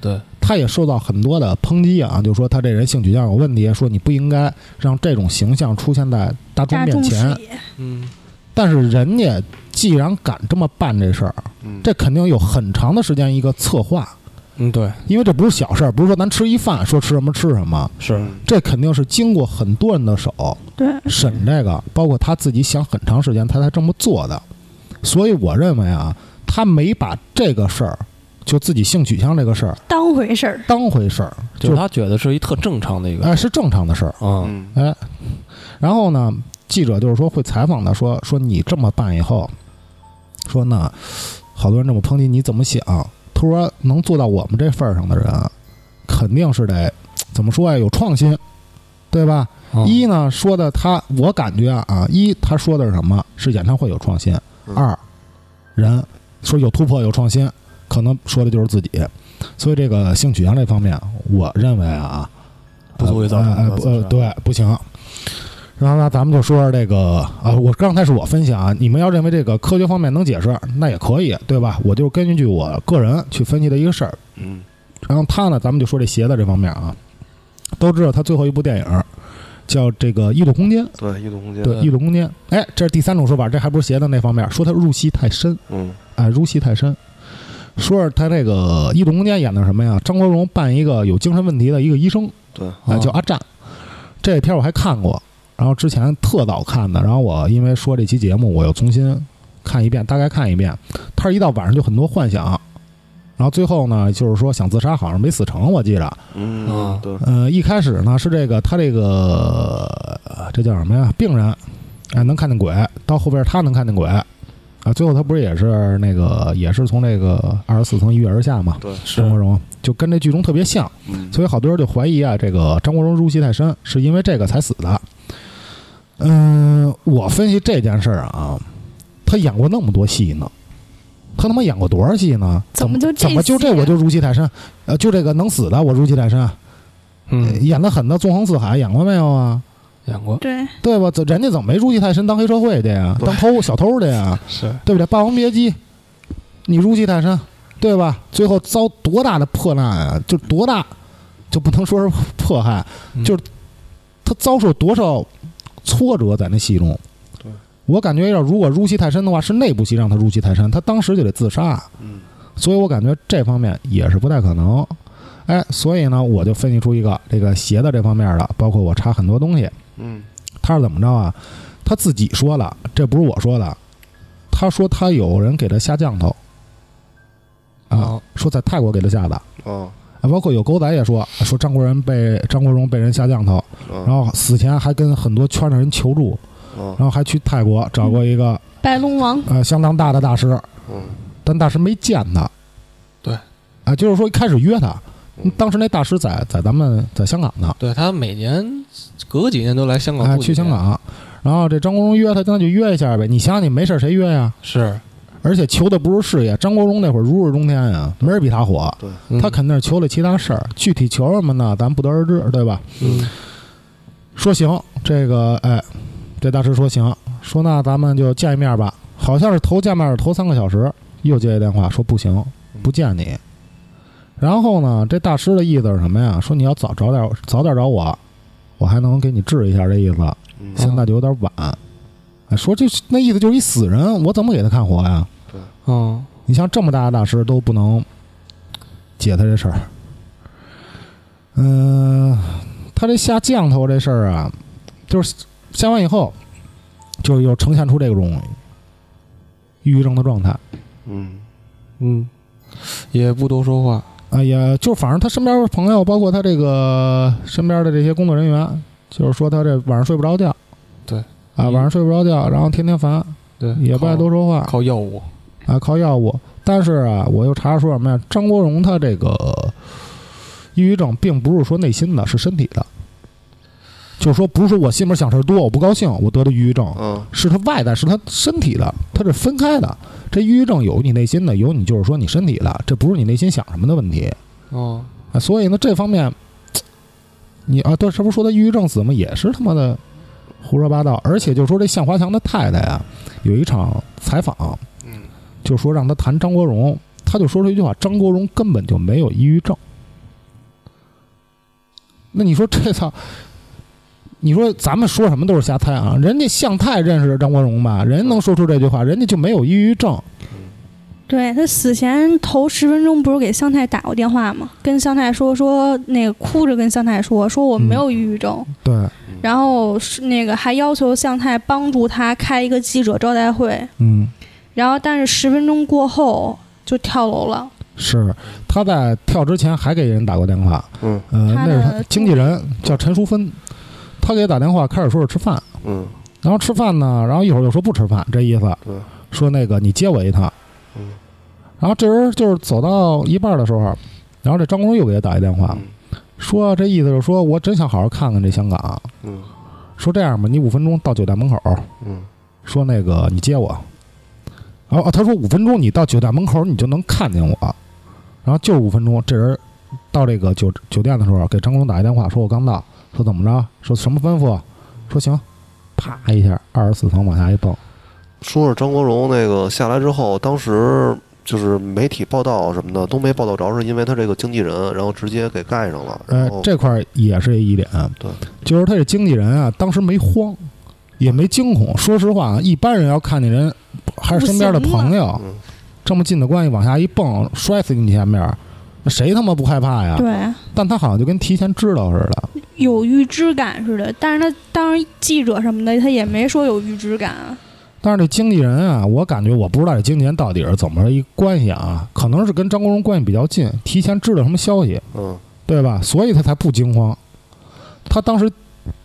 C: 对，
A: 他也受到很多的抨击啊，就说他这人性取向有问题，说你不应该让这种形象出现在大众
D: 大
A: 面
D: 众视
A: 前。
D: 野，
C: 嗯
A: 但是人家既然敢这么办这事儿，
B: 嗯
A: 这肯定有很长的时间一个策划，
C: 嗯对
A: 因为这不是小事儿，不是说咱吃一饭说吃什么吃什么，
C: 是
A: 这肯定是经过很多人的手，
D: 对
A: 审这个，包括他自己想很长时间，他才这么做的。所以我认为啊，他没把这个事儿，就自己性取向这个事儿
D: 当回事儿。
A: 当回事儿，
C: 就是他觉得是一特正常的一个
A: 哎，是正常的事儿。
C: 啊，
B: 嗯
A: 哎，然后呢，记者就是说会采访他，说说你这么办以后，说呢，好多人这么抨击，你怎么想？他说能做到我们这份儿上的人，啊肯定是得怎么说呀、有创新，对吧？
C: 啊
A: 一呢说的他，我感觉啊啊，一他说的是什么？是演唱会有创新。
B: 嗯
A: 二，人说有突破有创新，可能说的就是自己。所以这个性取向这方面，我认为啊，
C: 不足以造成
A: 呃呃
C: 自
A: 不
C: 杀
A: 呃对不行。然后呢，咱们就说说这个啊，我刚才是我分析啊，你们要认为这个科学方面能解释，那也可以，对吧？我就是根据我个人去分析的一个事儿，
B: 嗯
A: 然后他呢，咱们就说这鞋子这方面啊，都知道他最后一部电影叫这个《异度空间》，
B: 对，异度空间
A: 对，《异度空间》。哎，这是第三种说法，这还不是鞋子那方面，说他入戏太深，
B: 嗯
A: 哎，入戏太深。说是他这个《异度空间》演的什么呀？张国荣扮一个有精神问题的一个医生，
B: 对
A: 啊，叫阿战。这片儿我还看过，然后之前特早看的，然后我因为说这期节目，我又重新看一遍，大概看一遍。他是一到晚上就很多幻想，然后最后呢，就是说想自杀，好像没死成，我记着。
B: 嗯对
A: 呃，一开始呢是这个他这个呃这叫什么呀？病人，哎，能看见鬼。到后边他能看见鬼，啊，最后他不是也是那个也是从这个二十四层一跃而下嘛？
B: 对，
C: 是
A: 张国荣就跟这剧中特别像，
B: 嗯
A: 所以好多人就怀疑啊，这个张国荣入戏太深是因为这个才死的。嗯、我分析这件事儿啊，他演过那么多戏呢，他他妈演过多少戏呢？
D: 怎
A: 怎
D: 么就这
A: 怎么就这
D: 戏啊
A: 我就入戏太深？呃，就这个能死的我入戏太深，呃
C: 嗯，
A: 演的狠的纵横四海演过没有啊？
C: 演过
D: 对，
A: 对吧？怎人家怎么没入戏太深当黑社会去呀？
B: 对
A: 当偷小偷去呀？
C: 是
A: 对不对？《霸王别姬》，你入戏太深，对吧？最后遭多大的迫难啊！就多大，就不能说是迫害，[laughs]
C: 嗯
A: 就是他遭受多少挫折在那戏中。
B: 对
A: 我感觉要如果入戏太深的话，是那部戏让他入戏太深，他当时就得自杀。
B: 嗯，
A: 所以我感觉这方面也是不太可能。哎，所以呢，我就分析出一个这个邪的这方面的，包括我查很多东西，
B: 嗯
A: 他是怎么着啊？他自己说的，这不是我说的。他说他有人给他下降头，啊，
C: 哦
A: 说在泰国给他下的，啊
B: 哦
A: 包括有狗仔也说说张国荣被张国荣被人下降头，然
B: 哦
A: 后死前还跟很多圈的人求助，
B: 哦
A: 然后还去泰国找过一个
D: 白龙王
A: 呃相当大的大师，
B: 嗯
A: 但大师没见他。
C: 对，
A: 啊，就是说一开始约他，
B: 嗯
A: 当时那大师在在咱们在香港呢，
C: 对他每年隔个几年都来香港
A: 哎，
C: 住几
A: 去香
C: 天
A: 港，然后这张国荣约他，那就约一下呗。你想想，你没事儿谁约呀？
C: 是
A: 而且求的不是事业，张国荣那会儿如日中天啊，没人比他火，
C: 嗯
A: 他肯定是求了其他事儿。具体求什么呢？咱不得而知，对吧？
C: 嗯
A: 说行，这个哎，这大师说行，说那咱们就见一面吧。好像是头见面是头三个小时，又接一电话说不行，不见你。然后呢，这大师的意思是什么呀？说你要早找点早点找我，我还能给你治一下这意思。
B: 嗯
A: 现在就有点晚。哎，说这那意思就是一死人，我怎么给他看活呀？
C: 嗯
A: 你像这么大的大师都不能解他这事儿。嗯、他这下降头这事儿啊，就是下完以后，就又呈现出这种抑郁症的状态
B: 嗯
C: 嗯，也不多说话，
A: 啊，也就反正他身边的朋友，包括他这个身边的这些工作人员，就是说他这晚上睡不着觉，
C: 对
A: 啊，晚上睡不着觉，然后天天烦，
C: 对，
A: 也不
C: 靠
A: 爱多说话，
C: 靠药物，
A: 啊，靠药物。但是啊，我又查说什么呀？张国荣他这个抑郁症并不是说内心的，是身体的。就是说，不是说我心里面想事儿多，我不高兴，我得的抑郁症，
B: 嗯
A: 是他外在，是他身体的，它是分开的。这抑郁症有你内心的，有你就是说你身体的，这不是你内心想什么的问题
C: 哦，
A: 啊。所以呢，这方面，你啊，对，这不是说他抑郁症死吗？也是他妈的胡说八道。而且就说这向华强的太太啊，有一场采访，
B: 嗯
A: 就说让他谈张国荣，他就说出一句话：张国荣根本就没有抑郁症。那你说这操？你说咱们说什么都是瞎猜啊！人家向太认识张国荣吧，人能说出这句话，人家就没有抑郁症。
D: 对他死前头十分钟不是给香太打过电话吗？跟香太说说那个哭着跟香太说说我
A: 嗯
D: 没有抑郁症，
A: 对，
D: 然后是那个还要求香太帮助他开一个记者招待会，
A: 嗯，
D: 然后但是十分钟过后就跳楼了。
A: 是他在跳之前还给人打过电话，
B: 嗯
A: 呃，
D: 他
A: 那
D: 的
A: 是他经纪人叫陈淑芬，他给打电话开始说是吃饭，
B: 嗯
A: 然后吃饭呢，然后一会儿又说不吃饭，这意思
B: 对，
A: 说那个你接我一趟。
B: 嗯
A: 然后这人就是走到一半的时候，然后这张国荣又给他打一电话，
B: 嗯
A: 说这意思就是说我真想好好看看这香港，
B: 嗯
A: 说这样吧，你五分钟到酒店门口，
B: 嗯
A: 说那个你接我。然后、哦、他说五分钟你到酒店门口你就能看见我，然后就五分钟，这人到这个酒酒店的时候给张国荣打一电话，说我刚到，说怎么着，说什么吩咐，说行，啪一下二十四层往下一蹦，
B: 说是张国荣那个下来之后，当时就是媒体报道什么的都没报道着，是因为他这个经纪人，然后直接给盖上了。然
A: 呃
B: 后，
A: 这块儿也是一点，
B: 对，
A: 就是他这经纪人啊，当时没慌，也没惊恐。说实话啊，一般人要看见人，还是身边的朋友
B: 不行了嗯，
A: 这么近的关系往下一蹦，摔死你前面，那谁他妈不害怕呀？
D: 对，
A: 但他好像就跟提前知道似的。
D: 有预知感似的，但是他当时记者什么的，他也没说有预知感啊。
A: 但是这经纪人啊，我感觉我不知道这经纪人到底是怎么一关系啊，可能是跟张国荣关系比较近，提前知道什么消息，
B: 嗯
A: 对吧？所以他才不惊慌。他当时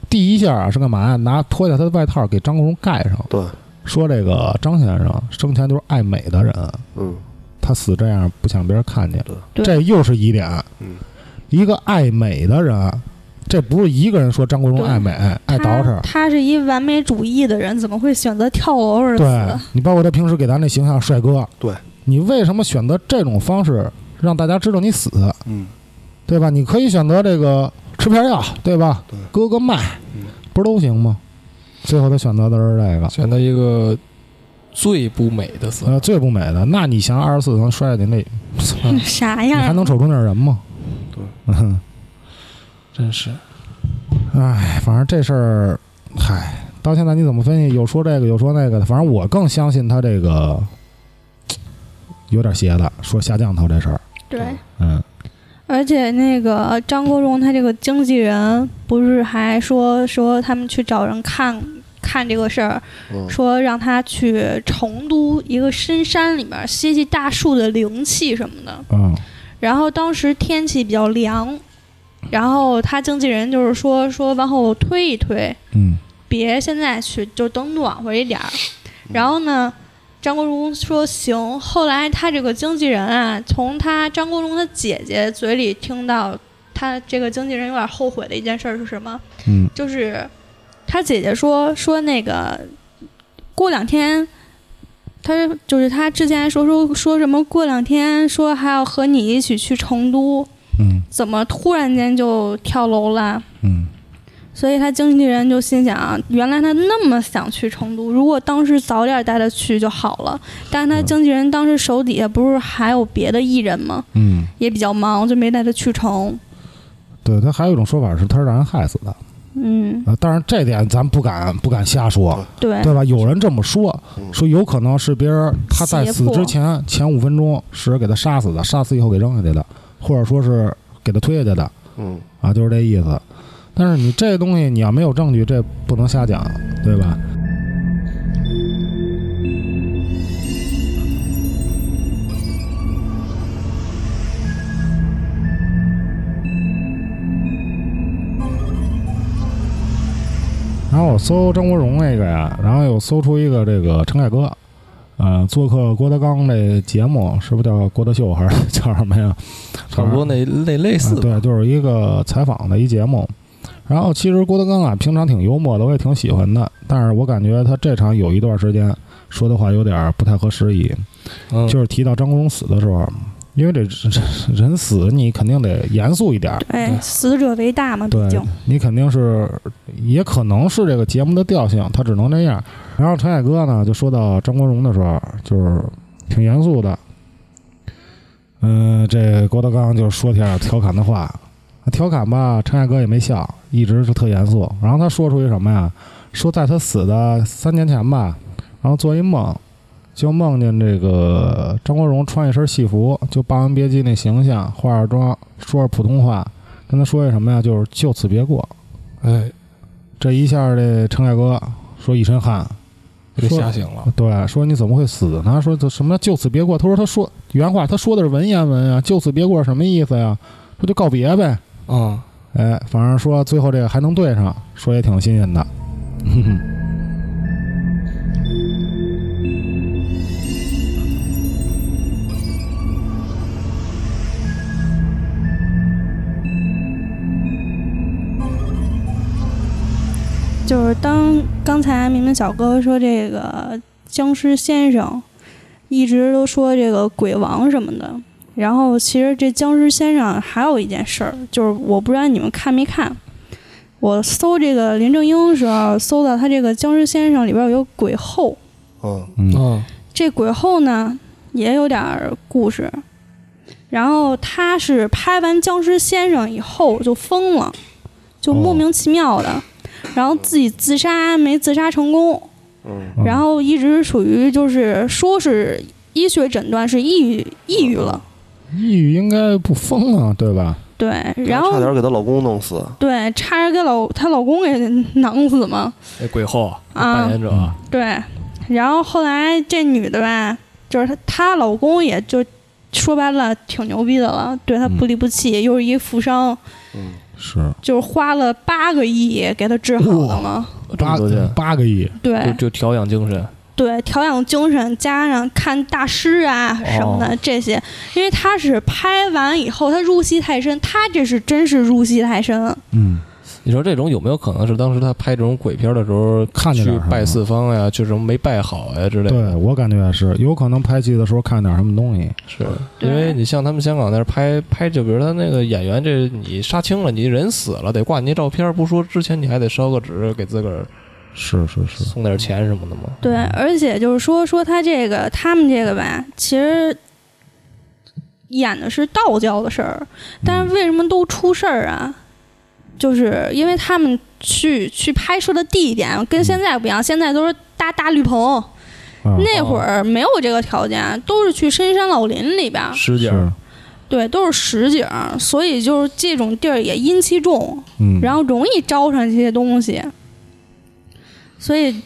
A: 第一下啊是干嘛呀？拿脱下他的外套给张国荣盖上。
B: 对，
A: 说这个张先生生前就是爱美的人，
B: 嗯，
A: 他死这样不想别人看见
B: 对，
D: 对
A: 这又是疑点。
B: 嗯，
A: 一个爱美的人，这不是一个人说张国荣爱美、爱捯饬
D: 他，他是一完美主义的人，怎么会选择跳楼而
A: 对
D: 死？
A: 你包括他平时给咱这形象帅哥，
B: 对
A: 你为什么选择这种方式让大家知道你死，
B: 嗯，
A: 对吧？你可以选择这个吃片药，对吧？
B: 对
A: 割个脉
B: 嗯，
A: 不是都行吗？最后他选择的是这个，
C: 啊选择一个最不美的死
A: 呃，最不美的。那你想，二十四层摔下去那， [laughs]
D: 嗯啥
A: 你还
D: 样？
A: 能瞅出那人吗？
B: 对
A: 嗯，
C: 真是
A: [laughs] 唉，反正这事儿，嗨，到现在你怎么分析？有说这个，有说那个的。反正我更相信他这个有点邪的，说下降头这事儿。
D: 对，
A: 嗯，
D: 而且那个张国荣他这个经纪人不是还说说他们去找人看看这个事儿，
B: 嗯
D: 说让他去成都一个深山里面吸吸大树的灵气什么的。
A: 嗯，
D: 然后当时天气比较凉，然后他经纪人就是说说往后推一推，
A: 嗯，
D: 别现在去，就等暖和一点儿。然后呢，张国荣说行。后来他这个经纪人啊，从他张国荣的姐姐嘴里听到，他这个经纪人有点后悔的一件事儿是什么？
A: 嗯，
D: 就是他姐姐说说那个过两天。他就是他之前还说说说什么过两天说还要和你一起去成都，
A: 嗯，
D: 怎么突然间就跳楼了？
A: 嗯，
D: 所以他经纪人就心想，啊原来他那么想去成都，如果当时早点带他去就好了。但是他经纪人当时手底下不是还有别的艺人吗？
A: 嗯，
D: 也比较忙，就没带他去成。
A: 对他还有一种说法是他是让人害死的，
D: 嗯，
A: 呃，当然这点咱不敢不敢瞎说，
D: 对，
A: 对吧？有人这么说，
B: 嗯
A: 说有可能是别人他在
D: 胁
A: 死
D: 迫
A: 之前前五分钟是给他杀死的，杀死以后给扔下去的，或者说是给他推下去的
B: 嗯，
A: 啊，就是这意思。但是你这东西你要没有证据，这不能瞎讲，对吧？然后我搜张国荣那个呀，然后又搜出一个这个陈凯歌，呃，做客郭德纲这节目，是不是叫郭德秀还是 [laughs] 叫什么呀？
C: 差不多那类类
A: 啊
C: 似吧，
A: 对，就是一个采访的一节目。然后其实郭德纲啊，平常挺幽默的，我也挺喜欢的，但是我感觉他这场有一段时间说的话有点不太合时宜，
C: 嗯
A: 就是提到张国荣死的时候，因为这这人死你肯定得严肃一点儿，
D: 哎，
C: 对
D: 死者为大嘛，毕
A: 对
D: 竟。
A: 你肯定是，也可能是这个节目的调性，他只能这样。然后陈凯歌呢，就说到张国荣的时候，就是挺严肃的。嗯，这郭德纲就说点调侃的话，啊调侃吧，陈凯歌也没笑，一直是特严肃。然后他说出一什么呀？说在他死的三年前吧，然后做一梦，就梦见这个张国荣穿一身戏服，就《霸王别姬》那形象，化着妆，说着普通话，跟他说一什么呀？就是就此别过。
C: 哎，
A: 这一下，这陈凯歌说一身汗，
C: 给吓醒了，嗯
A: 对，啊说你怎么会死呢？说这什么就此别过？他说他说原话，他说的是文言文啊，就此别过是什么意思呀？说就告别呗。
C: 嗯，
A: 哎，反正说最后这个还能对上，说也挺新鲜的。哼哼
D: 就是当刚才明明小哥说这个僵尸先生，一直都说这个鬼王什么的。然后其实这僵尸先生还有一件事儿，就是我不知道你们看没看，我搜这个林正英的时候，搜到他这个僵尸先生里边有一个鬼后，
B: 嗯，
D: 哦
A: 嗯
C: 嗯，
D: 这鬼后呢也有点儿故事。然后他是拍完《僵尸先生》以后就疯了，就莫
B: 哦
D: 名其妙的，然后自己自杀没自杀成功，
B: 嗯，
A: 嗯
D: 然后一直属于就是说是医学诊断是抑郁抑郁了，
A: 抑郁应该不疯啊，对吧？
D: 对，然后
B: 嗯差点给她老公弄死，
D: 对差点给老她老公给 [laughs] 囊死嘛，
C: 那鬼后
D: 啊
C: 扮演者，
A: 嗯
D: 对，然后后来这女的吧，就是她她老公也就说白了挺牛逼的了，对她不离不弃，又是一富商，
B: 嗯，
A: 是
D: 就是花了八个亿给她治好的嘛。
C: 这么
A: 八
C: 多钱，
A: 八个亿，
D: 对
C: 就就调养精神，
D: 对调养精神，加上看大师啊什么的、这些，因为他是拍完以后他入戏太深，他这是真是入戏太深了。
A: 嗯，
C: 你说这种有没有可能是当时他拍这种鬼片的时候，
A: 看见
C: 去
A: 点什么
C: 拜四方呀，去什么没拜好呀之类的？
A: 对我感觉也是，有可能拍戏的时候看点什么东西，
C: 是
D: 对
C: 因为你像他们香港那儿拍拍，就比如他那个演员，这你杀青了，你人死了，得挂你那照片，不说之前你还得烧个纸给自个儿
A: 是是是，
C: 送点钱什么的嘛。
D: 对，而且就是说说他这个他们这个吧，其实演的是道教的事儿，但是为什么都出事儿啊？就是因为他们去去拍摄的地点跟现在不一样，现在都是搭大绿棚，
A: 啊
D: 那会儿没有这个条件，都是去深山老林里边儿，
C: 师姐，
A: 啊是
D: 对，都是实景儿，所以就是这种地儿也阴气重，
A: 嗯，
D: 然后容易招上这些东西。所以，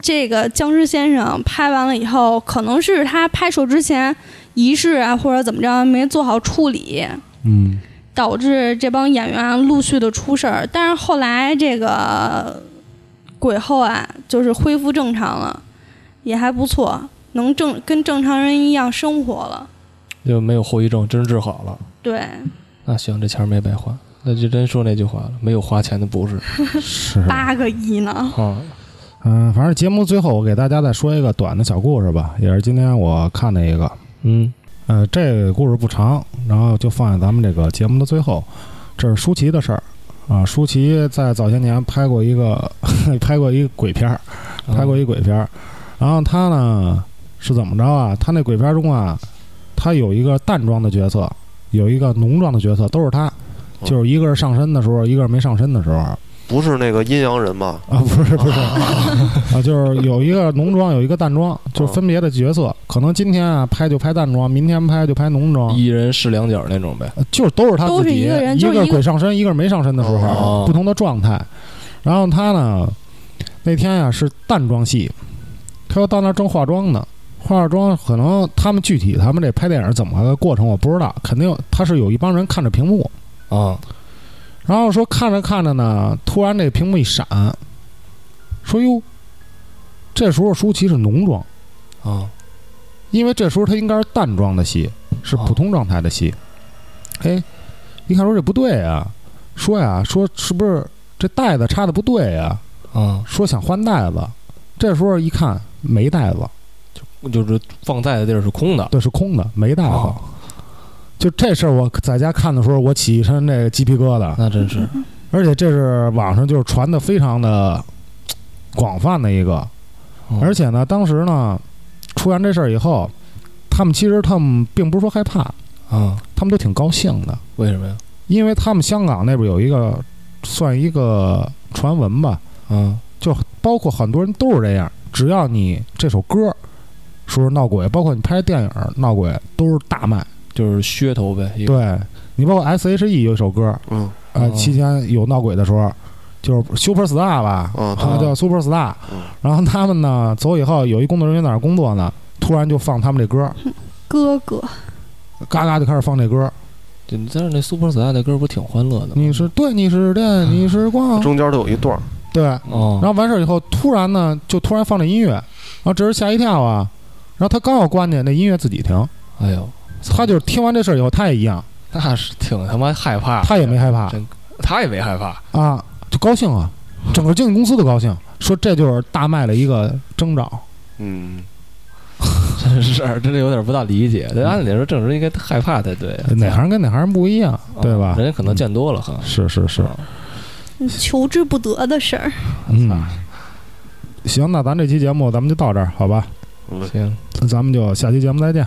D: 这个僵尸先生拍完了以后，可能是他拍摄之前仪式啊，或者怎么着没做好处理，
A: 嗯
D: 导致这帮演员陆续的出事儿。但是后来这个鬼后啊，就是恢复正常了，也还不错，能正跟正常人一样生活了。
C: 就没有后遗症，真治好了。
D: 对，
C: 那行，这钱儿没白花。那就真说那句话了，没有花钱的不是
A: 是，
D: 八个亿呢。
C: 啊。
A: 嗯、反正节目最后我给大家再说一个短的小故事吧，也是今天我看的一个，
C: 嗯，
A: 呃，这个故事不长，然后就放在咱们这个节目的最后。这是舒淇的事儿啊，舒淇在早些年拍过一个 [laughs] 拍过一个鬼片儿，
C: 嗯
A: 拍过一鬼片儿。然后她呢是怎么着啊？她那鬼片中啊，她有一个淡妆的角色，有一个浓妆的角色，都是她。就是一个是上身的时候，一个是没上身的时候啊，
B: 不是那个阴阳人吧？
A: 不是不是 [laughs] 啊，就是有一个浓妆，有一个淡妆，就是分别的角色。可能今天啊拍就拍淡妆，明天拍就拍浓妆，
C: 啊一人试两脚那种呗。
A: 就是都是他自
D: 都是
A: 己，
D: 一个人就是一个
A: 鬼上身，一个是没上身的时候，
C: 哦
A: 不同的状态。然后他呢，那天呀、是淡妆戏，他又到那儿正化妆呢。化着妆，可能他们具体他们这拍电影怎么个过程我不知道，肯定有他是有一帮人看着屏幕，
C: 啊，
A: 然后说看着看着呢，突然这屏幕一闪，说哟，这时候舒淇是浓妆，
C: 啊，
A: 因为这时候他应该是淡妆的戏，是普通状态的戏。哎，一看说这不对啊，说呀说是不是这带子插的不对呀？
C: 啊，
A: 说想换带子，这时候一看没带子，
C: 就是放在的地儿是空的。
A: 对，是空的，没带子。
C: 哦
A: 就这事儿，我在家看的时候，我起一身这个鸡皮疙瘩，
C: 那真是，
A: 而且这是网上就是传的非常的嘖广泛的一个，
C: 哦
A: 而且呢，当时呢，出完这事儿以后，他们其实他们并不是说害怕，
C: 啊，
A: 他们都挺高兴的，
C: 为什么呀？
A: 因为他们香港那边有一个算一个传闻吧，
C: 啊，
A: 就包括很多人都是这样，只要你这首歌说是闹鬼，包括你拍电影儿闹鬼都是大卖。
C: 就是噱头呗。一个，
A: 对你包括 S.H.E 有一首歌，
B: 嗯
A: 呃，
C: 哦
A: 期间有闹鬼的时候，就是 Super Star 吧，
B: 嗯
A: 他们叫 Super Star，
B: 嗯
A: 然后他们呢走以后，有一工作人员在那儿工作呢，突然就放他们这歌，
D: 哥哥，
A: 嘎嘎就开始放这歌，
C: 就你但是那 Super Star 那歌不挺欢乐的吗？
A: 你是对，你是电，你是光，
C: 嗯
B: 中间都有一段儿，
A: 对。
C: 哦，
A: 然后完事儿以后，突然呢，就突然放这音乐，然后这人吓一跳啊。然后他刚要关去，那音乐自己停。
C: 哎呦，
A: 他就是听完这事儿以后，他也一样，
C: 那是挺他妈害怕的，
A: 他也没害怕
C: 真他也没害怕，
A: 啊，就高兴啊，整个经纪公司都高兴，说这就是大卖的一个征兆。
B: 嗯，
C: 真 [laughs] 是真的有点不大理解。对，按理说正直应该害怕才对，
A: 哪行跟哪行不一样，
C: 啊
A: 对吧？
C: 呃
A: 嗯
C: 人家可能见多了哈。
A: 是是是，
D: 求之不得的事儿。
A: 嗯。行，那咱这期节目咱们就到这儿，好吧？
B: 嗯
C: 行，
A: 咱们就下期节目再见，